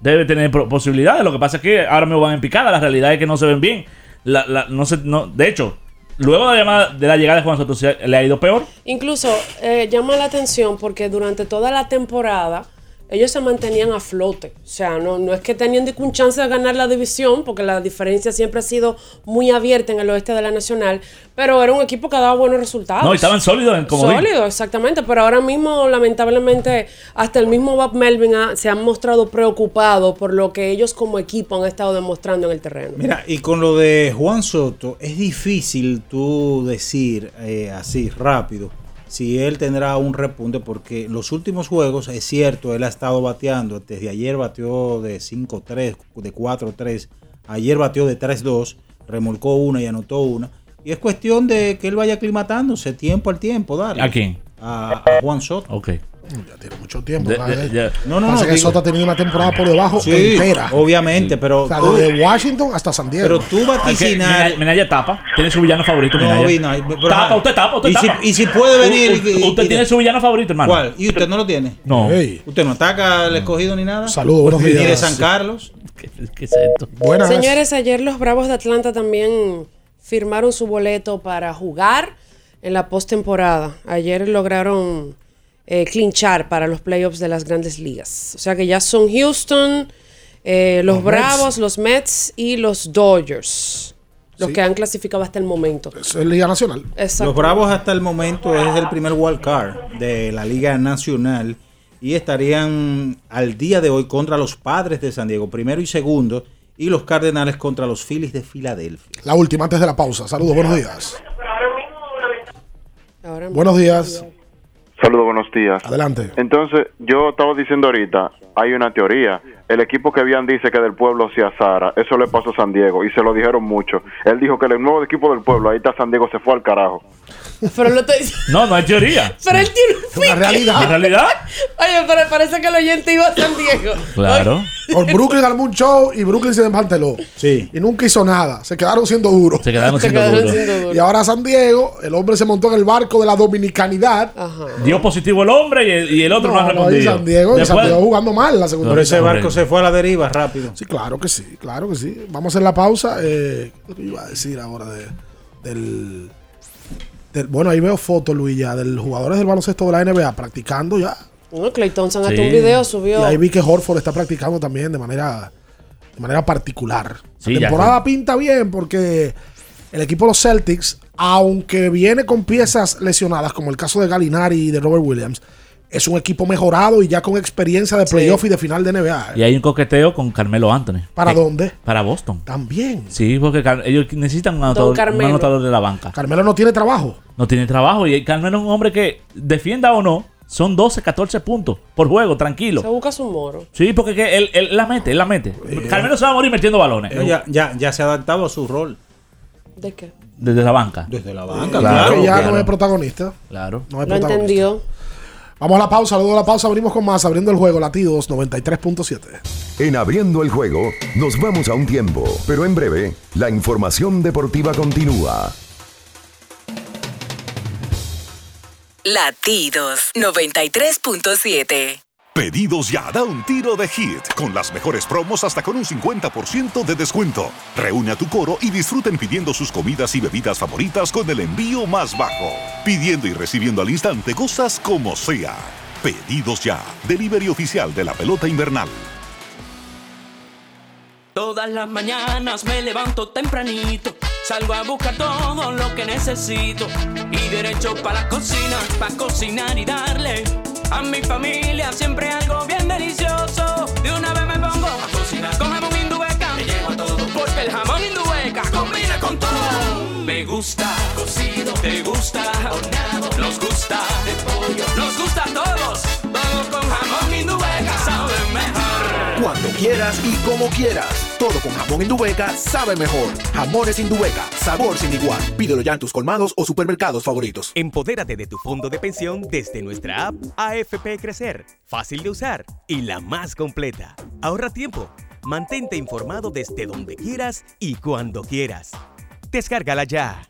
Speaker 10: Debe tener pro- posibilidades. Lo que pasa es que ahora mismo van en picada. La realidad es que no se ven bien. La- la- no se- no- de hecho, luego de la, llamada- de la llegada de Juan Soto se- le ha ido peor.
Speaker 11: Incluso eh, llama la atención porque durante toda la temporada ellos se mantenían a flote. O sea, no, no es que tenían ni un chance de ganar la división, porque la diferencia siempre ha sido muy abierta en el oeste de la Nacional, pero era un equipo que daba buenos resultados.
Speaker 10: No, y estaban sólidos eh, en el comodín.
Speaker 11: Sólido, exactamente. Pero ahora mismo, lamentablemente, hasta el mismo Bob Melvin ha- se han mostrado preocupados por lo que ellos como equipo han estado demostrando en el terreno.
Speaker 3: Mira, y con lo de Juan Soto, es difícil tú decir eh, así rápido si él tendrá un repunte, porque en los últimos juegos, es cierto, él ha estado bateando. Desde ayer bateó de 5-3, de 4-3. Ayer bateó de 3-2, remolcó una y anotó una. Y es cuestión de que él vaya aclimatándose tiempo al tiempo, darle.
Speaker 10: ¿A quién?
Speaker 3: A, a Juan Soto.
Speaker 10: Ok.
Speaker 9: Ya tiene mucho tiempo.
Speaker 3: De-
Speaker 9: cada
Speaker 3: de-
Speaker 9: vez.
Speaker 3: ya. No, no,
Speaker 9: Pasa
Speaker 3: no,
Speaker 9: que
Speaker 3: digo-
Speaker 9: Soto ha tenido una temporada por debajo
Speaker 3: Sí,
Speaker 9: entera.
Speaker 3: obviamente, pero
Speaker 9: O sea,
Speaker 3: tú-
Speaker 9: desde Washington hasta San Diego.
Speaker 3: Pero tú vaticinar-
Speaker 10: Aunque Minaya- Minaya tapa. Tiene su villano favorito.
Speaker 3: No,
Speaker 10: Minaya.
Speaker 3: Minaya, pero- ah.
Speaker 10: tapa, usted tapa, usted
Speaker 3: ¿Y si-
Speaker 10: tapa.
Speaker 3: y si puede venir
Speaker 10: U-
Speaker 3: y-
Speaker 10: u-
Speaker 3: y-
Speaker 10: usted
Speaker 3: y-
Speaker 10: tiene su villano favorito, hermano.
Speaker 3: ¿Cuál? ¿Y usted no lo tiene?
Speaker 10: No.
Speaker 9: Ey.
Speaker 3: ¿Usted no ataca al escogido ni nada?
Speaker 9: Saludos, buenos
Speaker 3: Ni de
Speaker 9: días.
Speaker 3: San Carlos.
Speaker 10: <laughs> ¿Qué, es esto?
Speaker 9: Buenas.
Speaker 11: Señores, ayer los Bravos de Atlanta también firmaron su boleto para jugar en la postemporada. Ayer lograron eh, clinchar para los playoffs de las grandes ligas. O sea que ya son Houston, eh, los,
Speaker 33: Los
Speaker 11: Bravos, los Mets y los Dodgers. Los
Speaker 3: Sí.
Speaker 11: que han clasificado hasta el momento.
Speaker 9: Eso es Liga Nacional.
Speaker 11: Exacto.
Speaker 3: Los Bravos hasta el momento es el primer wild card de la Liga Nacional y estarían al día de hoy contra los Padres de San Diego, primero y segundo, y los Cardenales contra los Phillies de Filadelfia.
Speaker 9: La última antes de la pausa. Saludos, buenos días. Buenos días.
Speaker 24: Saludos, buenos días.
Speaker 9: Adelante.
Speaker 24: Entonces, yo estaba diciendo ahorita, hay una teoría. El equipo que Bian dice que del pueblo se azara, eso le pasó a San Diego y se lo dijeron mucho. Él dijo que el nuevo equipo del pueblo, ahí está San Diego, se fue al carajo.
Speaker 11: Pero lo
Speaker 9: <laughs>
Speaker 11: estoy diciendo.
Speaker 10: No, no es teoría.
Speaker 11: Pero él tiene un pique.
Speaker 10: ¿En realidad?
Speaker 11: Oye, pero parece que el oyente iba a San Diego.
Speaker 10: Claro. <laughs>
Speaker 9: Por Brooklyn armó un show y Brooklyn se desmanteló. Sí. Y nunca hizo nada. Se quedaron siendo duros.
Speaker 10: Se quedaron Se siendo quedaron duros. siendo duros.
Speaker 9: Y ahora San Diego, el hombre se montó en el barco de la dominicanidad.
Speaker 10: Dio positivo el hombre y el, y el otro no, ha
Speaker 9: No, y
Speaker 10: respondido.
Speaker 9: San Diego, y San
Speaker 10: Después-
Speaker 9: Diego jugando mal la segunda
Speaker 3: Pero ese
Speaker 9: mitad.
Speaker 3: barco se fue a la deriva rápido.
Speaker 9: Sí, claro que sí, claro que sí. Vamos a hacer la pausa. Eh, ¿Qué iba a decir ahora de- del, del- Bueno, ahí veo fotos, Luis, ya, del jugadores del baloncesto de la NBA practicando ya.
Speaker 11: Bueno, Clay Thompson hasta un video subió.
Speaker 9: Y ahí vi que Horford está practicando también de manera, de manera particular.
Speaker 10: Sí,
Speaker 9: la
Speaker 10: ya
Speaker 9: temporada pinta bien porque el equipo de los Celtics, aunque viene con piezas lesionadas, como el caso de Galinari y de Robert Williams, es un equipo mejorado y ya con experiencia de playoff y de final de NBA.
Speaker 10: Y hay un coqueteo con Carmelo Anthony.
Speaker 9: ¿Para
Speaker 10: Eh,
Speaker 9: dónde?
Speaker 10: Para Boston.
Speaker 9: También.
Speaker 10: Sí, porque Car- ellos necesitan un anotador, un
Speaker 9: Carmelo.
Speaker 10: anotador de la banca.
Speaker 9: Carmelo no tiene trabajo.
Speaker 10: No tiene trabajo. Y Carmelo es un hombre que, defienda o no, son 12, 14 puntos por juego, tranquilo.
Speaker 11: Se busca su moro.
Speaker 10: Sí, porque que él, él la mete, él la mete. Carmelo se va a morir metiendo balones.
Speaker 3: Él ya, ya, ya se ha adaptado a su rol.
Speaker 11: ¿De qué?
Speaker 10: Desde la banca.
Speaker 3: Desde la
Speaker 9: Que
Speaker 3: banca,
Speaker 9: ya
Speaker 3: claro.
Speaker 9: no es protagonista.
Speaker 10: Claro.
Speaker 9: No es
Speaker 11: Lo
Speaker 9: protagonista.
Speaker 11: entendió.
Speaker 9: Vamos a la pausa, luego de la pausa abrimos con más, abriendo el juego, latidos 93.7.
Speaker 1: En abriendo el juego, nos vamos a un tiempo, pero en breve, la información deportiva continúa.
Speaker 2: Latidos 93.7.
Speaker 4: Pedidos ya, da un tiro de hit con las mejores promos hasta con un 50% de descuento. Reúne a tu coro y disfruten pidiendo sus comidas y bebidas favoritas con el envío más bajo. Pidiendo y recibiendo al instante cosas como sea. Pedidos ya, delivery oficial de la pelota invernal.
Speaker 21: Todas las mañanas me levanto tempranito, salgo a buscar todo lo que necesito y derecho para la cocina, para cocinar y darle a mi familia siempre algo bien delicioso. De una vez me pongo a cocinar con jamón indubeca, me llevo a todo porque el jamón indubeca combina con todo. Me gusta cocido, te gusta horneado, nos gusta de pollo, nos gusta a todos. Vamos con jamón indubeca, sabe mejor.
Speaker 28: Cuando quieras y como quieras. Todo con jamón Indubeca sabe mejor. Jamones Indubeca, sabor sin igual. Pídelo ya en tus colmados o supermercados favoritos.
Speaker 19: Empodérate de tu fondo de pensión desde nuestra app AFP Crecer. Fácil de usar y la más completa. Ahorra tiempo. Mantente informado desde donde quieras y cuando quieras. Descárgala ya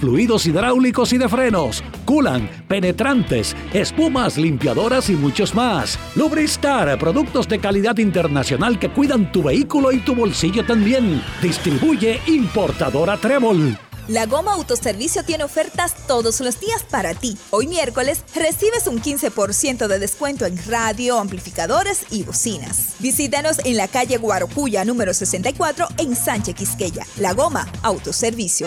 Speaker 6: fluidos hidráulicos y de frenos, culan, penetrantes, espumas, limpiadoras y muchos más. Lubristar, productos de calidad internacional que cuidan tu vehículo y tu bolsillo también. Distribuye importadora Trébol.
Speaker 34: La Goma Autoservicio tiene ofertas todos los días para ti. Hoy miércoles recibes un 15% de descuento en radio, amplificadores y bocinas. Visítanos en la calle Guarocuya número 64 en Sánchez Quisqueya. La Goma Autoservicio.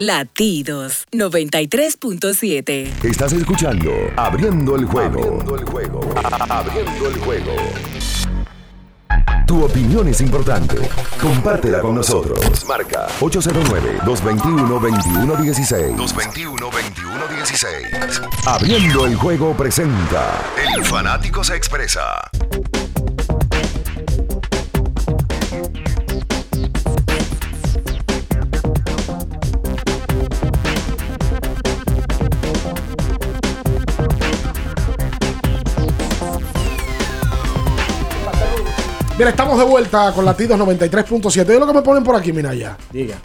Speaker 2: Latidos 93.7.
Speaker 1: Estás escuchando Abriendo el juego. Abriendo el juego. Abriendo el juego. Tu opinión es importante. Compártela con nosotros. Marca 809-221-2116.
Speaker 33: 221-2116.
Speaker 1: Abriendo el juego presenta El fanático se expresa.
Speaker 9: Mira, estamos de vuelta con latidos 93.7. Yo lo que me ponen por aquí, Minaya.
Speaker 3: Diga.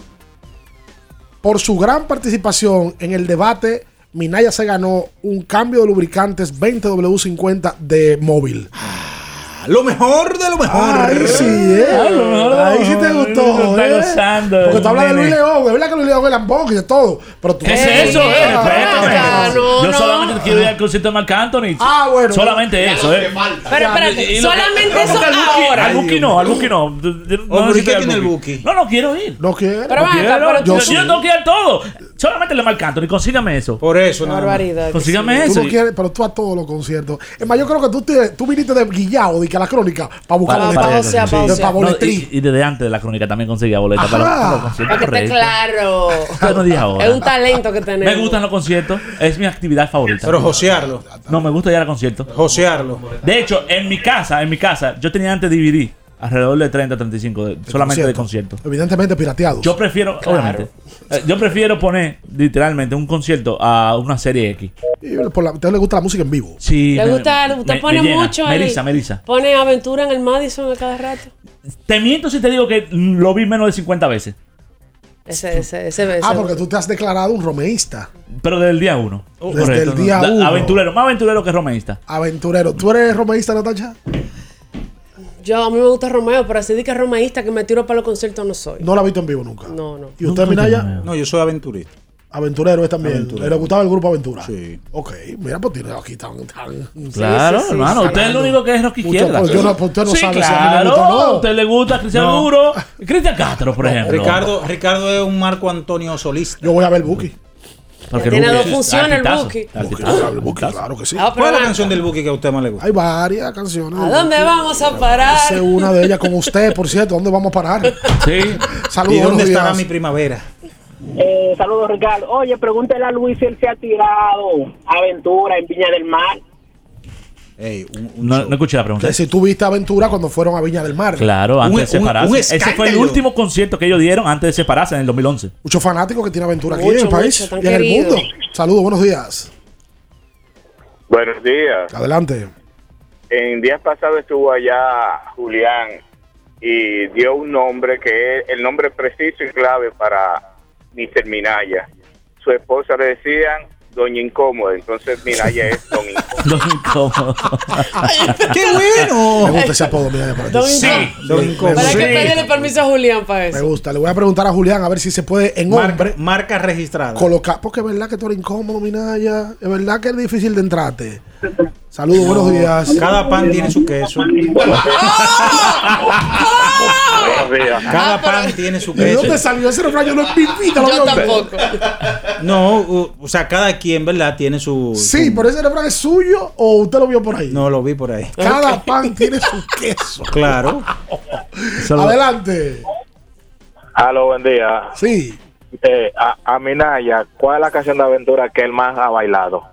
Speaker 9: Por su gran participación en el debate, Minaya se ganó un cambio de lubricantes 20W50 de móvil.
Speaker 3: Ah, Lo mejor de lo mejor.
Speaker 9: Ay, sí, eh.
Speaker 10: lo mejor de lo
Speaker 9: Ahí sí te
Speaker 10: mejor.
Speaker 9: gustó.
Speaker 10: Está
Speaker 9: eh.
Speaker 10: gozando
Speaker 9: Porque
Speaker 10: el
Speaker 9: tú hablas de Luis
Speaker 10: nene.
Speaker 9: León, es verdad que Luis León es lambón y de todo. Pero tú
Speaker 10: ¿Qué es eso? eh? Respétame. Yo solamente quiero ir al concierto de Marc Anthony.
Speaker 9: Ah, bueno.
Speaker 10: Solamente
Speaker 9: Ya,
Speaker 10: eso,
Speaker 9: lo que
Speaker 10: ¿eh?
Speaker 9: falta.
Speaker 11: Pero espérate, solamente eso ahora.
Speaker 10: Al Buki no, al Buki no. No necesito ir al Buki. No, no quiero ir.
Speaker 9: No quiero.
Speaker 11: Pero
Speaker 10: No
Speaker 11: ven acá,
Speaker 10: quiero.
Speaker 11: pero
Speaker 10: yo,
Speaker 11: tú-
Speaker 10: yo tengo que ir al todo. Solamente le Marc Anthony, consígame eso.
Speaker 3: Por eso,
Speaker 11: nada más. Barbaridad, que
Speaker 10: Consígame
Speaker 9: Tú
Speaker 10: eso.
Speaker 9: no quieres, pero tú a todos los conciertos. Es más, yo creo que tú, te- tú viniste de Guillao, de que a la crónica, para buscar
Speaker 10: Para-
Speaker 9: boletas.
Speaker 10: para-
Speaker 9: Sí, de pa'
Speaker 10: No,
Speaker 9: boletín.
Speaker 10: y, y desde antes de la crónica también conseguía boletas para los- para los conciertos.
Speaker 11: Para que esté
Speaker 10: correcto.
Speaker 11: claro.
Speaker 10: Yo no dije ahora.
Speaker 11: Es un talento que tenemos.
Speaker 10: Me gustan los conciertos, es mi actividad favorita.
Speaker 3: Pero josearlo.
Speaker 10: No, me gusta ir a conciertos.
Speaker 3: Josearlo.
Speaker 10: De hecho, en mi casa, en mi casa, yo tenía antes DVD, alrededor de 30, 35, de- solamente de conciertos.
Speaker 9: Evidentemente pirateado.
Speaker 10: Yo prefiero, obviamente, eh, yo prefiero poner literalmente un concierto a una serie X.
Speaker 9: Y por la- ¿A usted le gusta la música en vivo?
Speaker 10: Sí.
Speaker 11: Le
Speaker 10: me-
Speaker 11: gusta, usted
Speaker 10: me-
Speaker 11: pone
Speaker 10: me llena,
Speaker 11: mucho
Speaker 10: me
Speaker 11: ahí.
Speaker 10: eriza, me eriza.
Speaker 11: Pone aventura en el Madison a cada rato.
Speaker 10: Te miento si te digo que lo vi menos de 50 veces,
Speaker 11: Ese, ese, ese.
Speaker 9: Ah, porque tú te has declarado un romeísta,
Speaker 10: pero del día uno.
Speaker 9: Desde el día
Speaker 10: Da-
Speaker 9: uno.
Speaker 10: Aventurero, más aventurero que romanista.
Speaker 9: aventurero. ¿Tú eres romeísta, Natacha?
Speaker 11: Yo, a mí me gusta Romeo, pero así de que romeísta que me tiro para los conciertos no soy.
Speaker 9: No la he visto en vivo nunca.
Speaker 11: No, no.
Speaker 9: ¿Y usted, Minaya?
Speaker 3: No, yo soy aventurista.
Speaker 9: Aventurero es también.
Speaker 3: Aventurero.
Speaker 9: ¿Le gustaba el grupo Aventura?
Speaker 3: Sí.
Speaker 9: Ok, mira, pues tiene aquí tan. tan
Speaker 10: Claro, hermano. usted es el único que es rock
Speaker 9: Mucho,
Speaker 10: izquierda.
Speaker 9: pues, yo no- pues, usted no
Speaker 10: sí,
Speaker 9: sabe si a mí me
Speaker 10: claro,
Speaker 9: gusta o no.
Speaker 10: A usted le gusta Cristian
Speaker 3: No.
Speaker 10: Duro. Cristian Castro, por ejemplo.
Speaker 3: Ricardo, Ricardo es un Marco Antonio solista.
Speaker 9: Yo voy a ver Buki.
Speaker 10: Porque
Speaker 11: Tiene
Speaker 10: Luque
Speaker 11: dos
Speaker 10: es
Speaker 11: funciones el
Speaker 10: artistazo,
Speaker 11: Buki.
Speaker 10: artistazo, artistazo.
Speaker 9: Claro que sí.
Speaker 11: Ah, pero
Speaker 3: ¿Cuál es la
Speaker 11: ven
Speaker 3: canción
Speaker 11: acá.
Speaker 3: del Buki que a usted más le gusta?
Speaker 9: Hay varias canciones.
Speaker 11: ¿A dónde vamos a
Speaker 9: Hace
Speaker 11: parar?
Speaker 9: una de ellas con usted, por cierto. ¿Dónde vamos a parar?
Speaker 10: Sí.
Speaker 9: Saludos.
Speaker 3: ¿Y dónde
Speaker 9: buenos días.
Speaker 3: estará mi primavera?
Speaker 17: Eh, saludos, Ricardo. Oye, pregúntele a Luis si él se ha tirado aventura en Viña del Mar.
Speaker 3: Ey, un, un
Speaker 10: No,
Speaker 3: show.
Speaker 10: no escuché la pregunta.
Speaker 9: Que si tuviste aventura cuando fueron a Viña del Mar.
Speaker 10: Claro,
Speaker 3: Un-
Speaker 10: antes de
Speaker 3: un-
Speaker 10: separarse.
Speaker 3: un
Speaker 10: Ese fue el
Speaker 3: escándalo.
Speaker 10: último concierto que ellos dieron antes de separarse en el 2011.
Speaker 9: Muchos fanáticos que tienen aventura aquí
Speaker 11: Mucho,
Speaker 9: en el país
Speaker 11: mucho, tan
Speaker 9: y en el
Speaker 11: querido.
Speaker 9: mundo. Saludos, buenos días.
Speaker 23: Buenos
Speaker 7: Ah.
Speaker 23: días.
Speaker 9: Adelante.
Speaker 23: En días pasados estuvo allá Julián y dio un nombre que es el nombre preciso y clave para Mr. Minaya. Su esposa le decían Doña Incómoda, entonces Minaya es Don Incómoda.
Speaker 10: Los
Speaker 3: <laughs>
Speaker 10: incómodos.
Speaker 3: ¡Qué bueno!
Speaker 9: Me gusta ese apodo, Minaya, para ti.
Speaker 11: Don
Speaker 10: Sí.
Speaker 11: Incómodo.
Speaker 3: Don
Speaker 9: Me-
Speaker 3: Incómodo.
Speaker 11: Para que
Speaker 10: Sí.
Speaker 11: pedirle permiso a Julián para
Speaker 9: Me
Speaker 11: eso.
Speaker 9: gusta. Le voy a preguntar a Julián a ver si se puede en
Speaker 3: Mar-
Speaker 9: hombre
Speaker 3: marca registrada.
Speaker 9: colocar. Porque es verdad que tú eres incómodo, Minaya. Es verdad que es difícil de entrarte. Saludos, buenos días.
Speaker 3: Cada pan tiene su queso. Cada pan tiene su
Speaker 9: ¿De
Speaker 3: queso.
Speaker 9: Ah, dónde salió ese refrán? Yo no es mi vida, lo
Speaker 11: Ah, Yo
Speaker 9: veo.
Speaker 11: tampoco.
Speaker 3: No, u- o sea, cada quien, ¿verdad? Tiene su.
Speaker 9: Sí,
Speaker 3: su-
Speaker 9: pero ese refrán es suyo o usted lo vio por ahí.
Speaker 3: No lo vi por ahí.
Speaker 9: <laughs> Cada pan tiene su
Speaker 3: <laughs>
Speaker 9: queso.
Speaker 3: Claro.
Speaker 9: Adelante.
Speaker 7: <laughs> Aló, buen día.
Speaker 9: Sí.
Speaker 7: Eh, a, a Minaya, ¿cuál es la canción de aventura que él más ha bailado?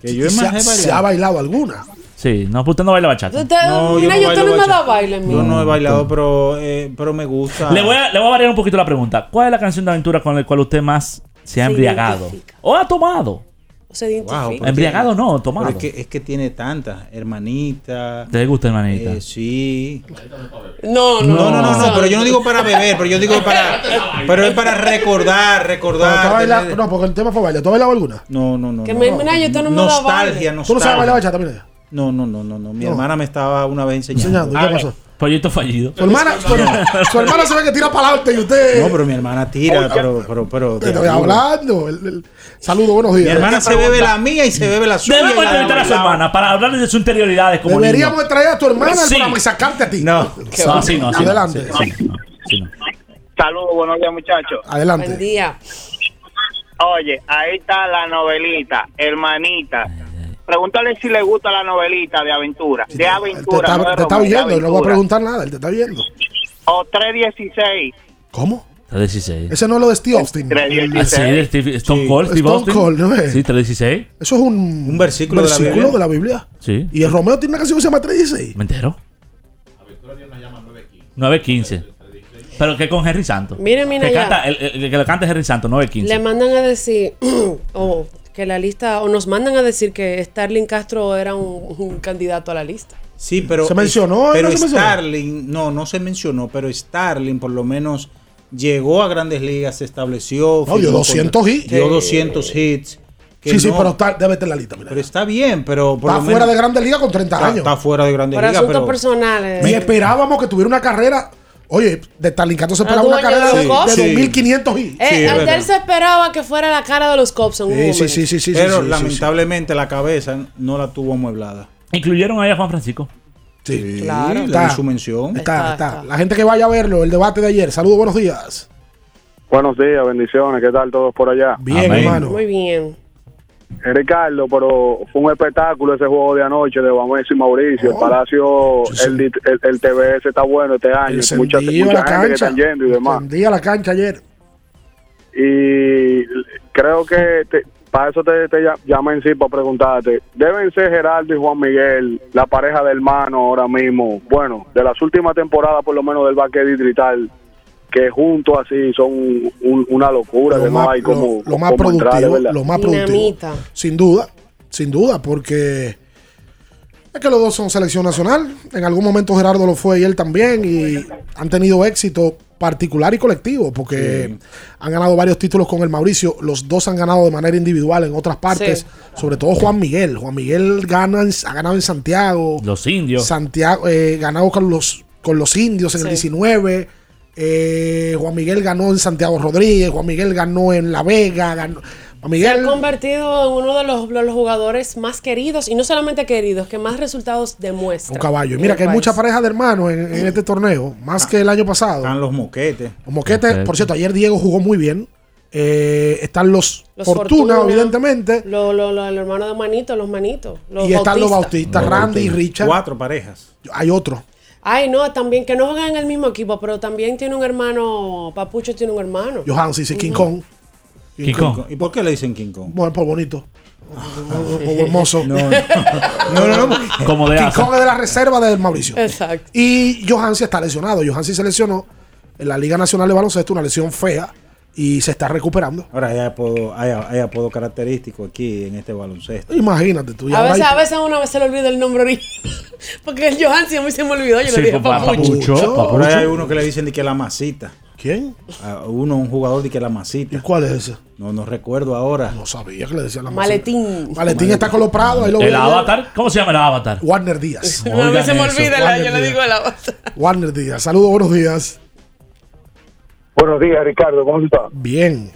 Speaker 3: Que yo
Speaker 9: Y se, ha,
Speaker 3: imaginé
Speaker 9: se ha
Speaker 3: varias.
Speaker 9: bailado alguna.
Speaker 10: Sí, no, pues usted no baila bachata.
Speaker 11: Usted-
Speaker 3: No, yo
Speaker 11: mira,
Speaker 3: no
Speaker 11: yo usted
Speaker 3: bailo
Speaker 11: no me
Speaker 3: bachata.
Speaker 11: da baile,
Speaker 3: Yo
Speaker 11: mira.
Speaker 3: no he bailado, pero, eh, pero me gusta.
Speaker 10: Le voy, a, le voy a variar un poquito la pregunta. ¿Cuál es la canción de aventura con la cual usted más se ha
Speaker 11: Se
Speaker 10: embriagado?
Speaker 11: identifica.
Speaker 10: ¿O ha tomado?
Speaker 11: Se identifica.
Speaker 3: Wow, pero-
Speaker 10: Embriagado no,
Speaker 3: Pero
Speaker 10: tomado.
Speaker 3: es, que, es que tiene tantas. Hermanita.
Speaker 10: ¿Te gusta, hermanita?
Speaker 3: eh, sí.
Speaker 11: No, no,
Speaker 3: No, no, no, no, pero yo no digo para beber, pero yo digo para. Pero es para recordar,
Speaker 9: Cuando tú has
Speaker 3: recordar.
Speaker 9: bailado-
Speaker 3: tener-
Speaker 9: no, porque el tema fue bailar. ¿Tú has bailado alguna?
Speaker 3: No, no, no.
Speaker 11: Que
Speaker 3: no.
Speaker 11: me- mira, yo esto no me da
Speaker 3: nostalgia,
Speaker 11: baile.
Speaker 9: ¿Tú no sabes bailar
Speaker 3: nostalgia.
Speaker 9: bachata, Minaya?
Speaker 3: No, no, no, no, no. Mi
Speaker 9: No.
Speaker 3: hermana me estaba una vez enseñando.
Speaker 9: Enseñando. ¿Qué pasó?
Speaker 10: Proyecto fallido.
Speaker 9: Su <laughs> hermana, su, hermana- su hermana se ve que tira para adelante y usted.
Speaker 3: No, pero mi hermana tira, pero, pero, pero.
Speaker 9: Te estoy hablando. El- el- Saludos, buenos
Speaker 3: Mi
Speaker 9: días.
Speaker 3: hermana se bebe la mía y se bebe la suya.
Speaker 10: Debemos
Speaker 3: y la de
Speaker 10: entrevistar a su
Speaker 3: bailado.
Speaker 10: hermana para hablarles de sus interioridades como
Speaker 9: Deberíamos
Speaker 10: niño.
Speaker 9: de traer a tu hermana al
Speaker 10: Sí.
Speaker 9: programa y sacarte a ti.
Speaker 3: No.
Speaker 10: No, así no, así no,
Speaker 9: Adelante.
Speaker 10: sí, sí, no, sí, no.
Speaker 17: Saludos, buenos días, muchachos.
Speaker 9: Adelante.
Speaker 11: Buen día.
Speaker 17: Oye, ahí está la novelita, hermanita. Pregúntale si le gusta la novelita de aventura. De
Speaker 9: Él Te
Speaker 17: aventura.
Speaker 9: está,
Speaker 17: de
Speaker 9: te está
Speaker 17: Romeo, de
Speaker 9: oyendo, no voy a
Speaker 17: aventura.
Speaker 9: preguntar nada, él te está oyendo.
Speaker 17: O 316.
Speaker 9: ¿Cómo?
Speaker 10: Está 16.
Speaker 9: Ese no es lo de Steve Austin.
Speaker 10: Ah, sí,
Speaker 17: 316.
Speaker 10: de Steve- Stone Cold, Steve
Speaker 9: Stone
Speaker 10: Austin.
Speaker 9: Cold, ¿no es?
Speaker 10: Sí, 316.
Speaker 9: Eso es un,
Speaker 3: Un versículo de la Biblia.
Speaker 9: de la Biblia.
Speaker 10: Sí.
Speaker 9: Y el Romeo tiene una canción que se llama 316.
Speaker 10: ¿Me entero? 915. Pero que con Henry Santos.
Speaker 11: Mire, mira
Speaker 10: que
Speaker 11: ya.
Speaker 10: canta, el, el- el que lo canta es Henry Santos,
Speaker 11: Le
Speaker 10: 915.
Speaker 11: mandan a decir, <clears throat> o que la lista, o nos mandan a decir que Starling Castro era un, un candidato a la lista.
Speaker 3: Sí, pero.
Speaker 9: ¿Se mencionó?
Speaker 3: Pero
Speaker 9: ¿No se mencionó?
Speaker 3: Starling, no, no se mencionó, pero Starling por lo menos llegó a grandes ligas, se estableció.
Speaker 9: No, dio
Speaker 3: firmó
Speaker 9: 200
Speaker 3: con-
Speaker 9: hits.
Speaker 3: Dio 200 hits. que
Speaker 9: Sí, sí,
Speaker 3: no-
Speaker 9: pero está, debe estar en la lista. mira.
Speaker 3: pero está bien, pero. Por
Speaker 9: Está
Speaker 3: lo
Speaker 9: fuera
Speaker 3: menos-
Speaker 9: de Grandes Ligas con 30
Speaker 3: está,
Speaker 9: años.
Speaker 3: está fuera de grandes
Speaker 11: Por
Speaker 3: ligas.
Speaker 11: asuntos
Speaker 3: Pero,
Speaker 11: personales.
Speaker 9: Y esperábamos que tuviera una carrera. Oye, de Tarlincato se esperaba
Speaker 11: Ah,
Speaker 9: una
Speaker 11: dueño
Speaker 9: carrera
Speaker 11: de
Speaker 9: de,
Speaker 11: los
Speaker 9: de
Speaker 3: Cubs.
Speaker 9: 2.500 hits.
Speaker 11: Eh,
Speaker 3: es
Speaker 11: al de
Speaker 3: verdad.
Speaker 11: él se esperaba que fuera la cara de los cops en un momento.
Speaker 3: pero
Speaker 9: sí,
Speaker 3: lamentablemente la cabeza no la tuvo amueblada.
Speaker 10: Incluyeron ahí a Juan Francisco.
Speaker 9: Sí,
Speaker 3: claro.
Speaker 9: Está.
Speaker 3: su mención.
Speaker 9: Está, está. La gente que vaya a verlo, el debate de ayer. Saludos, buenos días.
Speaker 6: Buenos días, bendiciones, ¿qué tal todos por allá?
Speaker 9: Bien, Amén. hermano.
Speaker 11: Muy bien.
Speaker 6: Eh, Ricardo, pero fue un espectáculo ese juego de anoche de Vamos y Mauricio.
Speaker 9: Oh.
Speaker 6: El Palacio, el, dit- el, el TBS está bueno este año. Mucha,
Speaker 9: Encendido
Speaker 6: mucha
Speaker 9: la
Speaker 6: gente que
Speaker 9: cancha.
Speaker 6: están yendo y demás.
Speaker 9: Encendía la cancha ayer.
Speaker 6: Y creo que te- para eso te, te llam- llamé en sí para preguntarte. ¿Deben ser Gerardo y Juan Miguel la pareja de hermanos ahora mismo? Bueno, de las últimas temporadas, por lo menos del Baque Distrital, que juntos así son un- una locura. que no hay como.
Speaker 9: Lo más
Speaker 6: como entrarle,
Speaker 9: productivo,
Speaker 6: ¿verdad?
Speaker 9: lo más productivo.
Speaker 11: Dinamita.
Speaker 9: Sin duda, sin duda, porque es que los dos son selección nacional. En algún momento Gerardo lo fue y él también. Y han tenido éxito particular y colectivo, porque han ganado varios títulos con el Mauricio. Los dos han ganado de manera individual en otras partes,
Speaker 10: Sí.
Speaker 9: sobre todo Juan Miguel. Juan Miguel gana en- ha ganado en Santiago.
Speaker 10: Los indios.
Speaker 9: Santiago eh, ganado con los, con los indios en el
Speaker 10: Sí.
Speaker 9: 19. eh, Juan Miguel ganó en Santiago Rodríguez. Juan Miguel ganó en La Vega. ganó- Juan Miguel.
Speaker 11: Convertido en uno de los, los jugadores más queridos y no solamente queridos, que más resultados demuestra.
Speaker 9: Un caballo. Y
Speaker 11: en
Speaker 9: Mira
Speaker 11: el
Speaker 9: que hay
Speaker 11: país. Ah.
Speaker 9: mucha pareja de hermanos en, en este torneo, más que el año pasado.
Speaker 3: Están los moquetes.
Speaker 9: Los moquetes, por cierto, ayer Diego jugó muy bien. Eh, están los,
Speaker 11: Los
Speaker 9: Fortuna,
Speaker 11: Fortuna.
Speaker 9: evidentemente.
Speaker 11: Lo- lo- lo- el hermano de Manito, los manitos. Los
Speaker 9: y están los Bautistas,
Speaker 3: Los
Speaker 9: Randy y
Speaker 3: Bautistas.
Speaker 9: Richard.
Speaker 3: Cuatro parejas.
Speaker 9: Hay otro.
Speaker 11: Ay, no, también que no juegan en el mismo equipo, pero también tiene un hermano, Papucho tiene un hermano.
Speaker 9: Johansi, sí, King
Speaker 11: Ujú.
Speaker 9: Kong.
Speaker 3: King Kong. ¿Y por qué le dicen
Speaker 9: <laughs>
Speaker 3: King Kong?
Speaker 9: Bueno, por
Speaker 3: <laughs>
Speaker 9: bonito. O- o- o hermoso.
Speaker 3: No, no. No, no, no, porque- Como de
Speaker 9: King
Speaker 3: asa.
Speaker 9: Kong es de la reserva del Mauricio.
Speaker 11: Exacto.
Speaker 9: Y Johansi está lesionado. Johansi se lesionó en la Liga Nacional de Baloncesto, una lesión fea, y se está recuperando.
Speaker 3: Ahora
Speaker 10: eh.
Speaker 3: hay apodo, hay, hay apodo característico aquí en este baloncesto.
Speaker 9: Imagínate tú.
Speaker 11: A
Speaker 9: ahora
Speaker 11: veces,
Speaker 9: hay-
Speaker 11: a veces a una vez se le olvida el nombre original. <laughs> Porque el Johan sí a mí se me olvidó, yo
Speaker 3: Sí,
Speaker 11: le dije
Speaker 3: papá,
Speaker 11: Papucho.
Speaker 3: papucho. Ahora hay uno que le dicen de que la masita.
Speaker 9: ¿Quién?
Speaker 3: uno, un jugador de que la masita. ¿Y
Speaker 9: cuál es ese?
Speaker 3: No, no recuerdo ahora.
Speaker 9: No sabía que le decían la
Speaker 11: Maletín.
Speaker 9: Maletín está con los Prados. Ahí lo
Speaker 10: ¿El
Speaker 9: veo.
Speaker 10: avatar? ¿Cómo se llama el avatar?
Speaker 9: Warner Díaz.
Speaker 10: <laughs> No, a mí se me Oigan eso. olvida,
Speaker 9: Warner
Speaker 10: yo le
Speaker 9: Díaz.
Speaker 10: digo
Speaker 11: el
Speaker 9: Warner Díaz. Saludos, buenos días.
Speaker 32: Buenos días, Ricardo. ¿Cómo está?
Speaker 9: Bien.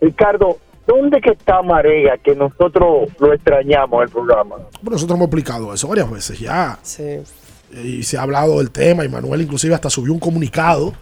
Speaker 32: Ricardo, ¿dónde que está Marea que nosotros lo extrañamos el programa?
Speaker 9: Bueno, nosotros hemos explicado eso varias veces ya.
Speaker 11: Sí.
Speaker 9: Y se ha hablado del tema. Y Manuel inclusive hasta subió un comunicado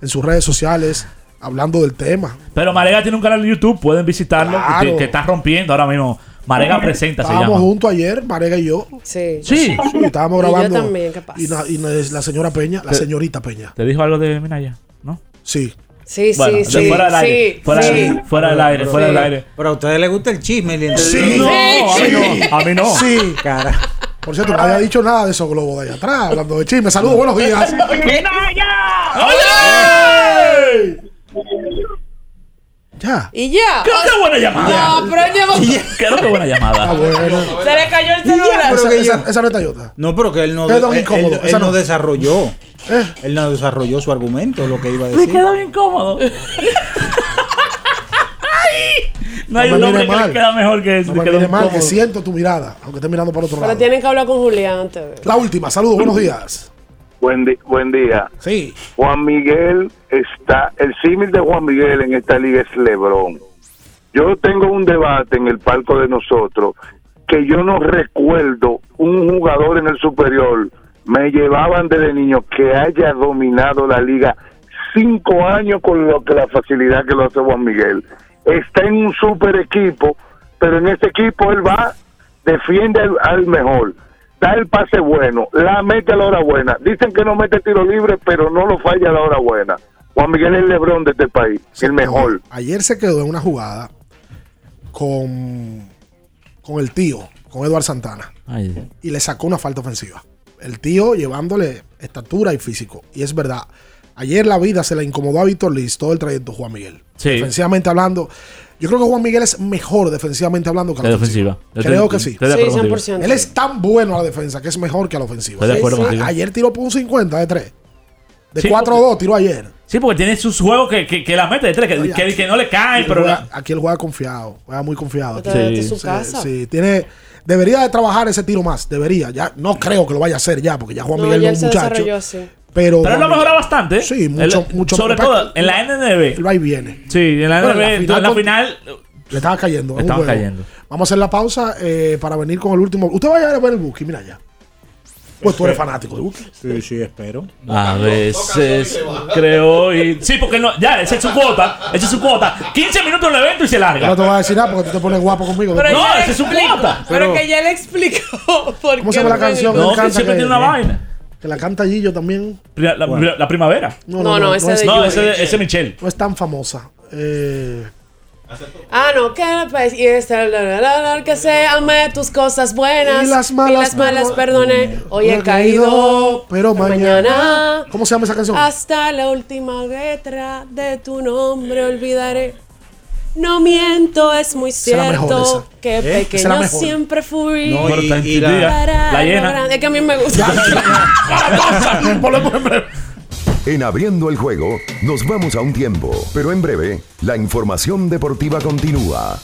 Speaker 9: en sus redes sociales hablando del tema.
Speaker 10: Pero Marega tiene un canal de YouTube, pueden visitarlo,
Speaker 9: Claro.
Speaker 10: que, que está rompiendo ahora mismo. Marega Presenta se
Speaker 9: Estábamos
Speaker 10: llama.
Speaker 9: juntos ayer, Marega y yo.
Speaker 11: Sí.
Speaker 10: Sí.
Speaker 9: estábamos
Speaker 10: Y yo
Speaker 9: grabando.
Speaker 11: también, ¿qué pasa?
Speaker 9: Y, na- y na- la señora Peña, la
Speaker 10: Sí.
Speaker 9: señorita Peña.
Speaker 10: ¿Te dijo algo de Minaya? ¿No?
Speaker 9: Sí.
Speaker 11: Sí, sí,
Speaker 10: Bueno, de
Speaker 11: sí.
Speaker 10: fuera del aire,
Speaker 11: sí,
Speaker 10: fuera del
Speaker 11: sí.
Speaker 10: aire, fuera del aire, fuera del aire.
Speaker 3: Pero a ustedes les gusta el chisme. el
Speaker 9: Sí.
Speaker 3: No,
Speaker 9: Sí.
Speaker 10: a mí no.
Speaker 9: Sí.
Speaker 3: Cara.
Speaker 9: Por cierto, no había dicho nada de esos globos de allá atrás, hablando de chisme. Saludos, buenos <laughs> días. Ya.
Speaker 11: Y ya.
Speaker 10: ¡Qué qué buena llamada!
Speaker 11: No, pero llevo-
Speaker 10: <laughs> ¡Qué qué buena llamada!
Speaker 11: Se le cayó el celular.
Speaker 9: Esa, esa, esa no es Toyota.
Speaker 3: No, pero que él no,
Speaker 9: Quedó
Speaker 3: él-
Speaker 9: incómodo,
Speaker 3: él-
Speaker 9: esa
Speaker 3: él no
Speaker 9: no.
Speaker 3: desarrolló. Él no desarrolló su argumento, lo que iba a decir.
Speaker 10: quedó incómodo. No hay
Speaker 9: No
Speaker 10: un
Speaker 9: me
Speaker 10: hombre
Speaker 9: mire
Speaker 10: que le
Speaker 9: mal.
Speaker 10: queda mejor que
Speaker 9: No
Speaker 10: ese.
Speaker 9: me
Speaker 10: quedó
Speaker 9: mires mal, que
Speaker 10: incómodo.
Speaker 9: siento tu mirada, aunque esté mirando para otro
Speaker 11: Pero
Speaker 9: lado.
Speaker 11: tienen que hablar con Julián antes.
Speaker 9: La última, saludos, buenos días.
Speaker 32: Buen, di- buen día.
Speaker 9: Sí.
Speaker 32: Juan Miguel está, el símil de Juan Miguel en esta liga es Lebrón. Yo tengo un debate en el palco de nosotros que yo no recuerdo un jugador en el superior, me llevaban desde niño, que haya dominado la liga cinco años con lo que la facilidad que lo hace Juan Miguel. Está en un super equipo, pero en ese equipo él va, defiende al, al mejor, da el pase bueno, la mete a la hora buena. Dicen que no mete tiro libre, pero no lo falla a la hora buena. Juan Miguel es el Lebrón de este país, el mejor.
Speaker 9: Ayer se quedó en una jugada con, con el tío, con Eduard Santana,
Speaker 10: Ay,
Speaker 9: y le sacó una falta ofensiva. El tío llevándole estatura y físico. Y es verdad, ayer la vida se la incomodó a Víctor Liz todo el trayecto Juan Miguel.
Speaker 10: Sí.
Speaker 9: Ofensivamente hablando, Yo creo que Juan Miguel es mejor defensivamente hablando que a la
Speaker 10: De
Speaker 9: ofensiva.
Speaker 10: defensiva. Yo
Speaker 9: Creo
Speaker 10: estoy-
Speaker 9: que sí.
Speaker 10: estoy de acuerdo Sí, contigo. 100%.
Speaker 9: Él es tan bueno a la defensa que es mejor que a la ofensiva.
Speaker 10: Estoy de acuerdo contigo.
Speaker 9: Ayer tiró por un 50 de 3. De
Speaker 10: Sí,
Speaker 9: 4-2 tiró ayer.
Speaker 10: Sí, porque tiene sus juegos que, que, que la mete de tres, que,
Speaker 9: Oye,
Speaker 10: que, que no le caen,
Speaker 9: Él
Speaker 10: pero.
Speaker 9: juega- aquí él juega confiado, juega muy confiado.
Speaker 10: Otra vez, Sí. esta es su
Speaker 9: Sí,
Speaker 10: casa.
Speaker 9: sí, tiene, debería de trabajar ese tiro más, debería. Ya, no creo que lo vaya a hacer ya, porque ya Juan
Speaker 11: No,
Speaker 9: Miguel
Speaker 11: ya
Speaker 9: no
Speaker 11: él
Speaker 9: es
Speaker 11: se
Speaker 9: muchacho.
Speaker 11: desarrolló así.
Speaker 10: Pero él
Speaker 9: Pero,
Speaker 10: lo ha
Speaker 9: Juan
Speaker 10: mejorado bastante. Sí,
Speaker 9: mucho- mucho-
Speaker 10: Sobre todo en la NNB.
Speaker 9: Él va y viene.
Speaker 10: Sí, en la
Speaker 9: Bueno,
Speaker 10: NNB. tú En la
Speaker 9: con-
Speaker 10: final.
Speaker 9: Le estaba cayendo.
Speaker 10: Le
Speaker 9: es un
Speaker 10: estaban
Speaker 9: juego.
Speaker 10: cayendo.
Speaker 9: Vamos a hacer la pausa eh, para venir con el último. Usted vaya a ver el Buki, mira ya. Pues tú eres fanático de Buki.
Speaker 3: Sí, sí, espero.
Speaker 10: A veces creo y. Sí, porque no. Ya, esa es su cuota. Esa es su cuota. 15 minutos en el evento y se
Speaker 9: Yo no
Speaker 10: larga.
Speaker 9: te voy a decir nada porque tú te pones guapo conmigo.
Speaker 11: Pero
Speaker 10: No,
Speaker 11: ya le
Speaker 10: ese es un
Speaker 11: explico-
Speaker 10: cuota.
Speaker 11: Pero
Speaker 9: Pero-
Speaker 11: que ya le explicó <laughs> por
Speaker 9: ¿Cómo
Speaker 11: qué
Speaker 9: se llama la
Speaker 11: me-
Speaker 9: canción?
Speaker 10: No,
Speaker 9: él
Speaker 10: que siempre tiene una vaina.
Speaker 9: Que la canta Gillo también.
Speaker 10: Pri- La,
Speaker 9: Bueno.
Speaker 10: la primavera.
Speaker 9: No, no, No, no, no, ese es- de
Speaker 10: No,
Speaker 9: Yuri.
Speaker 10: ese de- ese es Michelle.
Speaker 9: No es tan famosa. Eh,
Speaker 11: Ah, no, que la paz y esta, la, la, la, la, que se ame tus cosas buenas
Speaker 9: Y las malas,
Speaker 11: y las malas
Speaker 9: no-
Speaker 11: perdone. Hoy he
Speaker 9: he
Speaker 11: caído,
Speaker 9: pero mañana.
Speaker 11: mañana.
Speaker 9: ¿Cómo se llama esa canción?
Speaker 11: hasta la última letra de tu nombre olvidaré. No miento, es muy
Speaker 9: Será mejor
Speaker 11: cierto
Speaker 9: esa.
Speaker 11: que
Speaker 9: ¿Eh? Será
Speaker 11: pequeño
Speaker 9: mejor.
Speaker 11: siempre fui.
Speaker 9: No, y-
Speaker 11: Para
Speaker 9: y la-
Speaker 11: algo
Speaker 9: la llena.
Speaker 11: grande. Es que a mí me gusta.
Speaker 1: En abriendo el juego, nos vamos a un tiempo, pero en breve, la información deportiva continúa.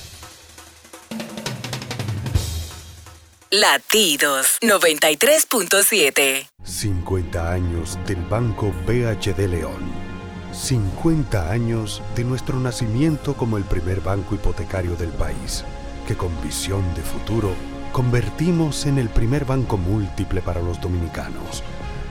Speaker 2: Latidos 93.7.
Speaker 5: 50 años del Banco BHD León. 50 años de nuestro nacimiento como el primer banco hipotecario del país, que con visión de futuro convertimos en el primer banco múltiple para los dominicanos.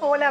Speaker 35: Hola,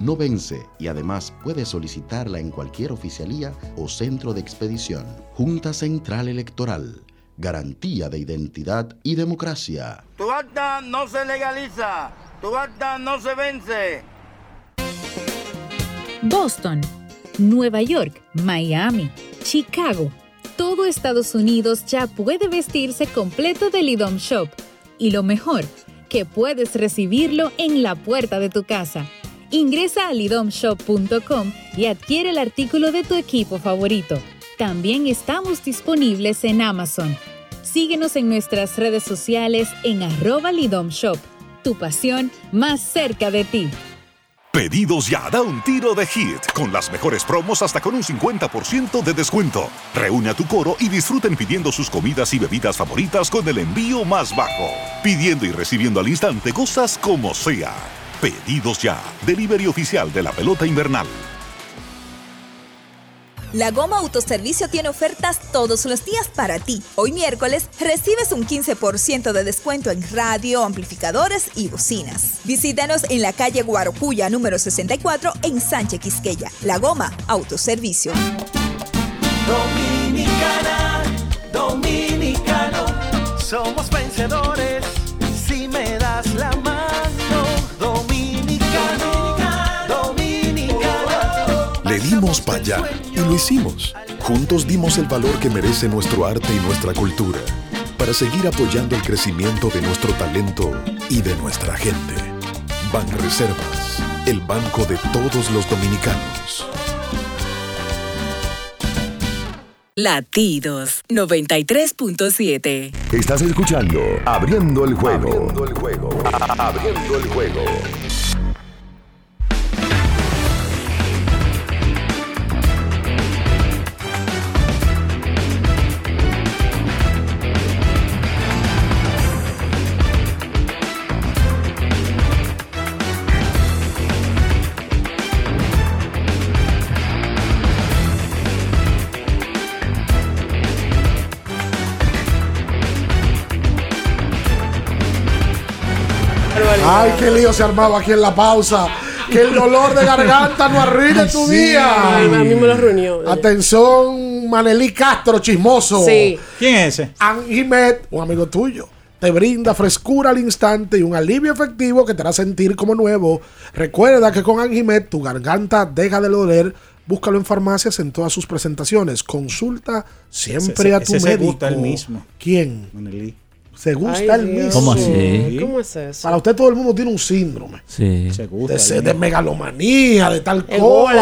Speaker 12: no vence y además puedes solicitarla en cualquier oficialía o centro de expedición. Junta Central Electoral. Garantía de identidad y democracia.
Speaker 16: Tu acta no se legaliza, tu acta no se vence.
Speaker 36: Boston, Nueva York, Miami, Chicago. Todo Estados Unidos ya puede vestirse completo del IDOM Shop. Y lo mejor, que puedes recibirlo en la puerta de tu casa. Ingresa a lidomshop.com y adquiere el artículo de tu equipo favorito. También estamos disponibles en Amazon. Síguenos en nuestras redes sociales en arroba Lidom Shop. Tu pasión más cerca de ti.
Speaker 4: Pedidos ya da un tiro de hit con las mejores promos hasta con un 50% de descuento. Reúne a tu coro y disfruten pidiendo sus comidas y bebidas favoritas con el envío más bajo. Pidiendo y recibiendo al instante cosas como sea. Pedidos ya, delivery oficial de la pelota invernal.
Speaker 34: La Goma Autoservicio tiene ofertas todos los días para ti. Hoy miércoles recibes un 15% de descuento en radio, amplificadores y bocinas. Visítanos en la calle Guarocuya número 64 en Sánchez Quisqueya. La Goma Autoservicio.
Speaker 7: Dominicana, dominicano, somos vencedores si me das la mano. Dominicano, dominicano.
Speaker 8: Le dimos para allá y lo hicimos. Juntos dimos el valor que merece nuestro arte y nuestra cultura. para seguir apoyando el crecimiento de nuestro talento y de nuestra gente. Banreservas, el banco de todos los dominicanos.
Speaker 2: Latidos 93.7.
Speaker 1: Estás escuchando Abriendo el juego.
Speaker 21: Abriendo el juego. Abriendo el juego.
Speaker 9: Ay, qué lío se armaba aquí en la pausa. Que el dolor de garganta no arruine tu
Speaker 11: Sí.
Speaker 9: día.
Speaker 11: Ay, a mí me lo arruinó.
Speaker 9: Atención, Manelí Castro, chismoso.
Speaker 11: Sí.
Speaker 3: ¿Quién es ese?
Speaker 9: Anjimet, un amigo tuyo. Te brinda frescura al instante y un alivio efectivo que te hará sentir como nuevo. Recuerda que con Anjimet tu garganta deja de doler. Búscalo en farmacias en todas sus presentaciones. Consulta siempre
Speaker 3: Ese-
Speaker 9: a tu
Speaker 3: ese se
Speaker 9: médico.
Speaker 3: gusta el mismo.
Speaker 9: ¿Quién?
Speaker 3: Manelí.
Speaker 9: Se gusta
Speaker 11: Ay,
Speaker 9: el
Speaker 11: Dios.
Speaker 9: mismo.
Speaker 11: ¿Cómo
Speaker 10: así?
Speaker 11: ¿Cómo es eso?
Speaker 9: Para usted todo el mundo tiene un síndrome.
Speaker 10: Sí.
Speaker 9: de, ser- de megalomanía, de tal cosa.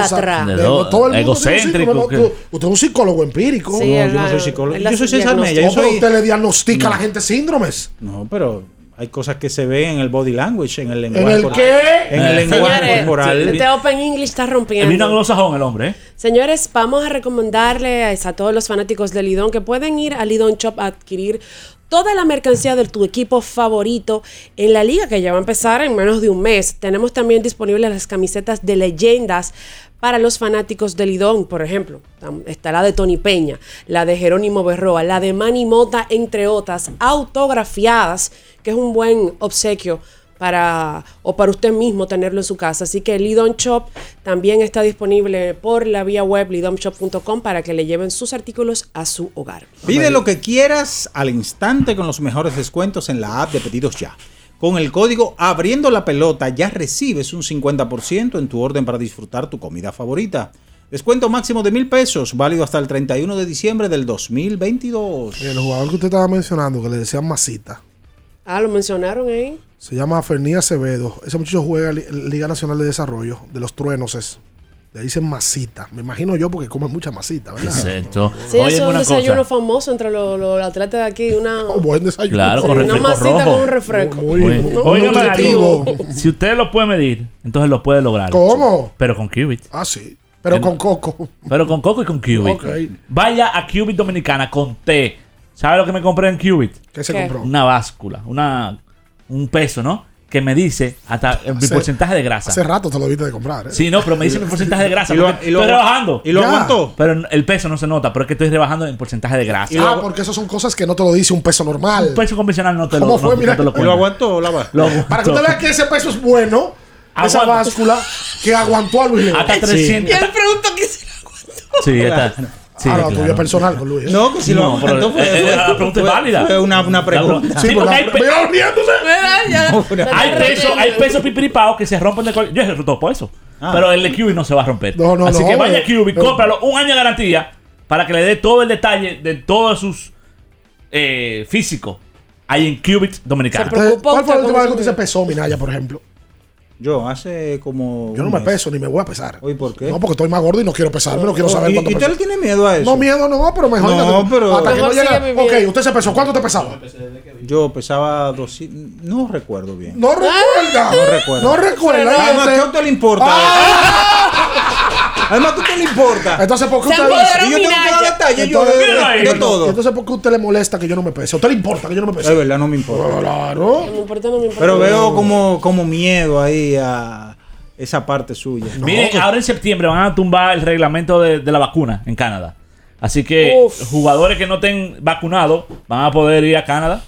Speaker 11: Ególatra.
Speaker 9: De-
Speaker 10: De lo-
Speaker 9: todo el mundo tiene un
Speaker 10: egocéntrico,
Speaker 9: síndrome.
Speaker 10: que-
Speaker 9: Tú- Usted es un psicólogo empírico.
Speaker 11: Sí, No, él yo no la- soy psicólogo. él Yo soy hace César Mella, yo
Speaker 9: No, pero
Speaker 11: soy-
Speaker 9: usted le diagnostica a la gente síndromes.
Speaker 3: No, pero hay cosas que se ven en el body language, en el lenguaje
Speaker 9: el
Speaker 3: corporal.
Speaker 9: qué?
Speaker 3: En el
Speaker 10: Eh,
Speaker 3: lenguaje
Speaker 10: señores,
Speaker 3: corporal.
Speaker 11: Este Open English está
Speaker 10: El vino
Speaker 11: rompiendo.
Speaker 10: anglosajón, el hombre, ¿eh?
Speaker 11: Señores, vamos a recomendarles a- a todos los fanáticos de Lidón que pueden ir a Lidón Shop a adquirir toda la mercancía de tu equipo favorito en la liga que ya va a empezar en menos de un mes. Tenemos también disponibles las camisetas de leyendas para los fanáticos de Lidón, por ejemplo. Tam- Está la de Tony Peña, la de Jerónimo Berroa, la de Manny Mota, entre otras, autografiadas, que es un buen obsequio para o para usted mismo tenerlo en su casa. Así que Lidon Shop también está disponible por la vía web lidonshop.com para que le lleven sus artículos a su hogar.
Speaker 3: Pide lo que quieras al instante con los mejores descuentos en la app de Pedidos Ya. Con el código Abriendo la Pelota ya recibes un 50% en tu orden para disfrutar tu comida favorita. Descuento máximo de mil pesos, válido hasta el 31 de diciembre del 2022.
Speaker 9: El jugador Eh, que usted estaba mencionando, que le decían masita,
Speaker 11: Ah, lo mencionaron ahí.
Speaker 9: se llama Fernías Acevedo. Ese muchacho juega en la Liga Nacional de Desarrollo, de los truenos es. Le dicen masita. Me imagino yo porque come mucha masita, ¿verdad?
Speaker 10: Exacto.
Speaker 11: Sí,
Speaker 10: Oye,
Speaker 11: eso es un
Speaker 10: una
Speaker 11: desayuno
Speaker 10: cosa.
Speaker 11: famoso entre los, los atletas de aquí.
Speaker 9: <laughs>
Speaker 11: Una,
Speaker 9: buen desayuno.
Speaker 10: Claro, con
Speaker 11: una
Speaker 10: refresco
Speaker 11: masita
Speaker 10: rojo.
Speaker 11: con un refresco.
Speaker 10: Bueno.
Speaker 11: No,
Speaker 10: Oiga,
Speaker 11: no,
Speaker 10: Mario, si usted lo puede medir, entonces lo puede lograr.
Speaker 9: ¿Cómo?
Speaker 10: Pero con Cubit.
Speaker 9: Ah, sí. Pero
Speaker 10: En-
Speaker 9: con coco.
Speaker 10: Pero con Coco y con Cubit.
Speaker 9: Ok.
Speaker 10: Vaya a Cubit Dominicana con té. ¿Sabe lo que me compré en Cubit?
Speaker 9: ¿Qué se ¿Qué? compró?
Speaker 10: Una báscula, una, un peso, ¿no? Que me dice hasta el
Speaker 9: Hace-
Speaker 10: porcentaje de grasa.
Speaker 9: Hace rato te lo viste de comprar. ¿eh?
Speaker 10: Sí, no, pero me
Speaker 9: <laughs>
Speaker 10: dice mi porcentaje de grasa.
Speaker 9: Y lo-
Speaker 10: porque
Speaker 9: y lo-
Speaker 10: estoy rebajando.
Speaker 9: y lo Ya. aguantó.
Speaker 10: Pero el peso no se nota, pero es que estoy rebajando en porcentaje de grasa.
Speaker 9: Ah, porque esas son cosas que no te lo dice un peso normal.
Speaker 10: Un peso convencional no te lo
Speaker 9: ¿Cómo fue?
Speaker 10: no-
Speaker 9: Mira.
Speaker 10: no te lo
Speaker 9: ¿Y lo
Speaker 10: cuenta.
Speaker 3: aguantó la
Speaker 10: Lo aguantó.
Speaker 9: <laughs> Para que usted vea que ese peso es bueno, esa
Speaker 10: Aguanta.
Speaker 9: báscula que aguantó a Luis León.
Speaker 10: Hasta 300.
Speaker 11: Y él preguntó que si
Speaker 10: Sí, está. Sí,
Speaker 9: ah, no,
Speaker 10: claro.
Speaker 9: tuyo personal con Luis.
Speaker 3: No, que si lo
Speaker 10: No, pero,
Speaker 3: aguantó fue-
Speaker 10: eh, eh, la pregunta es
Speaker 3: fue-
Speaker 10: válida.
Speaker 3: fue una- una pregunta.
Speaker 10: Sí,
Speaker 3: Sí,
Speaker 10: porque
Speaker 3: porque
Speaker 10: hay,
Speaker 3: la-
Speaker 10: pe-
Speaker 3: mira, riéndose.
Speaker 11: Mira, <laughs> ya.
Speaker 3: No, una-
Speaker 10: hay
Speaker 11: Está
Speaker 10: pesos, hay
Speaker 11: riendo.
Speaker 10: pesos pipiripaos que se rompen de cual- Yo he roto por eso. Pero el de Cubic no se va a romper.
Speaker 9: No, no,
Speaker 10: Así
Speaker 9: no,
Speaker 10: que vaya a
Speaker 9: eh,
Speaker 10: Cubic,
Speaker 9: no.
Speaker 10: cómpralo un año de garantía para que le dé todo el detalle de todos sus eh, físicos ahí en Cubic Dominicana.
Speaker 9: Entonces, ¿Cuál fue la última vez que usted se pesó, Minaya, por ejemplo?
Speaker 3: Yo hace como.
Speaker 9: Yo no
Speaker 3: un
Speaker 9: me
Speaker 3: mes.
Speaker 9: peso ni me voy a pesar.
Speaker 3: Oye, ¿por qué?
Speaker 9: No, porque estoy más gordo y no quiero pesarme, no quiero
Speaker 3: Oh,
Speaker 9: saber
Speaker 3: ¿y-
Speaker 9: cuánto
Speaker 3: ¿Y usted
Speaker 9: peso.
Speaker 3: le tiene miedo a eso?
Speaker 9: No, miedo no, pero mejor.
Speaker 3: No, pero-
Speaker 9: Hasta que no
Speaker 3: Mejor siga
Speaker 9: llega. Ok,
Speaker 3: viviendo.
Speaker 9: usted se pesó. ¿Cuánto te pesaba?
Speaker 3: Yo pesaba 200. No recuerdo bien.
Speaker 9: No recuerda.
Speaker 3: No recuerdo. Este-
Speaker 9: No recuerda.
Speaker 3: Además, ¿qué a usted le importa? Además, ¿qué a usted le importa?
Speaker 9: Entonces, ¿por qué
Speaker 3: Se
Speaker 9: usted
Speaker 3: apoderó Y yo tengo que dar Minaya. detalles, yo de-
Speaker 9: Míralo ahí.
Speaker 3: de todo.
Speaker 9: Entonces, ¿por qué a usted le molesta que yo no me pese? ¿A usted le importa que yo no me
Speaker 3: Es
Speaker 9: pese?
Speaker 3: verdad, no me importa.
Speaker 9: Claro.
Speaker 11: No me importa, no me importa.
Speaker 3: Pero veo como, como miedo ahí a esa parte suya.
Speaker 10: Miren, ahora en septiembre van a tumbar el reglamento de, de la vacuna en Canadá. Así que jugadores que no estén vacunados van a poder ir a Canadá,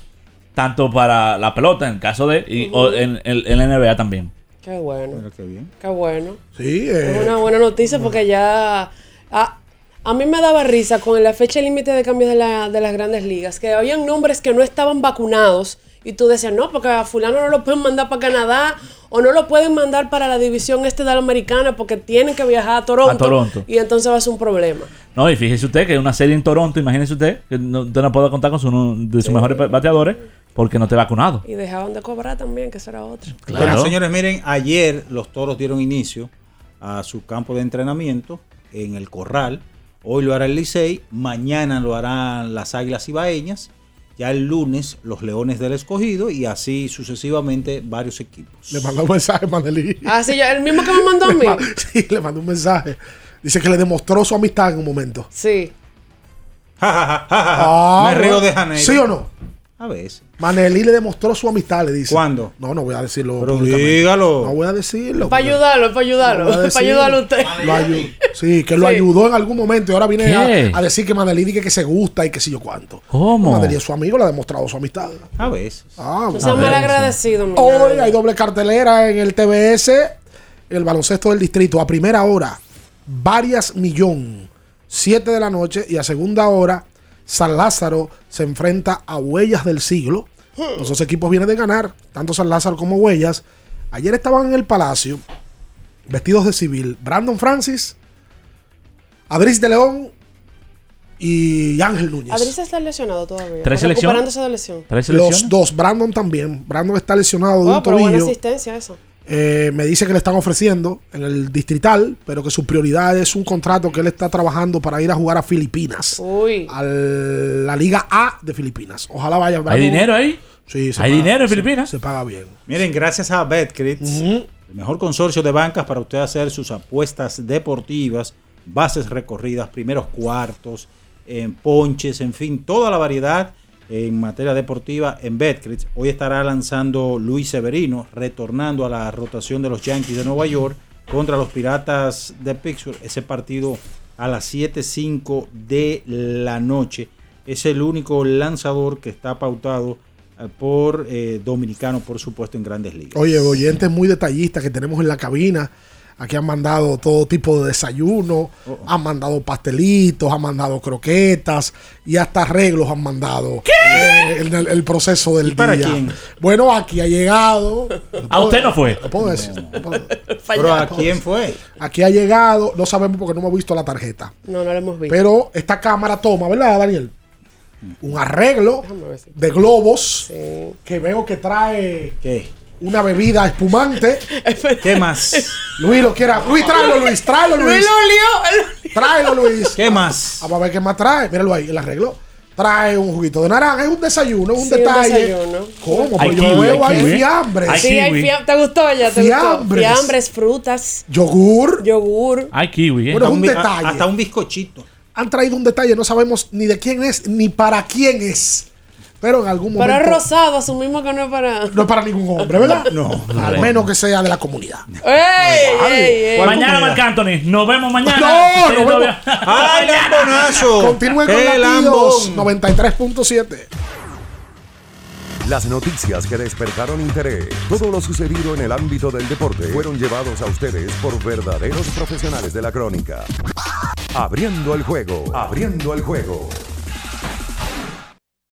Speaker 10: tanto para la pelota en caso de, y, o en, en- en la NBA también.
Speaker 11: Qué bueno.
Speaker 3: Qué bien.
Speaker 11: Qué bueno.
Speaker 9: Sí,
Speaker 11: Es
Speaker 9: eh,
Speaker 11: una buena noticia porque ya. A, a mí me daba risa con la fecha límite de cambios de, la- de las grandes ligas, que habían nombres que no estaban vacunados y tú decías, no, porque a fulano no lo pueden mandar para Canadá o no lo pueden mandar para la división este de la americana porque tienen que viajar a Toronto,
Speaker 10: A Toronto.
Speaker 11: y entonces va a ser un problema.
Speaker 10: No, y fíjese usted que una serie en Toronto, imagínese usted, que no, usted no puede contar con su, uno de sus mejores bateadores porque no te ha vacunado.
Speaker 11: Y dejaban de cobrar también, que eso era otro.
Speaker 3: Bueno, señores, miren, ayer los toros dieron inicio a su campo de entrenamiento en el Corral. Hoy lo hará el Licey, mañana lo harán las Águilas Ibaeñas, ya el lunes los Leones del Escogido y así sucesivamente varios equipos.
Speaker 9: Le mandó un mensaje, Manelí.
Speaker 11: Ah, sí, yo- el mismo que me mandó a mí.
Speaker 9: Sí, <laughs> le mandó un mensaje. Dice que le demostró su amistad en un momento.
Speaker 3: <laughs>
Speaker 11: Sí.
Speaker 9: Ah,
Speaker 3: Me río de
Speaker 9: bueno.
Speaker 3: Janeiro.
Speaker 9: ¿Sí o no?
Speaker 3: A veces.
Speaker 9: Manelí le demostró su amistad, le dice.
Speaker 3: ¿Cuándo?
Speaker 9: No, no voy a decirlo.
Speaker 3: Pero
Speaker 9: públicamente.
Speaker 3: dígalo.
Speaker 9: No voy a decirlo.
Speaker 11: Para ayudarlo, para
Speaker 9: No
Speaker 11: ayudarlo,
Speaker 9: voy a
Speaker 11: para
Speaker 9: decirlo.
Speaker 11: ayudarlo a usted.
Speaker 9: Lo ayu- sí, que lo ayudó en algún momento y ahora viene
Speaker 3: ¿Qué?
Speaker 9: a, a decir que Manelí dice que se gusta y que sé yo cuánto.
Speaker 10: ¿Cómo?
Speaker 9: Manelí es su amigo, le ha demostrado su amistad.
Speaker 3: A veces.
Speaker 9: Ah,
Speaker 11: No seas malagradecido, mi
Speaker 9: Hoy hay doble cartelera en el TBS, el baloncesto del distrito, a primera hora, varias millón, 7 de la noche, y a segunda hora, San Lázaro se enfrenta a Huellas del Siglo. Los dos equipos vienen de ganar, tanto San Lázaro como Huellas. Ayer estaban en el Palacio, vestidos de civil, Brandon Francis, Adris de León y Ángel Núñez.
Speaker 11: Adrián está lesionado todavía.
Speaker 9: ¿Tres
Speaker 11: o
Speaker 9: lesiones?
Speaker 11: Recuperándose de lesión.
Speaker 9: Los dos, Brandon también. Brandon está lesionado de
Speaker 11: Oh,
Speaker 9: un
Speaker 11: pero buena
Speaker 9: tobillo.
Speaker 11: asistencia eso.
Speaker 9: Eh, me dice que le están ofreciendo en el distrital, pero que su prioridad es un contrato que él está trabajando para ir a jugar a Filipinas. A la Liga A de Filipinas. Ojalá vaya.
Speaker 10: ¿Hay dinero ahí?
Speaker 9: Sí, se
Speaker 10: ¿Hay
Speaker 9: paga-
Speaker 10: dinero en
Speaker 9: se-
Speaker 10: Filipinas?
Speaker 9: Se paga bien.
Speaker 3: Miren, gracias a Betcrit, el mejor consorcio de bancas para usted hacer sus apuestas deportivas, bases recorridas, primeros cuartos, en ponches, en fin, toda la variedad en materia deportiva en Betcrit. Hoy estará lanzando Luis Severino, retornando a la rotación de los Yankees de Nueva York contra los Piratas de Pittsburgh. Ese partido a las 7.05 de la noche. Es el único lanzador que está pautado eh, por eh, dominicano, por supuesto, en grandes ligas.
Speaker 9: Oye, oyentes muy detallistas que tenemos en la cabina. Aquí han mandado todo tipo de desayuno,
Speaker 10: Oh,
Speaker 9: han mandado pastelitos, han mandado croquetas y hasta arreglos han mandado eh, en el, el proceso del
Speaker 3: para
Speaker 9: día.
Speaker 3: quién?
Speaker 9: Bueno, aquí ha llegado.
Speaker 10: ¿A Ah, usted no fue?
Speaker 9: Lo puedo decir.
Speaker 3: Pero ¿a quién fue?
Speaker 9: pues, Aquí ha llegado, no sabemos porque no hemos visto la tarjeta.
Speaker 11: No, no lo hemos visto.
Speaker 9: Pero esta cámara toma, ¿verdad, Daniel? Un arreglo
Speaker 11: Déjame ver si-
Speaker 9: de globos que veo que trae
Speaker 3: ¿Qué?
Speaker 9: una bebida espumante.
Speaker 3: ¿Qué más?
Speaker 9: Luis lo quiera. Luis, tráelo, Luis, tráelo, Luis.
Speaker 11: Luis lo
Speaker 9: Tráelo, Luis.
Speaker 3: ¿Qué más?
Speaker 9: Vamos a ver qué más trae. Míralo ahí, el arreglo. Trae un juguito de naranja, es un desayuno, es un
Speaker 11: Sí, un
Speaker 9: detalle.
Speaker 11: desayuno.
Speaker 9: ¿Cómo?
Speaker 11: Hay
Speaker 9: Pues yo
Speaker 11: kiwi,
Speaker 9: veo
Speaker 11: hay
Speaker 9: ahí
Speaker 11: kiwi.
Speaker 9: fiambres.
Speaker 11: sí, hay fiam- ¿Te gustó ya? ¿Te gustó?
Speaker 9: Fiambres.
Speaker 11: Fiambres, frutas,
Speaker 9: Yogur.
Speaker 11: yogur.
Speaker 10: Hay kiwi,
Speaker 9: Bueno, es un
Speaker 3: bi- a-
Speaker 9: detalle.
Speaker 3: hasta un bizcochito.
Speaker 9: Han traído un detalle, no sabemos ni de quién es, ni para quién es. Pero en algún
Speaker 11: Pero
Speaker 9: momento.
Speaker 11: es rosado, asumimos que no es para.
Speaker 9: No es para ningún hombre, ¿verdad?
Speaker 3: No.
Speaker 9: Al menos que sea de la comunidad.
Speaker 11: ¡Ey! ¡Ey! ey!
Speaker 10: Mañana, Marc Anthony. Nos vemos mañana.
Speaker 9: No,
Speaker 10: Sí,
Speaker 9: nos
Speaker 10: todavía-
Speaker 9: vemos.
Speaker 3: ¡Ay, lambonazo!
Speaker 9: Continúen con
Speaker 1: ¡Qué
Speaker 9: latidos
Speaker 1: lambón!
Speaker 9: 93.7.
Speaker 1: Las noticias que despertaron interés, todo lo sucedido en el ámbito del deporte, fueron llevados a ustedes por verdaderos profesionales de la crónica. Abriendo el juego, abriendo el juego.